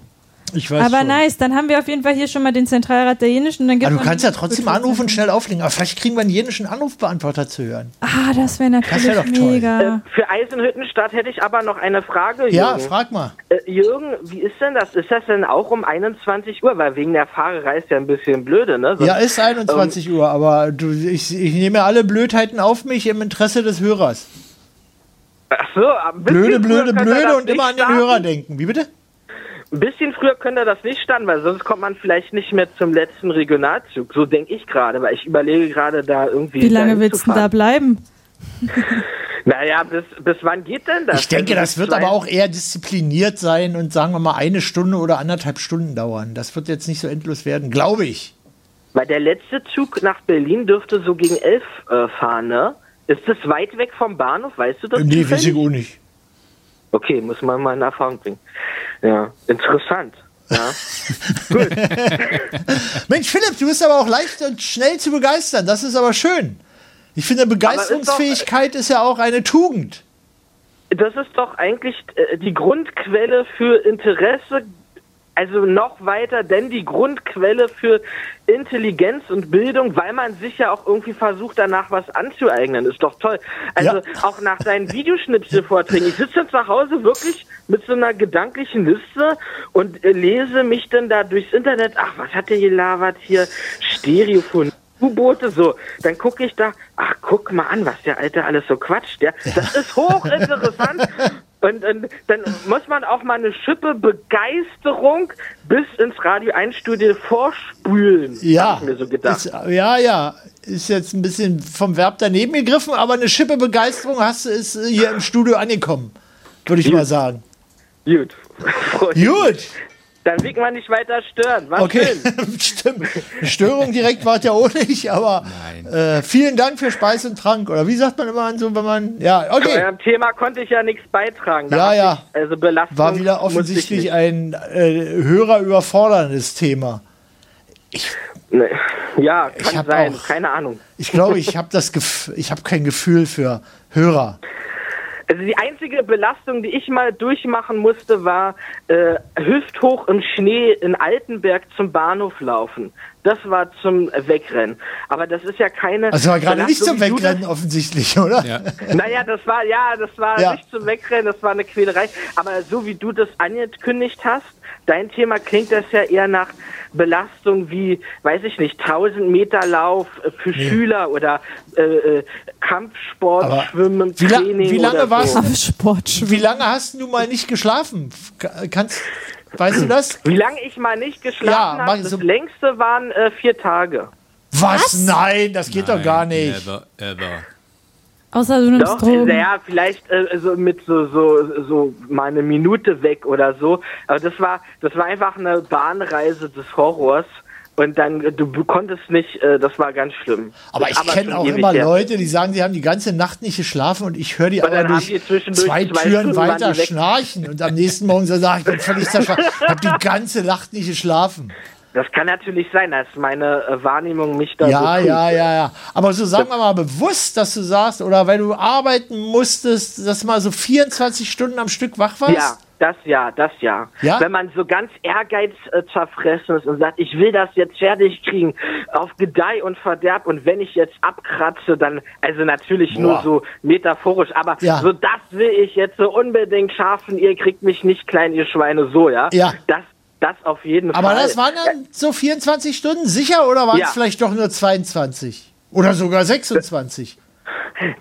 Speaker 6: Ich weiß
Speaker 7: aber
Speaker 6: schon.
Speaker 7: nice, dann haben wir auf jeden Fall hier schon mal den Zentralrat der Jenischen. Dann gibt
Speaker 6: Aber du
Speaker 7: man-
Speaker 6: kannst ja trotzdem anrufen und schnell auflegen. Aber vielleicht kriegen wir einen jenischen Anrufbeantworter zu hören.
Speaker 7: Ah, das wäre
Speaker 6: Das
Speaker 7: natürlich
Speaker 6: wär doch toll.
Speaker 7: mega.
Speaker 16: Für Eisenhüttenstadt hätte ich aber noch eine Frage. Jürgen.
Speaker 6: Ja, frag mal.
Speaker 16: Äh, Jürgen, wie ist denn das? Ist das denn auch um 21 Uhr? Weil wegen der Fahrerei ist ja ein bisschen blöde, ne? Sonst-
Speaker 6: Ja, ist 21
Speaker 16: Ähm.
Speaker 6: Uhr, aber du, ich, ich nehme alle Blödheiten auf mich im Interesse des Hörers.
Speaker 16: Ähm, Ach so, aber ein bisschen
Speaker 6: Blöde, blöde,
Speaker 16: früher könnt ihr
Speaker 6: blöde
Speaker 16: das
Speaker 6: und immer an
Speaker 16: nicht
Speaker 6: den
Speaker 16: starten.
Speaker 6: Hörer denken. Wie bitte?
Speaker 16: Ein bisschen früher könnte er das nicht starten, weil sonst kommt man vielleicht nicht mehr zum letzten Regionalzug. So denke ich gerade, weil ich überlege gerade da irgendwie.
Speaker 7: Wie lange willst du denn da bleiben?
Speaker 16: Naja, bis, bis wann geht denn das?
Speaker 6: Ich denke,
Speaker 16: Also
Speaker 6: das
Speaker 16: bis
Speaker 6: wird
Speaker 16: zwei-
Speaker 6: aber auch eher diszipliniert sein und sagen wir mal eine Stunde oder anderthalb Stunden dauern. Das wird jetzt nicht so endlos werden, glaube ich.
Speaker 16: Weil der letzte Zug nach Berlin dürfte so gegen elf äh, fahren, ne? Ist das weit weg vom Bahnhof? Weißt du das?
Speaker 6: Äh, Nee,
Speaker 16: zufällig?
Speaker 6: weiß ich auch nicht.
Speaker 16: Okay, muss man mal in Erfahrung bringen. Ja, interessant. Ja.
Speaker 6: Mensch, Philipp, du bist aber auch leicht und schnell zu begeistern. Das ist aber schön. Ich finde,
Speaker 16: äh,
Speaker 6: Begeisterungsfähigkeit ist ja auch eine Tugend.
Speaker 16: Das ist doch eigentlich äh, die Grundquelle für Interesse, also noch weiter, denn die Grundquelle für Intelligenz und Bildung, weil man sich ja auch irgendwie versucht, danach was anzueignen. Ist doch toll. Also auch nach deinen Videoschnipselvorträgen. Ich sitze jetzt zu Hause wirklich mit so einer gedanklichen Liste und äh, lese mich dann da durchs Internet. Ach, was hat der gelabert hier? Stereophon. U-Boote, so, dann gucke ich da, ach, guck mal an, was der Alte alles so quatscht, ja, das ist hochinteressant und, und dann muss man auch mal eine Schippe Begeisterung bis ins Radio 1 Studio vorspülen.
Speaker 6: Ja.
Speaker 16: Hab ich mir so gedacht.
Speaker 6: Ist, äh, ja, ja. Ist jetzt ein bisschen vom Verb daneben gegriffen, aber eine Schippe Begeisterung hast du, ist äh, hier im Studio angekommen. Würde ich mal sagen.
Speaker 16: Gut. Freunde.
Speaker 6: Gut.
Speaker 16: Dann will man nicht weiter stören. War
Speaker 6: Okay,
Speaker 16: schön.
Speaker 6: stimmt. Eine Störung direkt war es ja auch nicht, aber äh, vielen Dank für Speis und Trank. Oder wie sagt man immer an so, wenn man. Ja,
Speaker 16: Zu
Speaker 6: okay.
Speaker 16: eurem Thema konnte ich ja nichts beitragen. Da
Speaker 6: Ja,
Speaker 16: hab
Speaker 6: ja.
Speaker 16: Ich, also Belastung
Speaker 6: War wieder
Speaker 16: muss ich
Speaker 6: offensichtlich
Speaker 16: nicht.
Speaker 6: ein äh, Hörer überforderndes Thema.
Speaker 16: Nee. Ja,
Speaker 6: Ich
Speaker 16: kann
Speaker 6: hab
Speaker 16: sein.
Speaker 6: auch-
Speaker 16: Keine Ahnung.
Speaker 6: Ich glaube, ich habe das Gef ich habe kein Gefühl für Hörer.
Speaker 16: Also die einzige Belastung, die ich mal durchmachen musste, war äh, hüfthoch im Schnee in Altenberg zum Bahnhof laufen. Das war zum Wegrennen. Aber das ist ja keine.
Speaker 6: Also war gerade nicht
Speaker 16: Belastung,
Speaker 6: zum
Speaker 16: wie du das-
Speaker 6: Wegrennen offensichtlich, oder?
Speaker 16: Naja, das war ja, das war
Speaker 6: Ja.
Speaker 16: nicht zum Wegrennen, das war eine Quälerei. Aber so wie du das angekündigt hast, dein Thema klingt das ja eher nach Belastung wie, weiß ich nicht, 1000 Meter Lauf äh, für Schüler oder äh, äh, Kampfsport,
Speaker 6: Aber
Speaker 16: Schwimmen,
Speaker 6: Wie, la
Speaker 16: Training
Speaker 6: wie
Speaker 16: oder
Speaker 6: lange warst
Speaker 16: so.
Speaker 6: du? Wie lange hast du mal nicht geschlafen? Ka- Kannst, weißt du das?
Speaker 16: Wie lange ich mal nicht geschlafen
Speaker 6: Ja, mach
Speaker 16: habe, das
Speaker 6: so-
Speaker 16: längste waren äh, vier Tage.
Speaker 6: Was? Nein, das geht doch gar nicht.
Speaker 8: Ever, ever.
Speaker 7: Außer du nimmst
Speaker 16: Doch,
Speaker 7: Drogen.
Speaker 16: naja, vielleicht äh, so mit so, so, so mal eine Minute weg oder so. Aber das war, das war einfach eine Bahnreise des Horrors. Und dann, äh, du konntest nicht, äh, das war ganz schlimm.
Speaker 6: Aber ich
Speaker 16: Das ist
Speaker 6: kenne
Speaker 16: schon
Speaker 6: auch
Speaker 16: ewig
Speaker 6: immer
Speaker 16: her.
Speaker 6: Leute, die sagen, sie haben die ganze Nacht nicht geschlafen und ich höre die
Speaker 16: Und
Speaker 6: aber
Speaker 16: dann haben
Speaker 6: durch
Speaker 16: die zwischendurch
Speaker 6: zwei,
Speaker 16: zwei
Speaker 6: Türen
Speaker 16: Stunden waren
Speaker 6: weiter
Speaker 16: die weg.
Speaker 6: schnarchen und am nächsten Morgen so sagen, ich bin völlig zerschlafen. Ich habe die ganze Nacht nicht geschlafen.
Speaker 16: Das kann natürlich sein, dass meine äh, Wahrnehmung mich da so
Speaker 6: Ja,
Speaker 16: trügt.
Speaker 6: ja, ja, ja. Aber so sagen wir mal bewusst, dass du sagst, oder weil du arbeiten musstest, dass du mal so 24 Stunden am Stück wach warst.
Speaker 16: Ja, das ja, das ja.
Speaker 6: Ja?
Speaker 16: Wenn man so ganz ehrgeiz äh, zerfressen ist und sagt, ich will das jetzt fertig kriegen, auf Gedeih und Verderb und wenn ich jetzt abkratze, dann, also natürlich nur
Speaker 6: Boah.
Speaker 16: so metaphorisch, aber
Speaker 6: Ja.
Speaker 16: so das will ich jetzt so unbedingt schaffen, ihr kriegt mich nicht klein, ihr Schweine, so, ja?
Speaker 6: Ja.
Speaker 16: Das, das auf jeden
Speaker 6: Aber
Speaker 16: Fall.
Speaker 6: das waren dann so 24 Stunden sicher oder waren es
Speaker 16: Ja.
Speaker 6: vielleicht doch nur 22? Oder sogar 26?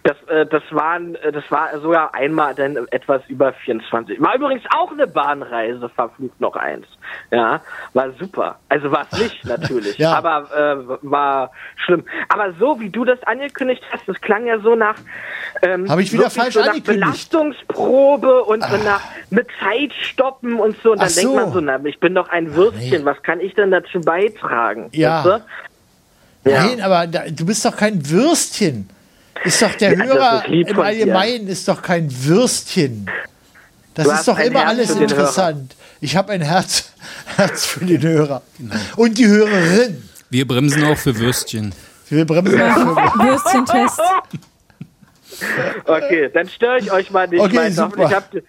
Speaker 16: Das, äh, das waren, äh, das war sogar einmal dann etwas über 24. War übrigens auch eine Bahnreise, verflucht noch eins. Ja, war super. Also war es nicht, natürlich.
Speaker 6: Ja.
Speaker 16: Aber äh, war schlimm. Aber so wie du das angekündigt hast, das klang ja so nach. Ähm,
Speaker 6: Hab ich wieder
Speaker 16: wirklich
Speaker 6: falsch
Speaker 16: so nach
Speaker 6: angekündigt? Ah.
Speaker 16: Belastungsprobe und so nach mit Zeitstoppen und so. Und dann
Speaker 6: Ach
Speaker 16: denkt man
Speaker 6: so.
Speaker 16: so, na, ich bin doch ein Würstchen, was kann ich denn dazu beitragen?
Speaker 6: Ja.
Speaker 16: Weißt du? Ja.
Speaker 6: Nein, aber da, du bist doch kein Würstchen. Ist doch der
Speaker 16: Ja, das
Speaker 6: Hörer
Speaker 16: ist lieb
Speaker 6: im
Speaker 16: von dir.
Speaker 6: Allgemeinen ist doch kein Würstchen. Das
Speaker 16: Du
Speaker 6: ist
Speaker 16: hast
Speaker 6: doch
Speaker 16: ein
Speaker 6: immer
Speaker 16: Herz
Speaker 6: alles
Speaker 16: für den Hörer.
Speaker 6: interessant. Ich habe ein Herz, Herz für den Hörer. Und die Hörerin.
Speaker 8: Wir bremsen auch für Würstchen.
Speaker 6: Wir bremsen auch für
Speaker 7: Würstchentest.
Speaker 16: Okay, dann störe ich euch mal nicht
Speaker 6: Okay,
Speaker 16: weiter.
Speaker 6: super.
Speaker 16: Ich habe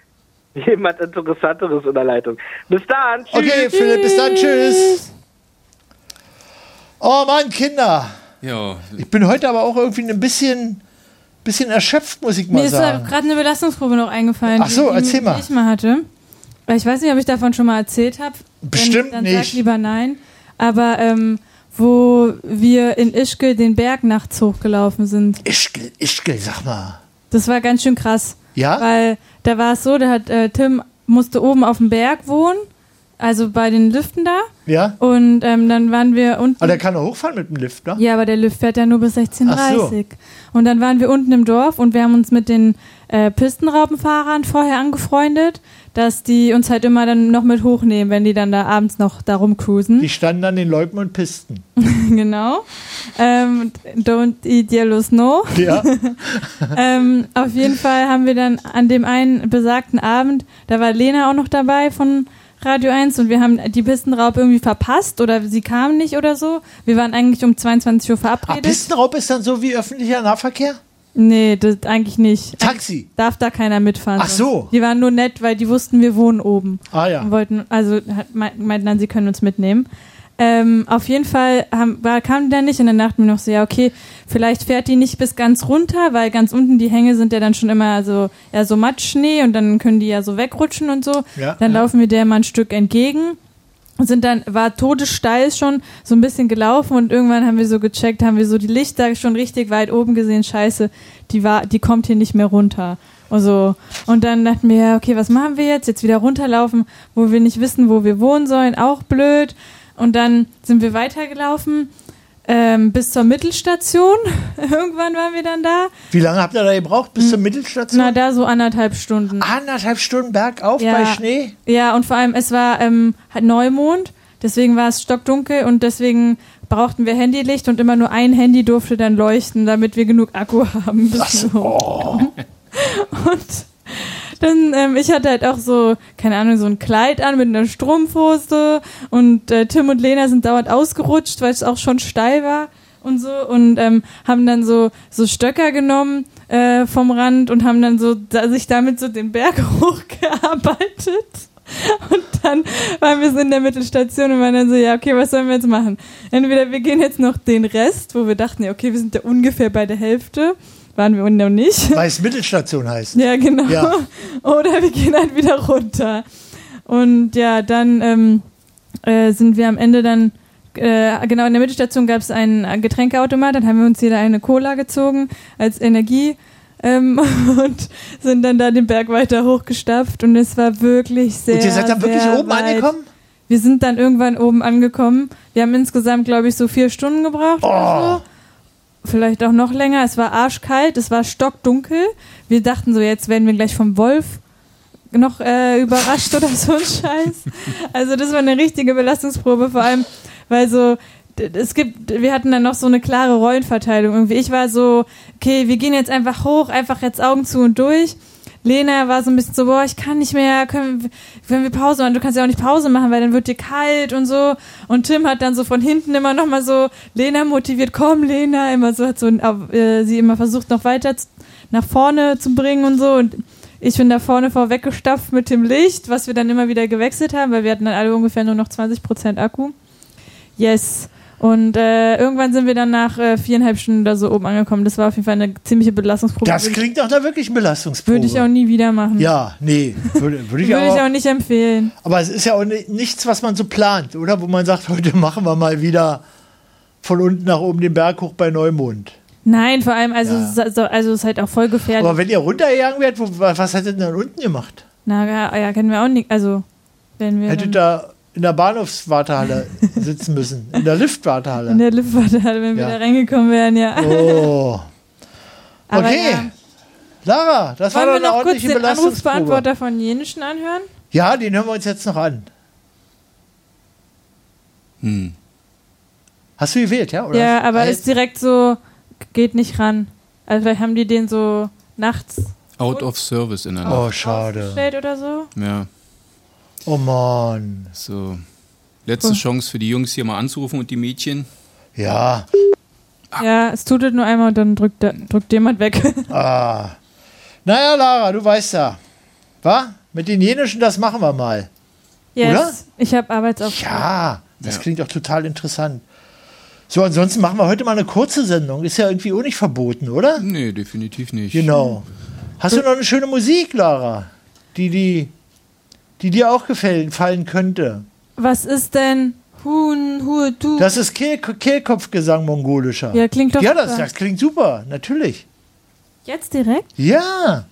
Speaker 16: jemand Interessanteres in der Leitung. Bis dann. Tschüss.
Speaker 6: Okay, Philipp, bis dann, tschüss. Oh Mann, Kinder.
Speaker 8: Ja.
Speaker 6: Ich bin heute aber auch irgendwie ein bisschen, bisschen erschöpft, muss ich mal
Speaker 7: Mir ist da
Speaker 6: sagen.
Speaker 7: gerade eine Belastungsprobe noch eingefallen.
Speaker 6: Ach so,
Speaker 7: die, die,
Speaker 6: erzähl mal.
Speaker 7: Die ich mal hatte. Ich weiß nicht, ob ich davon schon mal erzählt habe. Wenn-
Speaker 6: Bestimmt
Speaker 7: dann
Speaker 6: nicht.
Speaker 7: Sag lieber nein. Aber ähm, wo wir in Ischgl den Berg nachts hochgelaufen sind.
Speaker 6: Ischgl, Ischgl, sag mal.
Speaker 7: Das war ganz schön krass.
Speaker 6: Ja?
Speaker 7: Weil da war es so, da hat äh, Tim musste oben auf dem Berg wohnen, also bei den Liften da.
Speaker 6: Ja? Ah,
Speaker 7: Und ähm, dann waren wir unten.
Speaker 6: Aber der kann doch hochfahren mit dem Lift, ne?
Speaker 7: Hm. Ja, aber der Lift fährt ja nur bis 16.30
Speaker 6: Ach
Speaker 7: Uhr. Und dann waren wir unten im Dorf und wir haben uns mit den äh, Pistenraubenfahrern vorher angefreundet, dass die uns halt immer dann noch mit hochnehmen, wenn die dann da abends noch da rumcruisen.
Speaker 6: Die standen an den Läupen und Pisten.
Speaker 7: genau. Ähm, don't eat yellow snow.
Speaker 6: Ja.
Speaker 7: ähm, auf jeden Fall haben wir dann an dem einen besagten Abend, da war Lena auch noch dabei von Radio 1 und wir haben die Pistenraupe irgendwie verpasst oder sie kam nicht oder so. Wir waren eigentlich um 22 Uhr
Speaker 6: Ah,
Speaker 7: verabredet.
Speaker 6: Pistenraub ist dann so wie öffentlicher Nahverkehr?
Speaker 7: Nee, das eigentlich nicht.
Speaker 6: Taxi.
Speaker 7: Darf da keiner mitfahren.
Speaker 6: Ach so.
Speaker 7: Die waren nur nett, weil die wussten, wir wohnen oben.
Speaker 6: Ah, ja.
Speaker 7: Und wollten, also hat- meinten dann, sie können uns mitnehmen. Ähm, auf jeden Fall haben, war, kam die dann nicht und dann dachten wir noch so, ja, okay, vielleicht fährt die nicht bis ganz runter, weil ganz unten die Hänge sind ja dann schon immer so, ja, so Matschschnee und dann können die ja so wegrutschen und so.
Speaker 12: Ja,
Speaker 7: dann
Speaker 12: ja.
Speaker 7: laufen wir der mal ein Stück entgegen und sind dann, war todessteil schon so ein bisschen gelaufen und irgendwann haben wir so gecheckt, haben wir so die Lichter schon richtig weit oben gesehen, scheiße, die war, die kommt hier nicht mehr runter. Und so. Und dann dachten wir, ja, okay, was machen wir jetzt? Jetzt wieder runterlaufen, wo wir nicht wissen, wo wir wohnen sollen, auch blöd. Und dann sind wir weitergelaufen, ähm, bis zur Mittelstation. irgendwann waren wir dann da.
Speaker 6: Wie lange habt ihr da gebraucht?
Speaker 7: Hm.
Speaker 6: Bis zur Mittelstation?
Speaker 7: Na, da so anderthalb Stunden.
Speaker 6: Anderthalb Stunden bergauf bei Schnee?
Speaker 7: Ja, und vor allem, es war ähm, halt Neumond, deswegen war es stockdunkel und deswegen brauchten wir Handylicht und immer nur ein Handy durfte dann leuchten, damit wir genug Akku haben. Ach Und dann, ähm, ich hatte halt auch so, keine Ahnung, so ein Kleid an mit einer Strumpfhose und äh, Tim und Lena sind dauernd ausgerutscht, weil es auch schon steil war und so und ähm, haben dann so, so Stöcker genommen äh, vom Rand und haben dann so da, sich damit so den Berg hochgearbeitet. Und dann waren wir so in der Mittelstation und waren dann so, ja, okay, was sollen wir jetzt machen? Entweder wir gehen jetzt noch den Rest, wo wir dachten, ja, okay, wir sind ja ungefähr bei der Hälfte. Waren wir noch nicht.
Speaker 6: Weil es Mittelstation heißt.
Speaker 7: Ja, genau.
Speaker 6: Ja.
Speaker 7: Oder wir gehen halt wieder runter. Und ja, dann ähm, äh, sind wir am Ende dann, äh, genau, in der Mittelstation gab es einen Getränkeautomat, dann haben wir uns jeder eine Cola gezogen als Energie ähm, und sind dann da den Berg weiter hochgestapft und es war wirklich sehr.
Speaker 6: Und ihr seid dann wirklich
Speaker 7: sehr
Speaker 6: oben
Speaker 7: weit.
Speaker 6: angekommen?
Speaker 7: Wir sind dann irgendwann oben angekommen. Wir haben insgesamt, glaube ich, so vier Stunden gebraucht. Oder
Speaker 6: Oh.
Speaker 7: so. Vielleicht auch noch länger. Es war arschkalt, es war stockdunkel. Wir dachten so, jetzt werden wir gleich vom Wolf noch äh, überrascht oder so ein Scheiß. Also das war eine richtige Belastungsprobe, vor allem, weil so d- es gibt, wir hatten dann noch so eine klare Rollenverteilung irgendwie. Ich war so, okay, wir gehen jetzt einfach hoch, einfach jetzt Augen zu und durch. Lena war so ein bisschen so, boah, ich kann nicht mehr, können, können wir Pause machen? Du kannst ja auch nicht Pause machen, weil dann wird dir kalt und so. Und Tim hat dann so von hinten immer nochmal so Lena motiviert, komm Lena, immer so hat so äh, sie immer versucht noch weiter zu, nach vorne zu bringen und so. Und ich bin da vorne vorweggestapft mit dem Licht, was wir dann immer wieder gewechselt haben, weil wir hatten dann alle ungefähr nur noch 20% Akku. Yes. Und äh, irgendwann sind wir dann nach äh, viereinhalb Stunden oder so oben angekommen. Das war auf jeden Fall eine ziemliche Belastungsprobe.
Speaker 6: Das
Speaker 7: Würde ich-
Speaker 6: klingt doch da wirklich eine Belastungsprobe.
Speaker 7: Würde ich auch nie wieder machen.
Speaker 6: Ja, nee, würde, würde
Speaker 7: Würde
Speaker 6: ich, auch,
Speaker 7: nicht empfehlen.
Speaker 6: Aber es ist ja auch ni- nichts, was man so plant, oder? Wo man sagt, heute machen wir mal wieder von unten nach oben den Berg hoch bei Neumond.
Speaker 7: Nein, vor allem, also, so, also ist halt auch voll gefährlich.
Speaker 6: Aber wenn ihr runtergegangen wärt, wo, wa- was hättet ihr denn unten gemacht?
Speaker 7: Na ja, ja, kennen wir auch nicht. Also, wenn wir.
Speaker 6: Hättet
Speaker 7: dann-
Speaker 6: ihr in der Bahnhofswartehalle sitzen müssen? In der Liftwartehalle?
Speaker 7: in der Liftwartehalle, wenn
Speaker 6: Ja.
Speaker 7: wir da reingekommen wären, ja.
Speaker 6: Oh.
Speaker 7: Aber
Speaker 6: okay.
Speaker 7: ja.
Speaker 6: Lara, das war doch
Speaker 7: Wollen wir
Speaker 6: eine
Speaker 7: noch kurz
Speaker 6: ordentliche
Speaker 7: den
Speaker 6: Belastungsprobe.
Speaker 7: Anrufbeantworter von Jenschen anhören?
Speaker 6: Ja, den hören wir uns jetzt noch an.
Speaker 8: Hm.
Speaker 6: Hast du gewählt, ja? Oder Äh,
Speaker 7: ja,
Speaker 6: hast-
Speaker 7: aber
Speaker 6: Nein.
Speaker 7: ist direkt so, geht nicht ran. Also vielleicht haben die den so nachts
Speaker 8: Out of service in der Nacht.
Speaker 6: Oh, schade.
Speaker 7: gestellt oder so.
Speaker 8: Ja.
Speaker 6: Oh Mann.
Speaker 8: So. Letzte Chance für die Jungs hier mal anzurufen und die Mädchen.
Speaker 6: Ja.
Speaker 7: Ja, es tut es nur einmal und dann drückt, der, drückt jemand weg.
Speaker 6: Ah. Naja, Lara, du weißt ja. Wa? Mit den Jenischen, das machen wir mal.
Speaker 7: yes,
Speaker 6: Oder?
Speaker 7: ich habe Arbeitsaufgaben.
Speaker 6: Ja, das klingt auch total interessant. So, ansonsten machen wir heute mal eine kurze Sendung. Ist ja irgendwie auch nicht verboten, oder?
Speaker 8: Nee, definitiv nicht.
Speaker 6: Genau. Hast du noch eine schöne Musik, Lara? Die, die, die dir auch gefallen fallen könnte.
Speaker 7: Was ist denn Hun, Hu, Du?
Speaker 6: Das ist Kehl Kehlkopfgesang mongolischer.
Speaker 7: Ja, klingt doch
Speaker 6: Ja, das,
Speaker 7: super.
Speaker 6: das klingt super, natürlich.
Speaker 7: Jetzt direkt?
Speaker 6: Ja.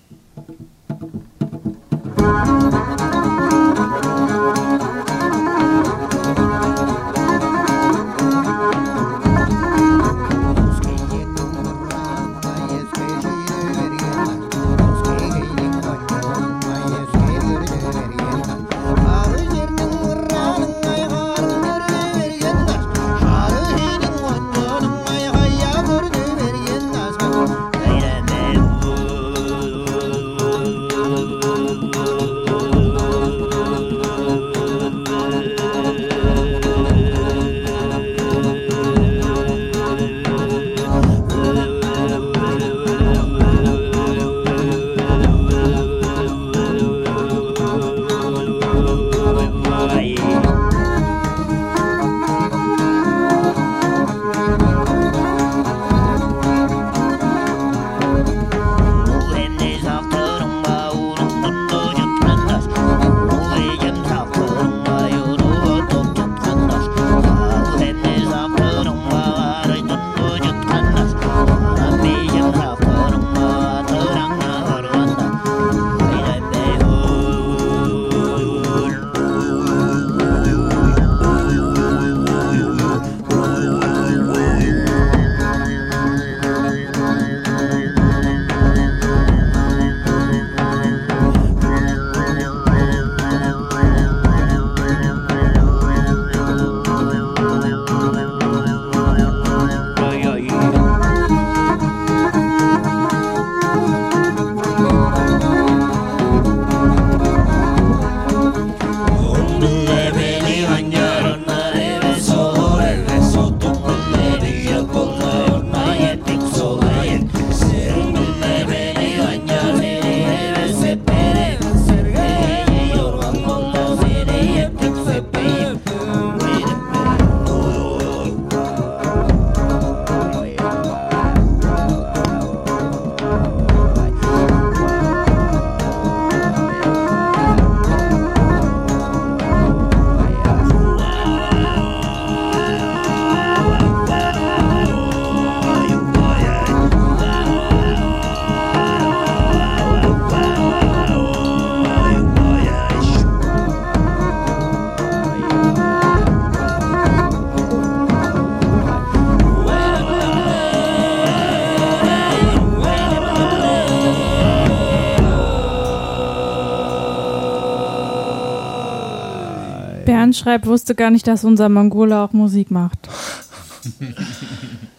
Speaker 7: Bernd schreibt, wusste gar nicht, dass unser Mongole auch Musik macht.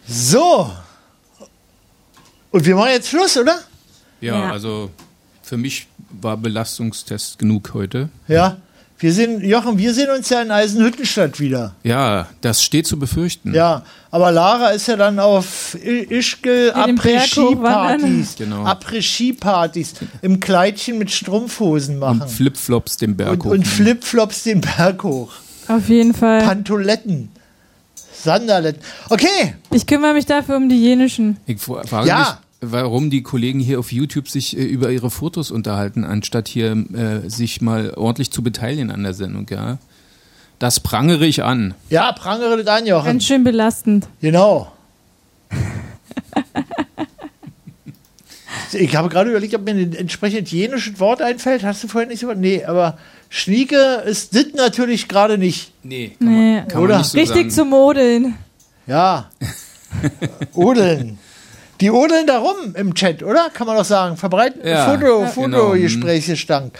Speaker 6: So. Und wir machen jetzt Schluss, oder?
Speaker 8: Ja,
Speaker 6: Ja.
Speaker 8: also für mich war Belastungstest genug heute.
Speaker 6: Ja. Wir sehen, Jochen, wir sehen uns ja in Eisenhüttenstadt wieder.
Speaker 8: Ja, das steht zu befürchten.
Speaker 6: Ja, aber Lara ist ja dann auf I- Ischgl
Speaker 7: In den Berg
Speaker 6: Après-Ski-Partys.
Speaker 7: hochwandern.
Speaker 8: Genau.
Speaker 6: Après-Ski-Partys. Im Kleidchen mit Strumpfhosen machen.
Speaker 8: Und Flipflops den Berg
Speaker 6: Und,
Speaker 8: hoch.
Speaker 6: und Flipflops den Berg hoch.
Speaker 7: Auf jeden Fall.
Speaker 6: Pantoletten. Sanderletten. Okay.
Speaker 7: Ich kümmere mich dafür um die jenischen.
Speaker 8: ich fra- frage
Speaker 6: Ja.
Speaker 8: mich, warum die Kollegen hier auf YouTube sich äh, über ihre Fotos unterhalten, anstatt hier äh, sich mal ordentlich zu beteiligen an der Sendung, ja. Das prangere ich an.
Speaker 6: Ja, prangere das an, Jochen.
Speaker 7: Ganz schön belastend.
Speaker 6: Genau. Ich habe gerade überlegt, ob mir ein entsprechend jenisches Wort einfällt. Hast du vorhin nicht so? Nee, aber Schnieke ist das natürlich gerade nicht.
Speaker 8: Nee,
Speaker 7: Nee.
Speaker 6: Oder?
Speaker 7: Richtig zum Modeln.
Speaker 6: Ja. Odeln. Die odeln da rum im Chat, oder? Kann man doch sagen. Verbreiten
Speaker 8: Ja,
Speaker 6: Foto,
Speaker 8: ja,
Speaker 6: Fotogespräche stank.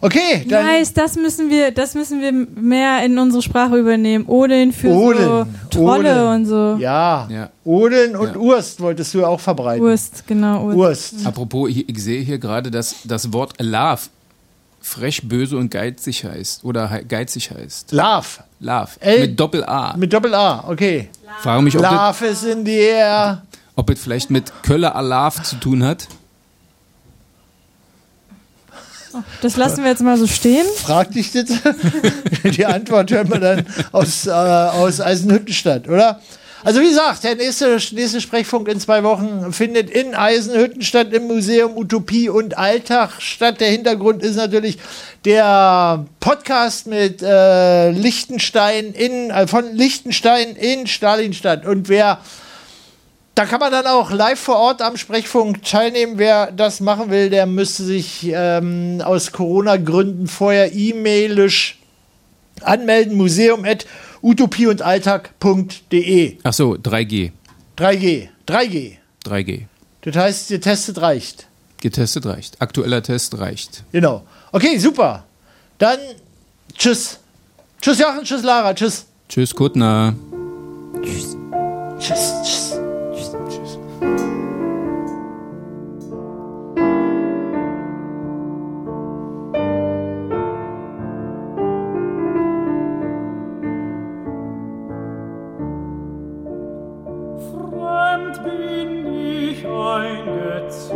Speaker 6: Okay, dann
Speaker 7: nice, das müssen wir, das müssen wir mehr in unsere Sprache übernehmen. Odeln für
Speaker 6: Odeln.
Speaker 7: so Trolle
Speaker 6: Odeln.
Speaker 7: und so.
Speaker 6: Ja. Odeln und Urst wolltest du ja auch verbreiten.
Speaker 7: Urst, genau. Urst.
Speaker 8: Apropos, ich, ich sehe hier gerade, dass das Wort Love frech, böse und geizig heißt. Oder hei- geizig heißt.
Speaker 6: Love.
Speaker 8: Love.
Speaker 6: L-
Speaker 8: mit Doppel-A.
Speaker 6: Mit Doppel-A, okay.
Speaker 8: Frage mich, ob das
Speaker 6: Love is in the air.
Speaker 8: ob es vielleicht mit Kölle Alaf zu tun hat.
Speaker 7: Das lassen wir jetzt mal so stehen.
Speaker 6: Frag dich das. Die Antwort hört man dann aus, äh, aus Eisenhüttenstadt, oder? Also wie gesagt, der nächste, nächste Sprechfunk in zwei Wochen findet in Eisenhüttenstadt im Museum Utopie und Alltag statt. Der Hintergrund ist natürlich der Podcast mit äh, Lichtenstein in, äh, von Lichtenstein in Stalinstadt. Und wer da kann man dann auch live vor Ort am Sprechfunk teilnehmen. Wer das machen will, der müsste sich ähm, aus Corona-Gründen vorher e-mailisch anmelden. Museum at utopieundalltag.de.
Speaker 8: Ach so, 3G.
Speaker 6: 3G. 3G.
Speaker 8: 3G.
Speaker 6: Das heißt, ihr testet reicht.
Speaker 8: Getestet reicht. Aktueller Test reicht.
Speaker 6: Genau. Okay, super. Dann tschüss. Tschüss Jochen, tschüss Lara, tschüss.
Speaker 8: Tschüss, Kuttner.
Speaker 6: Tschüss, tschüss. Tschüss, tschüss.
Speaker 17: Fremd bin ich eingezogen,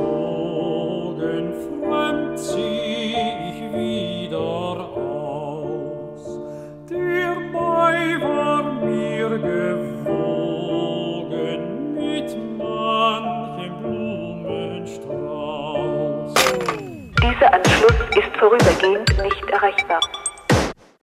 Speaker 17: fremd zieh ich wieder aus. Der Mai war mir gewogen mit manchem Blumenstrauß.
Speaker 18: Dieser Anschluss ist vorübergehend nicht erreichbar.